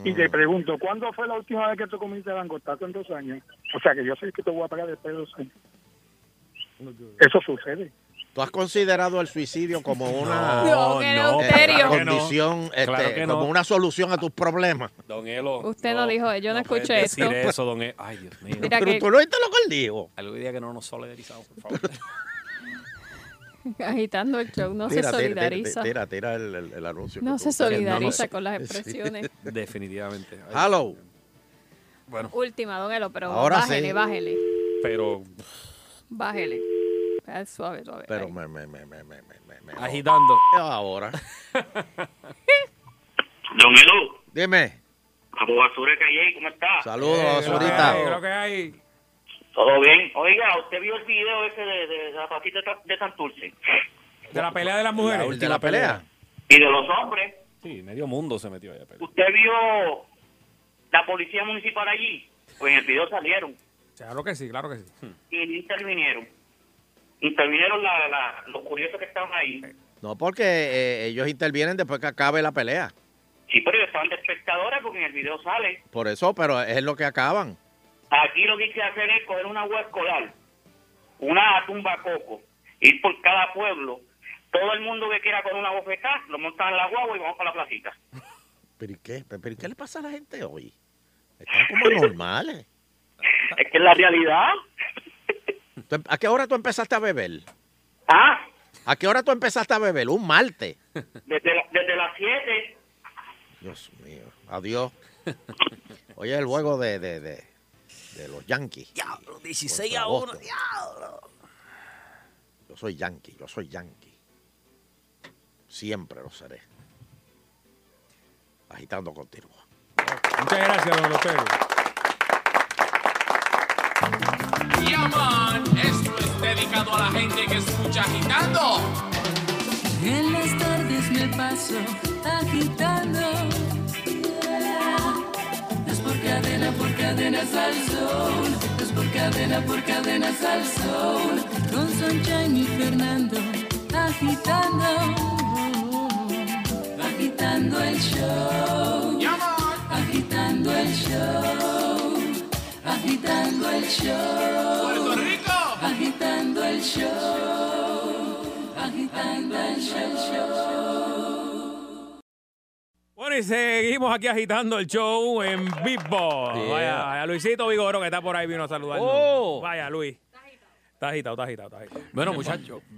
Speaker 8: Y le pregunto, ¿cuándo fue la última vez que tú comiste langosta? Hace dos años. O sea, que yo sé que te voy a pagar después de dos años. Eso sucede.
Speaker 6: ¿Tú has considerado el suicidio como una este,
Speaker 5: No, que no, Euterio.
Speaker 6: condición, este,
Speaker 3: Claro que no.
Speaker 6: como una solución a tus problemas?
Speaker 3: Don Elo.
Speaker 5: Usted no dijo, yo no
Speaker 3: puedes
Speaker 5: escuché
Speaker 3: decir
Speaker 5: esto.
Speaker 3: eso, don E- Ay, Dios mío.
Speaker 5: Mira Pero que- tú
Speaker 6: lo oíste lo que él dijo.
Speaker 3: Algún día que no nos solidarizamos, por favor.
Speaker 5: Agitando el show, no se solidariza.
Speaker 6: Tira, tira, tira el, el- el anuncio.
Speaker 5: No
Speaker 6: que tú
Speaker 5: se
Speaker 6: estás haciendo.
Speaker 5: solidariza con las expresiones.
Speaker 3: Definitivamente.
Speaker 6: Hello.
Speaker 3: Bueno,
Speaker 5: Última, don Elo, pero
Speaker 6: Ahora
Speaker 5: bájele,
Speaker 6: sí.
Speaker 5: bájele,
Speaker 3: pero
Speaker 5: bájele. Ah, Suave, suave.
Speaker 6: Pero
Speaker 5: Ahí.
Speaker 6: me, me, me, me, me, me, me- me-
Speaker 3: agitando.
Speaker 6: Ahora.
Speaker 8: Don Elo,
Speaker 6: Dime.
Speaker 8: Abu Basura Calle, ¿cómo está?
Speaker 6: Saludos,
Speaker 2: Ay,
Speaker 6: basurita.
Speaker 2: Eh, creo que hay.
Speaker 8: ¿Todo bien? Oiga, ¿usted vio el video ese de, de la patita de, de Santurce?
Speaker 2: De la pelea de las mujeres.
Speaker 3: última ¿De la pelea?
Speaker 8: Y de los hombres,
Speaker 3: Sí, medio mundo se metió allá. pero-
Speaker 8: ¿usted vio la policía municipal allí? Pues en el video salieron
Speaker 2: Claro que sí, claro que sí.
Speaker 8: y intervinieron. Intervinieron la, la- los curiosos que estaban ahí.
Speaker 6: No, porque eh, ellos intervienen después que acabe la pelea.
Speaker 8: Sí, pero ellos estaban de espectadores porque en el video sale.
Speaker 6: Por eso, pero es lo que acaban.
Speaker 8: Aquí lo que hay que hacer es coger una agua escolar, una tumba coco, ir por cada pueblo. Todo el mundo que quiera con una bofetada, lo montan en la guagua y vamos para la placita.
Speaker 6: ¿Pero ¿y qué? ¿Pero ¿y qué le pasa a la gente hoy? Están como normales.
Speaker 8: Es que es la realidad.
Speaker 6: ¿Tú em- ¿A qué hora tú empezaste a beber?
Speaker 8: ¿Ah?
Speaker 6: ¿A qué hora tú empezaste a beber? Un martes.
Speaker 8: Desde, la- desde las 7,
Speaker 6: Dios mío. Adiós. Hoy es el juego de, de, de, de los Yankees.
Speaker 18: Diablo,
Speaker 6: 16
Speaker 18: a
Speaker 6: uno,
Speaker 18: diablo.
Speaker 6: Yo soy Yankee, yo soy Yankee. Siempre lo seré. Agitando contigo.
Speaker 2: Muchas gracias, don Lotero.
Speaker 18: Yeah, man. Esto es dedicado a la gente que escucha agitando.
Speaker 13: En las tardes me paso agitando. Es por cadena, por cadenas al sol. Es por cadena, por cadenas al sol. Con Sunshine y Fernando agitando. Agitando el show. Agitando el show. Agitando el show. Puerto Rico. Agitando el show. Agitando el show.
Speaker 2: Bueno, y seguimos aquí agitando el show en vivo.
Speaker 3: Yeah.
Speaker 2: Vaya, vaya, Luisito Vigoro, que está por ahí, vino a saludarnos.
Speaker 3: Oh.
Speaker 2: Vaya, Luis. Está agitado, está agitado, está agitado.
Speaker 3: Bueno, muchachos.
Speaker 5: se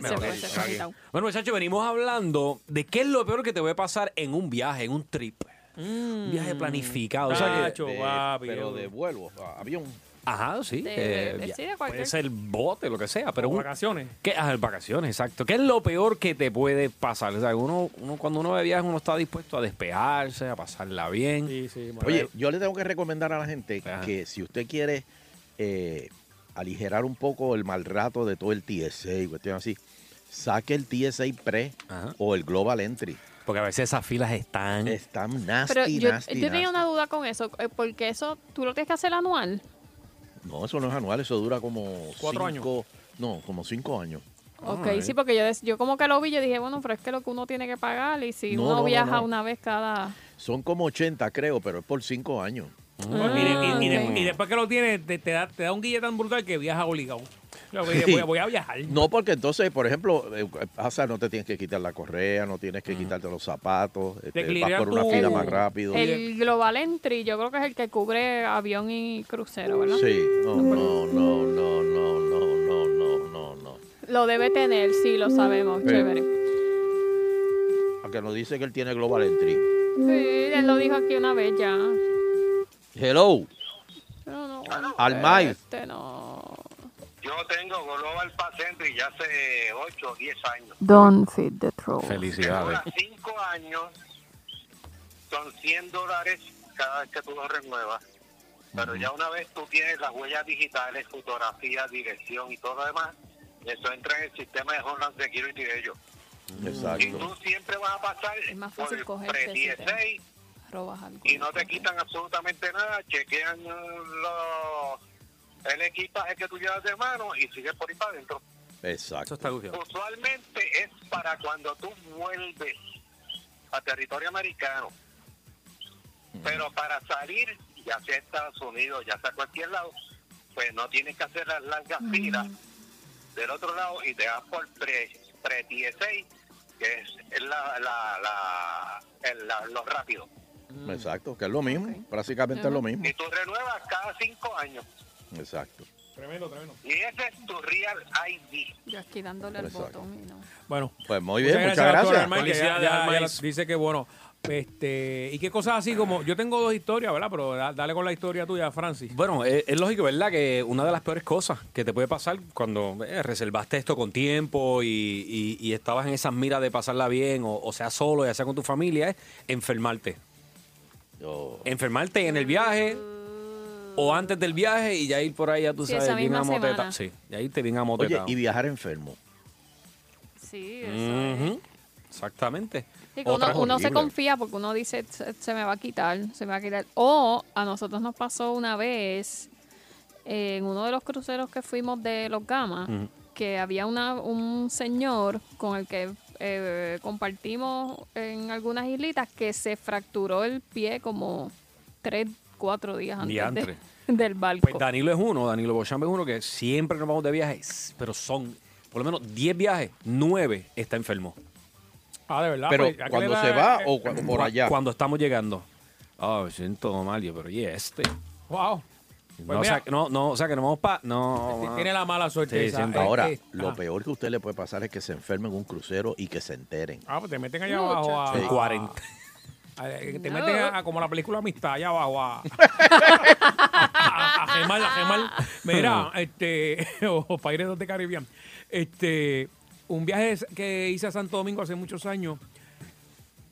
Speaker 5: fue, se fue agitado.
Speaker 3: Bueno, muchachos, venimos hablando de qué es lo peor que te puede pasar en un viaje, en un trip. Un
Speaker 5: Mm.
Speaker 3: viaje planificado. Ah, O sea que-
Speaker 2: Tacho, papi.
Speaker 6: pero de vuelo,
Speaker 3: Ah,
Speaker 6: avión.
Speaker 3: Ajá, sí.
Speaker 2: De-
Speaker 3: eh,
Speaker 2: de-
Speaker 3: ya-
Speaker 2: sí, de
Speaker 3: puede
Speaker 2: cualquier-
Speaker 3: ser bote, lo que sea, pero un-
Speaker 2: vacaciones.
Speaker 3: ¿Qué? Ah, vacaciones, exacto. ¿Qué es lo peor que te puede pasar? O sea, uno, uno cuando uno de viaje, uno está dispuesto a despejarse, a pasarla bien.
Speaker 2: Sí, sí, eh,
Speaker 6: Oye, yo le tengo que recomendar a la gente que si usted quiere eh, aligerar un poco el mal rato de todo el TSA y cuestiones así, saque el TSA Pre o el Global Entry.
Speaker 3: Porque a veces esas filas están...
Speaker 6: Están nasty,
Speaker 5: Pero yo,
Speaker 6: nasty,
Speaker 5: yo tenía
Speaker 6: nasty.
Speaker 5: una duda con eso, eh, porque eso tú lo tienes que hacer anual.
Speaker 6: No, eso no es anual, eso dura como
Speaker 5: Cuatro
Speaker 6: cinco, No, como cinco años. Ah,
Speaker 5: Ok,
Speaker 6: eh.
Speaker 5: sí, porque yo, des- yo como que lo vi, yo dije, bueno, pero es que lo que uno tiene que pagar y si
Speaker 6: No,
Speaker 5: uno
Speaker 6: no, no,
Speaker 5: viaja
Speaker 6: no.
Speaker 5: una vez cada...
Speaker 6: Son como 80, creo, pero es por cinco años.
Speaker 3: Mm.
Speaker 2: Y, de- y de- y después que lo tienes, te, te da, te da un guille tan brutal que viaja obligado. Yo voy, voy- voy a viajar.
Speaker 6: No, porque entonces, por ejemplo, eh, pasa, no te tienes que quitar la correa, no tienes
Speaker 3: Mm.
Speaker 6: que quitarte los zapatos, este, vas
Speaker 2: clirea
Speaker 6: por una
Speaker 2: tu-
Speaker 6: fila más rápido.
Speaker 5: El Global Entry, yo creo que es el que cubre avión y crucero, ¿verdad?
Speaker 6: Sí, no, no, no, no, no, no, no, no, no, no.
Speaker 5: Lo debe tener, sí, lo sabemos,
Speaker 6: Sí.
Speaker 5: chévere.
Speaker 6: A que nos dice que él tiene Global Entry.
Speaker 5: Sí, él lo dijo aquí una vez ya.
Speaker 6: Hello,
Speaker 5: No, no,
Speaker 6: al Mike.
Speaker 5: este no.
Speaker 8: eh, 8 o 10 años.
Speaker 5: Don't feed the troll.
Speaker 3: Felicidades.
Speaker 8: 5 años son 100 dólares cada vez que tú lo renuevas. Pero ya una vez tú tienes las huellas digitales, fotografía, dirección y todo lo demás, eso entra en el sistema de Homeland Security de ellos. Y tú
Speaker 6: Exacto.
Speaker 8: siempre vas a pasar
Speaker 5: Es más fácil
Speaker 8: por el
Speaker 5: cogerte si te
Speaker 8: 316
Speaker 5: robas algo.
Speaker 8: y no te quitan absolutamente nada, chequean eh, los- el equipaje que tú llevas de mano y sigues por ahí para adentro.
Speaker 6: Exacto.
Speaker 8: Usualmente es para cuando tú vuelves a territorio americano. Pero para salir, ya sea a Estados Unidos, ya sea a cualquier lado, pues no tienes que hacer las largas filas del otro lado y te vas por pre, pre 16, que es la, la, la, el- la- lo rápido.
Speaker 6: Mm. Exacto, que es lo mismo, prácticamente es lo mismo.
Speaker 8: Y tú renuevas cada cinco años.
Speaker 6: Exacto.
Speaker 2: Tremendo, tremendo.
Speaker 8: Y ese es tu Real ID.
Speaker 5: Yo aquí dándole al
Speaker 6: Exacto.
Speaker 5: botón y no.
Speaker 2: Bueno.
Speaker 6: Pues muy bien,
Speaker 2: Muchas
Speaker 6: muchas
Speaker 2: gracias, doctor
Speaker 6: gracias.
Speaker 2: Armay, que ya- ya- ya dice que bueno, Este, y qué cosas así como. Yo tengo dos historias, ¿verdad? Pero da- dale con la historia tuya, Francis.
Speaker 3: Bueno, es, es lógico, ¿verdad? Que una de las peores cosas que te puede pasar cuando eh, reservaste esto con tiempo y, y- y estabas en esas miras de pasarla bien, o, o sea solo, ya sea con tu familia, es enfermarte.
Speaker 6: Oh.
Speaker 3: Enfermarte en el viaje o antes del viaje y ya ir por ahí, ya tú
Speaker 5: Sí,
Speaker 3: sabes,
Speaker 5: esa
Speaker 3: bien
Speaker 5: misma
Speaker 3: amoteta.
Speaker 5: semana.
Speaker 3: Sí, ya irte bien
Speaker 6: Oye,
Speaker 3: amotetado.
Speaker 6: y viajar enfermo.
Speaker 5: Sí,
Speaker 3: Ujú, Exactamente.
Speaker 5: Sí, que uno,
Speaker 3: Mm. Otra es
Speaker 5: uno se
Speaker 3: horrible.
Speaker 5: confía porque uno dice, se, se me va a quitar, se me va a quitar. O a nosotros nos pasó una vez eh, en uno de los cruceros que fuimos de los Gamas,
Speaker 13: Ujú.
Speaker 5: que había una, un señor con el que eh, compartimos en algunas islitas que se fracturó el pie como tres, cuatro días antes de-
Speaker 3: Diantre.
Speaker 5: del barco.
Speaker 3: Pues Danilo es uno, Danilo Bochamp es uno que siempre nos vamos de viaje, s- pero son por lo menos 10 viajes, 9 está enfermo.
Speaker 2: Ah, de verdad.
Speaker 3: Pero,
Speaker 2: pues, ¿a qué
Speaker 3: ¿cuándo
Speaker 2: le da-
Speaker 3: se va
Speaker 2: eh,
Speaker 3: o cu-
Speaker 2: eh,
Speaker 3: por allá? Cuando estamos llegando. Ah, me siento mal, yo, pero ¿y este? no,
Speaker 2: Wow.
Speaker 3: o
Speaker 2: Pues mira.
Speaker 3: sea, que no, no, o sea, que no vamos para... No,
Speaker 2: Tiene la mala suerte
Speaker 3: Sí,
Speaker 2: esa.
Speaker 3: siempre.
Speaker 6: Ahora,
Speaker 2: Eh, eh,
Speaker 6: lo
Speaker 2: ajá.
Speaker 6: peor que a usted le puede pasar es que se enferme en un crucero y que se enteren.
Speaker 2: Ah, pues te meten allá
Speaker 6: Muchacho.
Speaker 2: abajo a.
Speaker 6: Sí. 40.
Speaker 2: a- a- que te
Speaker 5: No.
Speaker 2: meten a, a- como la película Amistad allá abajo a. a, a gemar, a gemar. Mira, este. o o Piratas de Caribbean. Este. Un viaje que hice a Santo Domingo hace muchos años.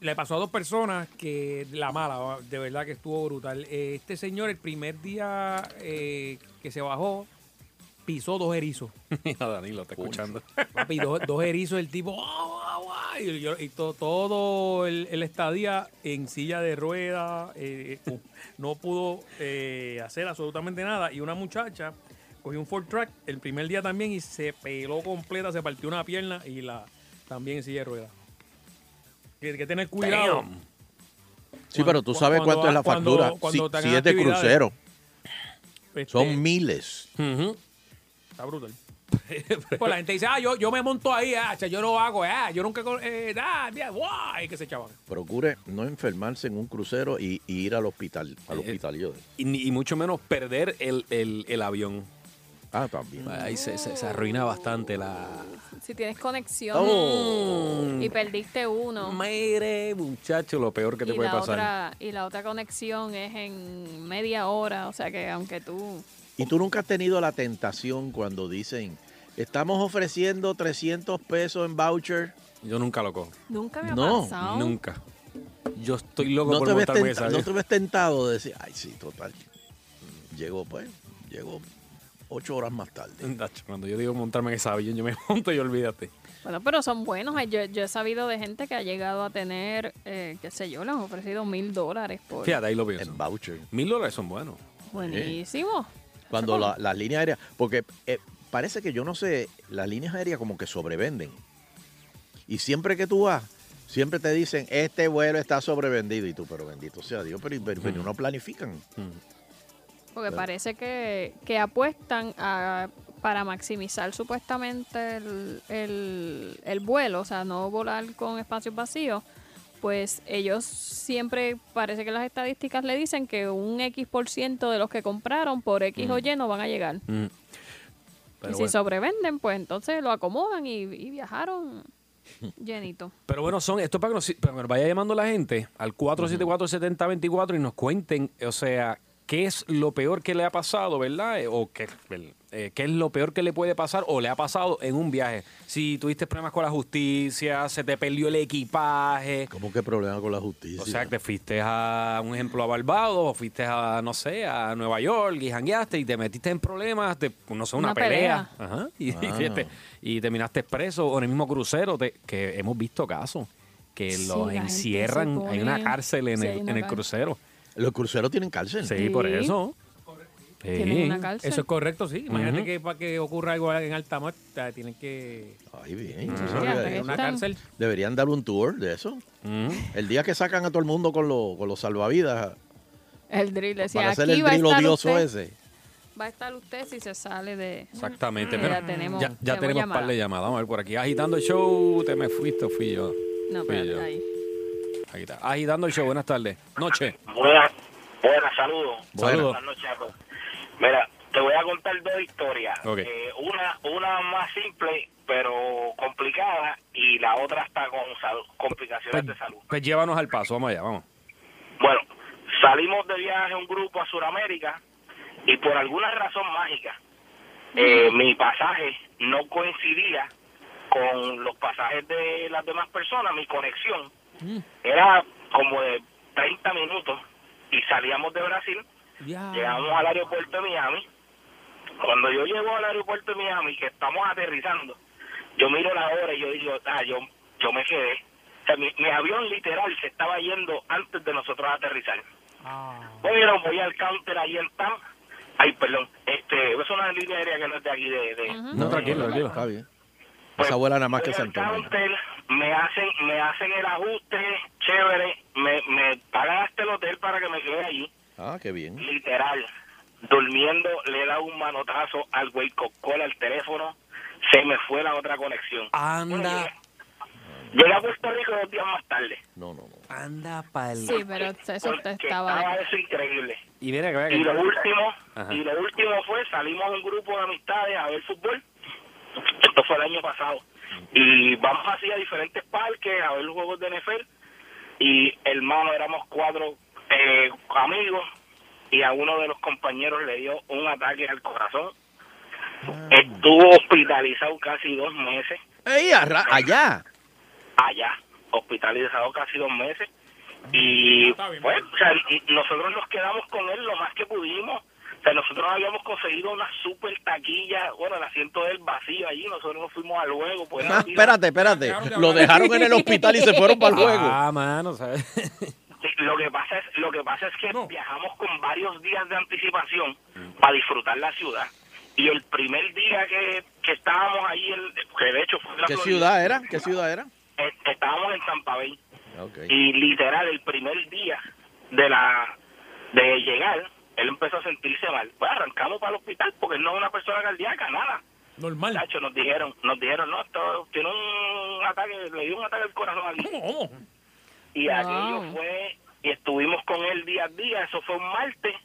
Speaker 2: le pasó a dos personas que la mala, de verdad que estuvo brutal. Eh, Este señor, el primer día eh, que se bajó, pisó dos erizos.
Speaker 3: Mira, Danilo, está escuchando.
Speaker 2: Papi, dos, dos erizos, el tipo, ¡guau, guau, guau! y, yo- y to- todo el, el estadía en silla de ruedas, eh, eh, no pudo eh, hacer absolutamente nada. Y una muchacha cogió un Ford Track el primer día también y se peló completa, se partió una pierna y la también en silla de ruedas. Hay que tener cuidado.
Speaker 3: Damn.
Speaker 6: Sí, pero tú
Speaker 2: Cu-
Speaker 6: sabes
Speaker 2: cuando
Speaker 6: cuánto es la
Speaker 2: va- cuando-
Speaker 6: factura.
Speaker 2: cuando te
Speaker 6: si,
Speaker 2: hagan
Speaker 6: si es de
Speaker 2: actividades.
Speaker 6: crucero.
Speaker 2: Este-
Speaker 6: Son miles.
Speaker 2: Está brutal. pues la gente dice, ah, yo, yo me monto ahí, ah, cha, yo no hago, ah, yo nunca, co- eh, ah, mira, guau, y que se echaban.
Speaker 6: Procure no enfermarse en un crucero y, y ir al hospital.
Speaker 3: Eh,
Speaker 6: Al hospital yo.
Speaker 3: Y, ni- y mucho menos perder el, el- el avión.
Speaker 6: Ah, también.
Speaker 3: Ahí se, se- se arruina bastante la...
Speaker 5: Si tienes conexión
Speaker 3: Oh.
Speaker 5: y perdiste uno.
Speaker 3: Mire, muchacho, lo peor que te
Speaker 5: y
Speaker 3: puede
Speaker 5: la
Speaker 3: pasar.
Speaker 5: Otra, y la otra conexión es en media hora, o sea que aunque tú...
Speaker 6: Y tú nunca has tenido la tentación cuando dicen, estamos ofreciendo 300 pesos en voucher.
Speaker 3: Yo nunca lo cojo.
Speaker 5: Nunca
Speaker 6: No,
Speaker 3: nunca. Yo estoy loco
Speaker 6: no
Speaker 3: por
Speaker 6: te, ves
Speaker 3: montarme en
Speaker 6: tenta-
Speaker 3: esa
Speaker 6: no
Speaker 3: vida.
Speaker 6: te ves tentado de decir, ay, sí, total. Llegó, pues, llegó ocho horas más tarde.
Speaker 3: Nacho, Cuando yo digo montarme en ese avión, yo me monto y olvídate.
Speaker 5: Bueno, pero son buenos. Ay, Yo, yo he sabido de gente que ha llegado a tener, eh, qué sé yo, le han ofrecido mil dólares por...
Speaker 3: Fíjate, ahí lo pienso.
Speaker 6: En voucher.
Speaker 3: Mil dólares son buenos.
Speaker 5: Buenísimo.
Speaker 6: Cuando la- las líneas aéreas, porque eh, parece que yo no sé, las líneas aéreas como que sobrevenden. Y siempre que tú vas, siempre te dicen, este vuelo está sobrevendido. Y tú, pero bendito sea Dios, pero, pero-
Speaker 2: Mm.
Speaker 6: pero no planifican.
Speaker 5: Porque
Speaker 6: Claro.
Speaker 5: parece que, que apuestan a, para maximizar supuestamente el, el- el vuelo, o sea, no volar con espacios vacíos. Pues ellos siempre, parece que las estadísticas le dicen que un X por ciento de los que compraron por X o Y no van a llegar. y
Speaker 3: Mm. Pero,
Speaker 5: si
Speaker 3: bueno.
Speaker 5: sobrevenden, pues entonces lo acomodan y, y viajaron llenito.
Speaker 3: Pero bueno, son, esto es para que, nos, para que nos vaya llamando la gente al 474-7024 y nos cuenten, o sea, qué es lo peor que le ha pasado, ¿verdad? Eh, O qué, vel- eh, qué es lo peor que le puede pasar o le ha pasado en un viaje. Si tuviste problemas con la justicia, se te perdió el equipaje.
Speaker 6: ¿Cómo que problema con la justicia?
Speaker 3: O sea, que te fuiste a, un ejemplo, a Barbados, o fuiste a, no sé, a Nueva York y jangueaste y te metiste en problemas, te- no sé, una,
Speaker 5: Una pelea.
Speaker 3: pelea. Ajá. Y, y
Speaker 6: Ah.
Speaker 3: fíjate, y terminaste preso o en el mismo crucero, te- que hemos visto casos que
Speaker 6: Sí, la
Speaker 3: los
Speaker 6: gente se
Speaker 3: encierran, hay una
Speaker 6: pone-
Speaker 3: cárcel en,
Speaker 6: sí,
Speaker 3: el,
Speaker 6: hay una
Speaker 3: en el
Speaker 6: cárcel.
Speaker 3: crucero.
Speaker 6: Los cruceros tienen cárcel.
Speaker 3: Sí, por
Speaker 2: Sí.
Speaker 3: eso. Sí.
Speaker 2: Tienen una cárcel. Eso es correcto, sí. Imagínate
Speaker 3: Ujú.
Speaker 2: que para que ocurra algo en alta mar, eh, tienen que...
Speaker 6: Ay, bien.
Speaker 2: Ujú.
Speaker 6: eso
Speaker 2: Sí,
Speaker 6: sabía
Speaker 2: hasta
Speaker 6: yo.
Speaker 2: que Una están. cárcel.
Speaker 6: Deberían dar un tour de eso. El día que sacan a todo el mundo con, lo- con los salvavidas
Speaker 5: El drill decía,
Speaker 6: para hacer
Speaker 5: aquí
Speaker 6: el
Speaker 5: va a
Speaker 6: drill
Speaker 5: estar
Speaker 6: odioso
Speaker 5: usted,
Speaker 6: ese.
Speaker 5: Va a estar usted si se sale de...
Speaker 3: Exactamente.
Speaker 5: Ya
Speaker 3: Mira,
Speaker 5: tenemos-
Speaker 3: ya, ya
Speaker 5: tenemos
Speaker 3: tenemos un par
Speaker 5: llamada.
Speaker 3: de llamadas. Vamos a ver por aquí. Agitando el show, te me fuiste o fui yo.
Speaker 5: No,
Speaker 3: Fui
Speaker 5: espérate,
Speaker 3: yo.
Speaker 5: ahí.
Speaker 3: Aquí está. Agitando el show, buenas tardes. Noche.
Speaker 15: Buenas, buenas, saludos.
Speaker 3: Saludos.
Speaker 15: Buenas noches a todos. Mira, te voy a contar dos historias.
Speaker 3: Ok.
Speaker 15: Eh, una, una más simple, pero complicada, y la otra está con sal- complicaciones de salud.
Speaker 3: Pues llévanos al paso, vamos allá, vamos.
Speaker 15: Bueno, salimos de viaje un grupo a Sudamérica y por alguna razón mágica eh, mi pasaje no coincidía con los pasajes de las demás personas, mi conexión
Speaker 2: Mm,
Speaker 15: era como de 30 minutos y salíamos de Brasil,
Speaker 17: Ah.
Speaker 15: llegamos al aeropuerto de Miami. Cuando yo llego al aeropuerto de Miami, que estamos aterrizando, yo miro la hora y yo digo, ah, yo, yo me quedé. O sea, mi, mi avión literal se estaba yendo antes de nosotros aterrizar. Bueno, voy al counter ahí en TAM. Ay, perdón, este, es una línea aérea que no es de aquí, de... de-
Speaker 6: No, tranquilo, tranquilo. Está bien. Esa abuela nada más que
Speaker 15: Pues,
Speaker 6: se entera.
Speaker 15: hotel, me hacen, me hacen el ajuste, chévere, me, me pagan hasta el hotel para que me quede allí,
Speaker 6: Ah, qué bien.
Speaker 15: literal, durmiendo, le da un manotazo al güey Coca-Cola al teléfono, se me fue la otra conexión.
Speaker 3: Anda.
Speaker 15: Llegué a Puerto Rico dos días más tarde.
Speaker 6: No, no, no.
Speaker 3: Anda pa'l...
Speaker 5: Sí, pero eso te
Speaker 15: Estaba
Speaker 5: estaba...
Speaker 15: eso increíble.
Speaker 3: Y mira que vaya que-
Speaker 15: Y lo último,
Speaker 3: Ajá.
Speaker 15: y lo último fue, salimos un grupo de amistades a ver fútbol. Esto fue el año pasado. Y vamos así a diferentes parques a ver los juegos de NFL. Y hermano, éramos cuatro eh, amigos y a uno de los compañeros le dio un ataque al corazón.
Speaker 3: Ah.
Speaker 15: Estuvo hospitalizado casi dos meses
Speaker 6: ¡Ey, arra- allá!
Speaker 15: allá, hospitalizado casi dos meses. Y bueno, o sea, n- nosotros nos quedamos con él lo más que pudimos. O sea, nosotros habíamos conseguido una super taquilla, bueno, el asiento del vacío allí, nosotros nos fuimos al juego. Pues,
Speaker 6: Ah,
Speaker 15: así,
Speaker 6: espérate, espérate. Lo dejaron en el hospital y se fueron para el juego.
Speaker 3: Ah, mano, ¿sabes?
Speaker 15: Lo que pasa es, lo que pasa es que viajamos con varios días de anticipación
Speaker 6: Mm.
Speaker 15: para disfrutar la ciudad. Y el primer día que, que estábamos ahí, el, que de hecho fue en la
Speaker 6: ¿Qué
Speaker 15: Florida,
Speaker 6: ciudad era? ¿Qué ciudad era? Ah,
Speaker 15: eh, estábamos en Tampa Bay.
Speaker 6: Ok.
Speaker 15: y literal el primer día de la de llegar él empezó a sentirse mal pues arrancamos para el hospital porque él no es una persona cardíaca nada
Speaker 2: normal
Speaker 15: Nacho nos dijeron nos dijeron no esto tiene un ataque le dio un ataque al corazón aquí y
Speaker 4: Wow.
Speaker 15: aquello fue y estuvimos con él día a día eso fue un martes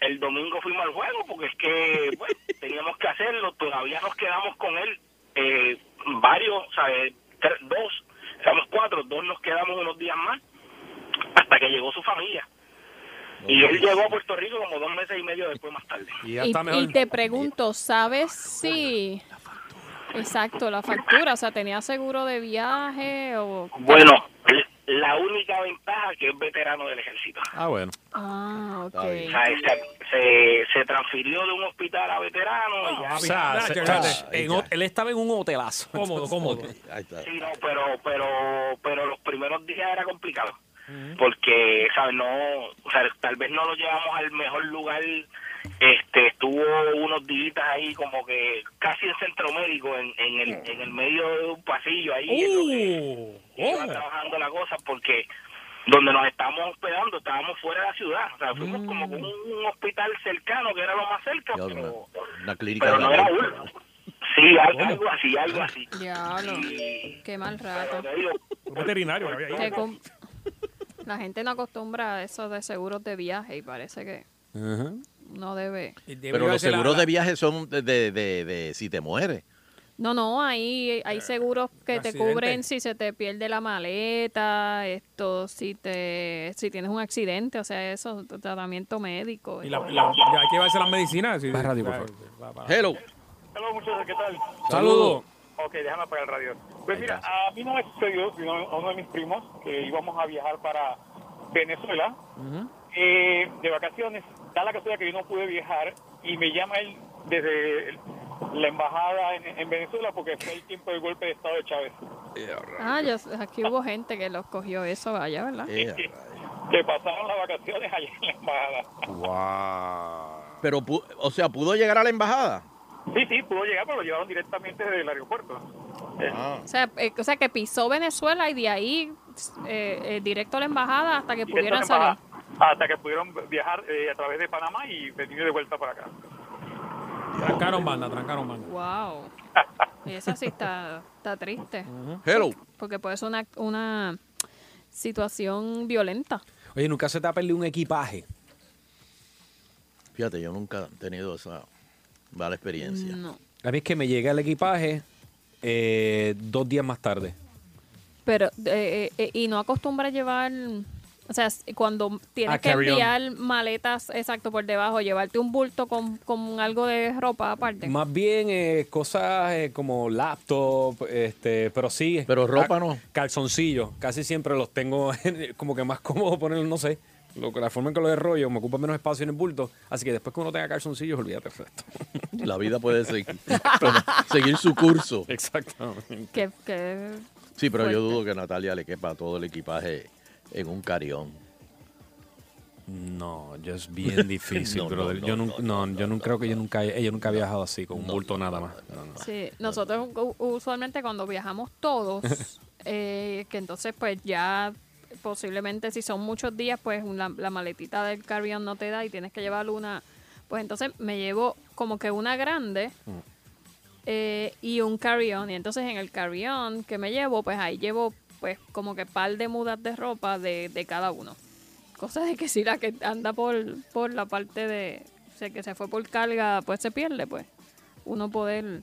Speaker 15: el domingo fuimos al juego porque es que bueno, teníamos que hacerlo todavía nos quedamos con él eh, varios ¿sabes? Tres- dos éramos cuatro dos nos quedamos unos días más hasta que llegó su familia y él llegó a Puerto Rico como dos meses y medio después más tarde
Speaker 3: Y
Speaker 5: Y, y te pregunto, ¿sabes si... Exacto, la factura, o sea, ¿tenía seguro de viaje o...?
Speaker 15: bueno l- la única ventaja que es veterano del ejército
Speaker 3: Ah, bueno.
Speaker 5: Ah, ok.
Speaker 15: O sea, se, se- se transfirió de un hospital a veterano y ya
Speaker 3: O sea, se- en o- él estaba en un hotelazo.
Speaker 15: Cómodo,
Speaker 3: cómodo.
Speaker 15: Sí, no, pero, pero, pero los primeros días era complicado. Porque, ¿sabes? No, o sea, tal vez no lo llevamos al mejor lugar. Este, estuvo unos días ahí como que casi en centro médico, en, en, el, en el medio de un pasillo ahí. en lo que iba trabajando la cosa porque donde nos estábamos hospedando estábamos fuera de la ciudad. O sea, fuimos como con un hospital cercano que era lo más cerca,
Speaker 6: Mm. Ya,
Speaker 15: pero...
Speaker 6: una, una clínica
Speaker 15: Pero
Speaker 6: de
Speaker 15: no
Speaker 6: la
Speaker 15: era
Speaker 6: muerte.
Speaker 15: Sí, algo, algo así, algo así.
Speaker 5: Diablo, qué mal rato.
Speaker 2: Un veterinario que había ahí.
Speaker 5: Te com- La gente no acostumbra a eso de seguros de viaje y parece que
Speaker 6: Ajá.
Speaker 5: no debe...
Speaker 6: Pero los seguros de viaje son de, de, de- de si te mueres.
Speaker 5: No, no, ahí
Speaker 2: Eh,
Speaker 5: hay seguros que te
Speaker 6: accidente.
Speaker 5: cubren si se te pierde la maleta, esto, si te, si tienes un accidente, o sea, eso, t- tratamiento médico. eh.
Speaker 2: Y la- la- hay que llevarse las medicinas. Sí, radio, por favor.
Speaker 6: Hello.
Speaker 12: Hola muchachos, ¿qué tal?
Speaker 2: Saludos.
Speaker 12: Ok, déjame apagar el radio. Pues mira, a mí no me sucedió, sino a uno de mis primos, que íbamos a viajar para Venezuela eh, de vacaciones. Da la casualidad que yo no pude viajar y me llama él desde la embajada en, en Venezuela porque fue el tiempo del golpe de Estado de Chávez.
Speaker 5: Ah, yo, aquí hubo gente que los cogió eso allá, ¿verdad?
Speaker 12: Que pasaron las vacaciones allá en la embajada.
Speaker 6: Pero, pu- o sea, ¿pudo llegar a la embajada?
Speaker 12: Sí, sí, pudo llegar, pero lo llevaron directamente desde el aeropuerto.
Speaker 6: Ah.
Speaker 5: O sea, eh, o sea, que pisó Venezuela y de ahí eh, eh, directo a la embajada hasta que
Speaker 12: Directo
Speaker 5: pudieran
Speaker 12: a la embajada,
Speaker 5: salir.
Speaker 12: Hasta que pudieron viajar eh, a través de Panamá y venir de vuelta para acá.
Speaker 2: Trancaron banda, trancaron banda.
Speaker 5: Wow. Y eso sí está, está triste.
Speaker 6: Hello.
Speaker 5: Porque puede ser una, una situación violenta.
Speaker 3: Oye, nunca se te ha perdido un equipaje.
Speaker 6: Fíjate, yo nunca he tenido esa mala experiencia.
Speaker 5: No.
Speaker 3: A mí es que me llega el equipaje eh, dos días más tarde.
Speaker 5: Pero, eh, eh, eh, y no acostumbra llevar, o sea, s- cuando tienes
Speaker 19: Ah,
Speaker 5: que
Speaker 19: carry-on.
Speaker 5: enviar maletas, exacto, por debajo, llevarte un bulto con, con algo de ropa aparte.
Speaker 3: Más bien eh, cosas eh, como laptop, este, pero sí. Pero
Speaker 6: ropa no.
Speaker 3: Calzoncillos. Casi siempre los tengo en- como que más cómodo ponerlos, no sé. Lo, la forma en que los desrollo me ocupa menos espacio en el bulto. Así que después que uno tenga calzoncillos, olvídate del resto.
Speaker 6: La vida puede seguir, seguir su curso.
Speaker 3: Exactamente.
Speaker 5: Que, que-
Speaker 6: Sí, pero yo
Speaker 5: fuerte.
Speaker 6: dudo que a Natalia le quepa todo el equipaje en un carión.
Speaker 3: No, yo es bien difícil,
Speaker 6: No, no,
Speaker 3: brother.
Speaker 6: no,
Speaker 3: yo nunca, no, yo no creo que yo nunca, haya- yo nunca he viajado así, con un bulto nada más. No, no.
Speaker 5: Sí, nosotros u- usualmente cuando viajamos todos, eh, que entonces pues ya posiblemente si son muchos días, pues la, la maletita del carry-on no te da y tienes que llevar una, pues entonces me llevo como que una grande
Speaker 3: Mm.
Speaker 5: eh, y un carry-on. Y entonces en el carry-on que me llevo, pues ahí llevo pues como que par de mudas de ropa de, de cada uno. Cosa de que si la que anda por, por la parte de, o sea, que se fue por carga, pues se pierde, pues uno poder...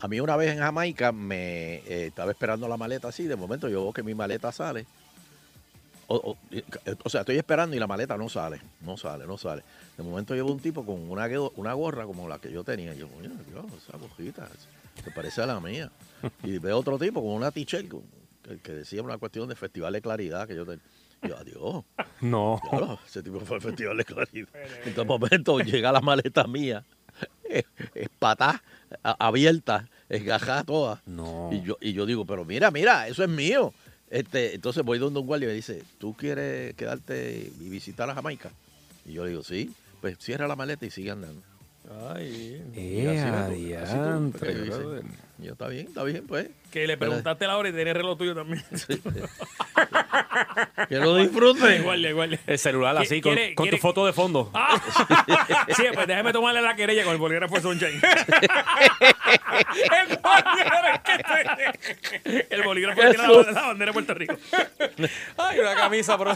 Speaker 6: A mí una vez en Jamaica me eh, estaba esperando la maleta así, de momento yo veo que mi maleta sale. O, o- eh, o sea, estoy esperando y la maleta no sale, no sale, no sale. De momento yo veo un tipo con una, gue- una gorra como la que yo tenía. Yo, mira, Dios, esa gorrita, se parece a la mía. Y veo otro tipo con una t-shirt con- que, que decía una cuestión de Festival de Claridad que yo tenía. Yo, adiós.
Speaker 3: No.
Speaker 6: Claro, ese tipo fue al Festival de Claridad. Entonces, de momento, llega la maleta mía, eh, eh, patá, a- abierta, esgajada toda. Y yo, y yo digo, pero mira, mira, eso es mío. Este, entonces voy donde un guardia y me dice, ¿tú quieres quedarte y visitar a Jamaica? Y yo le digo, sí. Pues cierra la maleta y sigue andando.
Speaker 2: Ay.
Speaker 6: Y así me- así tú-
Speaker 3: adiantre,
Speaker 6: porque dice,
Speaker 3: brother.
Speaker 6: Yo, está bien, está bien, pues.
Speaker 2: Que le preguntaste la hora y tenés reloj tuyo también.
Speaker 6: Que lo disfruten.
Speaker 2: Igual, igual.
Speaker 3: El celular así, con,
Speaker 2: ¿Quiere-
Speaker 3: con
Speaker 2: quiere- Ah.
Speaker 3: tu foto de fondo.
Speaker 2: Sí, pues déjame tomarle la querella con el bolígrafo de Sunshine. el bolígrafo que te- El bolígrafo que tiene la,
Speaker 3: Jesús.
Speaker 2: la bandera de Puerto Rico.
Speaker 3: Ay, una camisa, pero.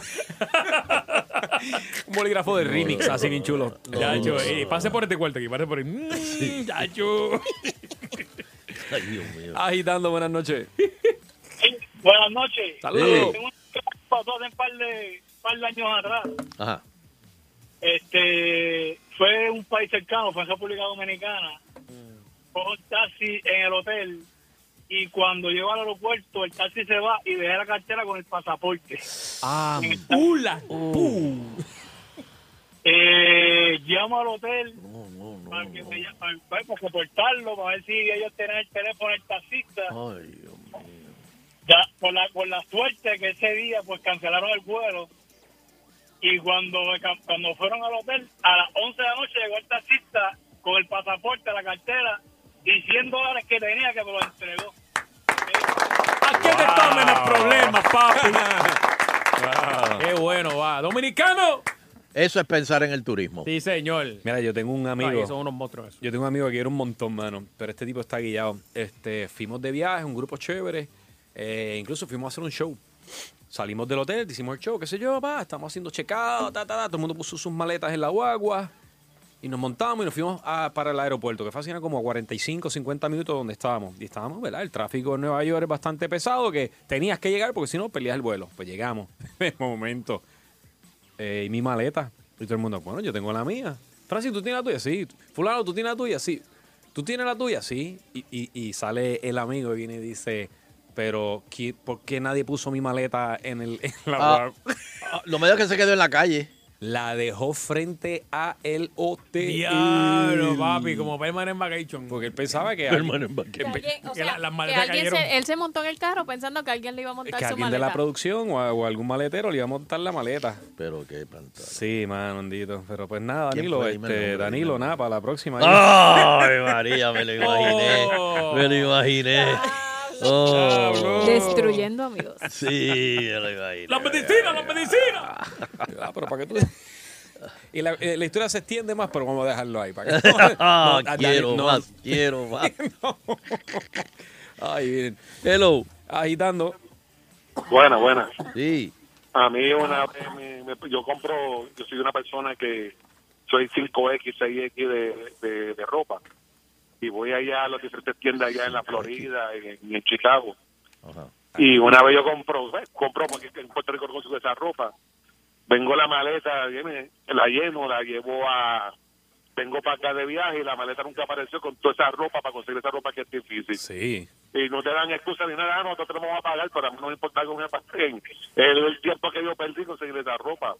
Speaker 3: un bolígrafo de remix, así bien chulo.
Speaker 2: Chacho, eh, pase por este cuarto aquí, pase por ahí. Mm, chacho.
Speaker 6: Ay, Dios mío.
Speaker 3: Agitando, buenas noches.
Speaker 8: Buenas noches.
Speaker 3: Saludos.
Speaker 8: Tengo un- pasó hace un par de, par de años atrás.
Speaker 6: Ajá.
Speaker 8: este fue un país cercano, fue en República Dominicana. Cojo el taxi en el hotel y cuando llego al aeropuerto el taxi se va y dejé la cartera con el pasaporte.
Speaker 3: Ah, uh.
Speaker 2: ¡Pula!
Speaker 8: Eh, llamo al hotel para que me llame- para- para reportarlo, para ver si ellos tienen el teléfono del taxista. Ya, por la, por la suerte que ese día pues cancelaron el vuelo y cuando, me ca- cuando fueron al hotel, a las 11 de la noche llegó el taxista con el pasaporte, la cartera y 100 dólares que tenía que me lo entregó.
Speaker 2: ¿Qué te
Speaker 3: Ah.
Speaker 2: tomen los problemas, papi?
Speaker 3: Ah.
Speaker 2: Qué bueno, va. ¡Dominicano!
Speaker 6: Eso es pensar en el turismo.
Speaker 2: Sí, señor.
Speaker 3: Mira, yo tengo un amigo.
Speaker 2: Ay, son unos monstruos.
Speaker 3: Yo tengo un amigo que quiere un montón, mano. Pero este tipo está guillado. Este, fuimos de viaje, un grupo chévere. eh, incluso fuimos a hacer un show. Salimos del hotel, hicimos el show, qué sé yo, pa, estamos haciendo checado, ta, ta, ta. Todo el mundo puso sus maletas en la guagua. Y nos montamos y nos fuimos a- para el aeropuerto, que fácil era como a 45, 50 minutos donde estábamos. Y estábamos, ¿verdad? El tráfico en Nueva York es bastante pesado, que tenías que llegar porque si no perdías el vuelo. Pues llegamos. De momento. Eh, y mi maleta. Y todo el mundo, bueno, yo tengo la mía. Francis, ¿tú tienes la tuya? Sí. Fulano, ¿tú tienes la tuya? Sí. ¿Tú tienes la tuya? Sí. Y, y- y sale el amigo y viene y dice, pero ¿qui- ¿por qué nadie puso mi maleta en, el, en la
Speaker 6: Ah,
Speaker 3: guagua?"
Speaker 6: ah, lo medio que se quedó en la calle.
Speaker 3: La dejó frente a el hotel.
Speaker 2: Diablo, papi, como Permanent Vacation.
Speaker 3: Porque él pensaba que...
Speaker 6: Permanent
Speaker 5: Que alguien, o
Speaker 2: Que
Speaker 5: sea,
Speaker 2: la- las
Speaker 5: que
Speaker 2: maletas
Speaker 5: alguien
Speaker 2: Ah, cayeron.
Speaker 5: se- él se montó en el carro pensando que alguien le iba a montar
Speaker 3: que
Speaker 5: su
Speaker 3: alguien de
Speaker 5: maleta.
Speaker 3: la producción o, a- o algún maletero le iba a montar la maleta.
Speaker 6: Pero qué pantalla.
Speaker 3: Sí, man, hondito. Pero pues nada,
Speaker 6: ¿Quién
Speaker 3: Danilo,
Speaker 6: fue? Dime el
Speaker 3: este,
Speaker 6: nombre,
Speaker 3: Danilo, nada, para la próxima.
Speaker 6: Ay, María, me lo imaginé. Me lo imaginé. Oh.
Speaker 5: Destruyendo amigos.
Speaker 6: Sí, me lo imaginé.
Speaker 2: ¡Las medicinas, las medicinas!
Speaker 3: Ah, pero para que tú. Y la, eh, la historia se extiende más, pero vamos a dejarlo ahí. Para que...
Speaker 6: Ah,
Speaker 3: a-
Speaker 6: quiero
Speaker 3: Dani- no.
Speaker 6: más, quiero más.
Speaker 3: Ay, bien.
Speaker 6: Hello.
Speaker 3: Agitando.
Speaker 12: Buena, buena.
Speaker 6: Sí.
Speaker 12: A mí una vez me- me- yo compro, yo soy una persona que soy 5X, 6X de, de- de ropa. Y voy allá a las diferentes tiendas allá en la Florida, en, en Chicago. Y una vez yo compro, pues, compro porque en Puerto Rico no consigo esa ropa. Vengo la maleta, viene, la lleno, la llevo a... Vengo para acá de viaje y la maleta nunca apareció con toda esa ropa para conseguir esa ropa que es difícil.
Speaker 2: Sí.
Speaker 12: Y no te dan excusa ni nada, ah, nosotros te lo vamos a pagar, pero a mí no me importa que me paguen. El, el tiempo que yo perdí conseguir esa ropa.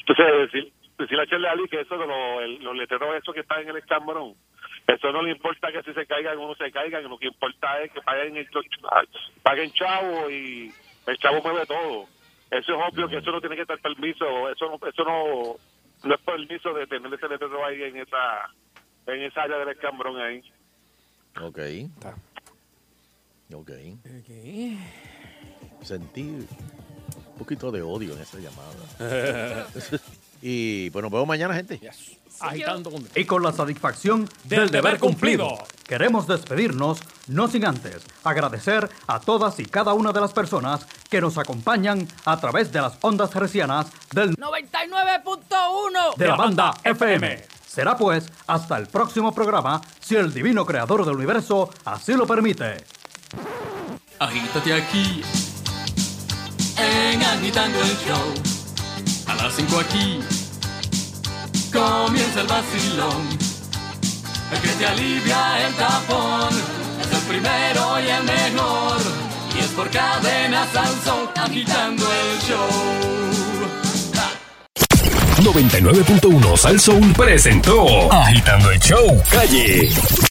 Speaker 12: Entonces, decir, decirle a Charlie Ali que eso de los, el- los letreros esos que están en el escambrón, eso no le importa que si se caigan o no se caigan, lo que importa es que paguen, el, cho- paguen chavo y el chavo mueve todo. Eso es obvio que eso no tiene que estar permiso, eso no, eso no, no es permiso de tener ese letrero ahí en esa, en esa área del escambrón ahí.
Speaker 6: Ok. Ok. Sentí un poquito de odio en esa llamada. y pues nos vemos mañana, gente.
Speaker 2: Agitando con-
Speaker 20: Y con la satisfacción
Speaker 2: Del deber cumplido.
Speaker 20: Queremos despedirnos, no sin antes agradecer a todas y cada una de las personas que nos acompañan a través de las ondas hercianas del
Speaker 13: 99.1
Speaker 20: de la banda FM. Será pues hasta el próximo programa, si el divino creador del universo así lo permite.
Speaker 13: Agítate aquí. En Agitando el Show. A las 5 aquí. Comienza el vacilón. El que te alivia el tapón. Es el primero y el mejor. Y es por cadena Sansón. Agitando el show.
Speaker 3: 99.1 Sal Soul presentó Agitando el Show Calle.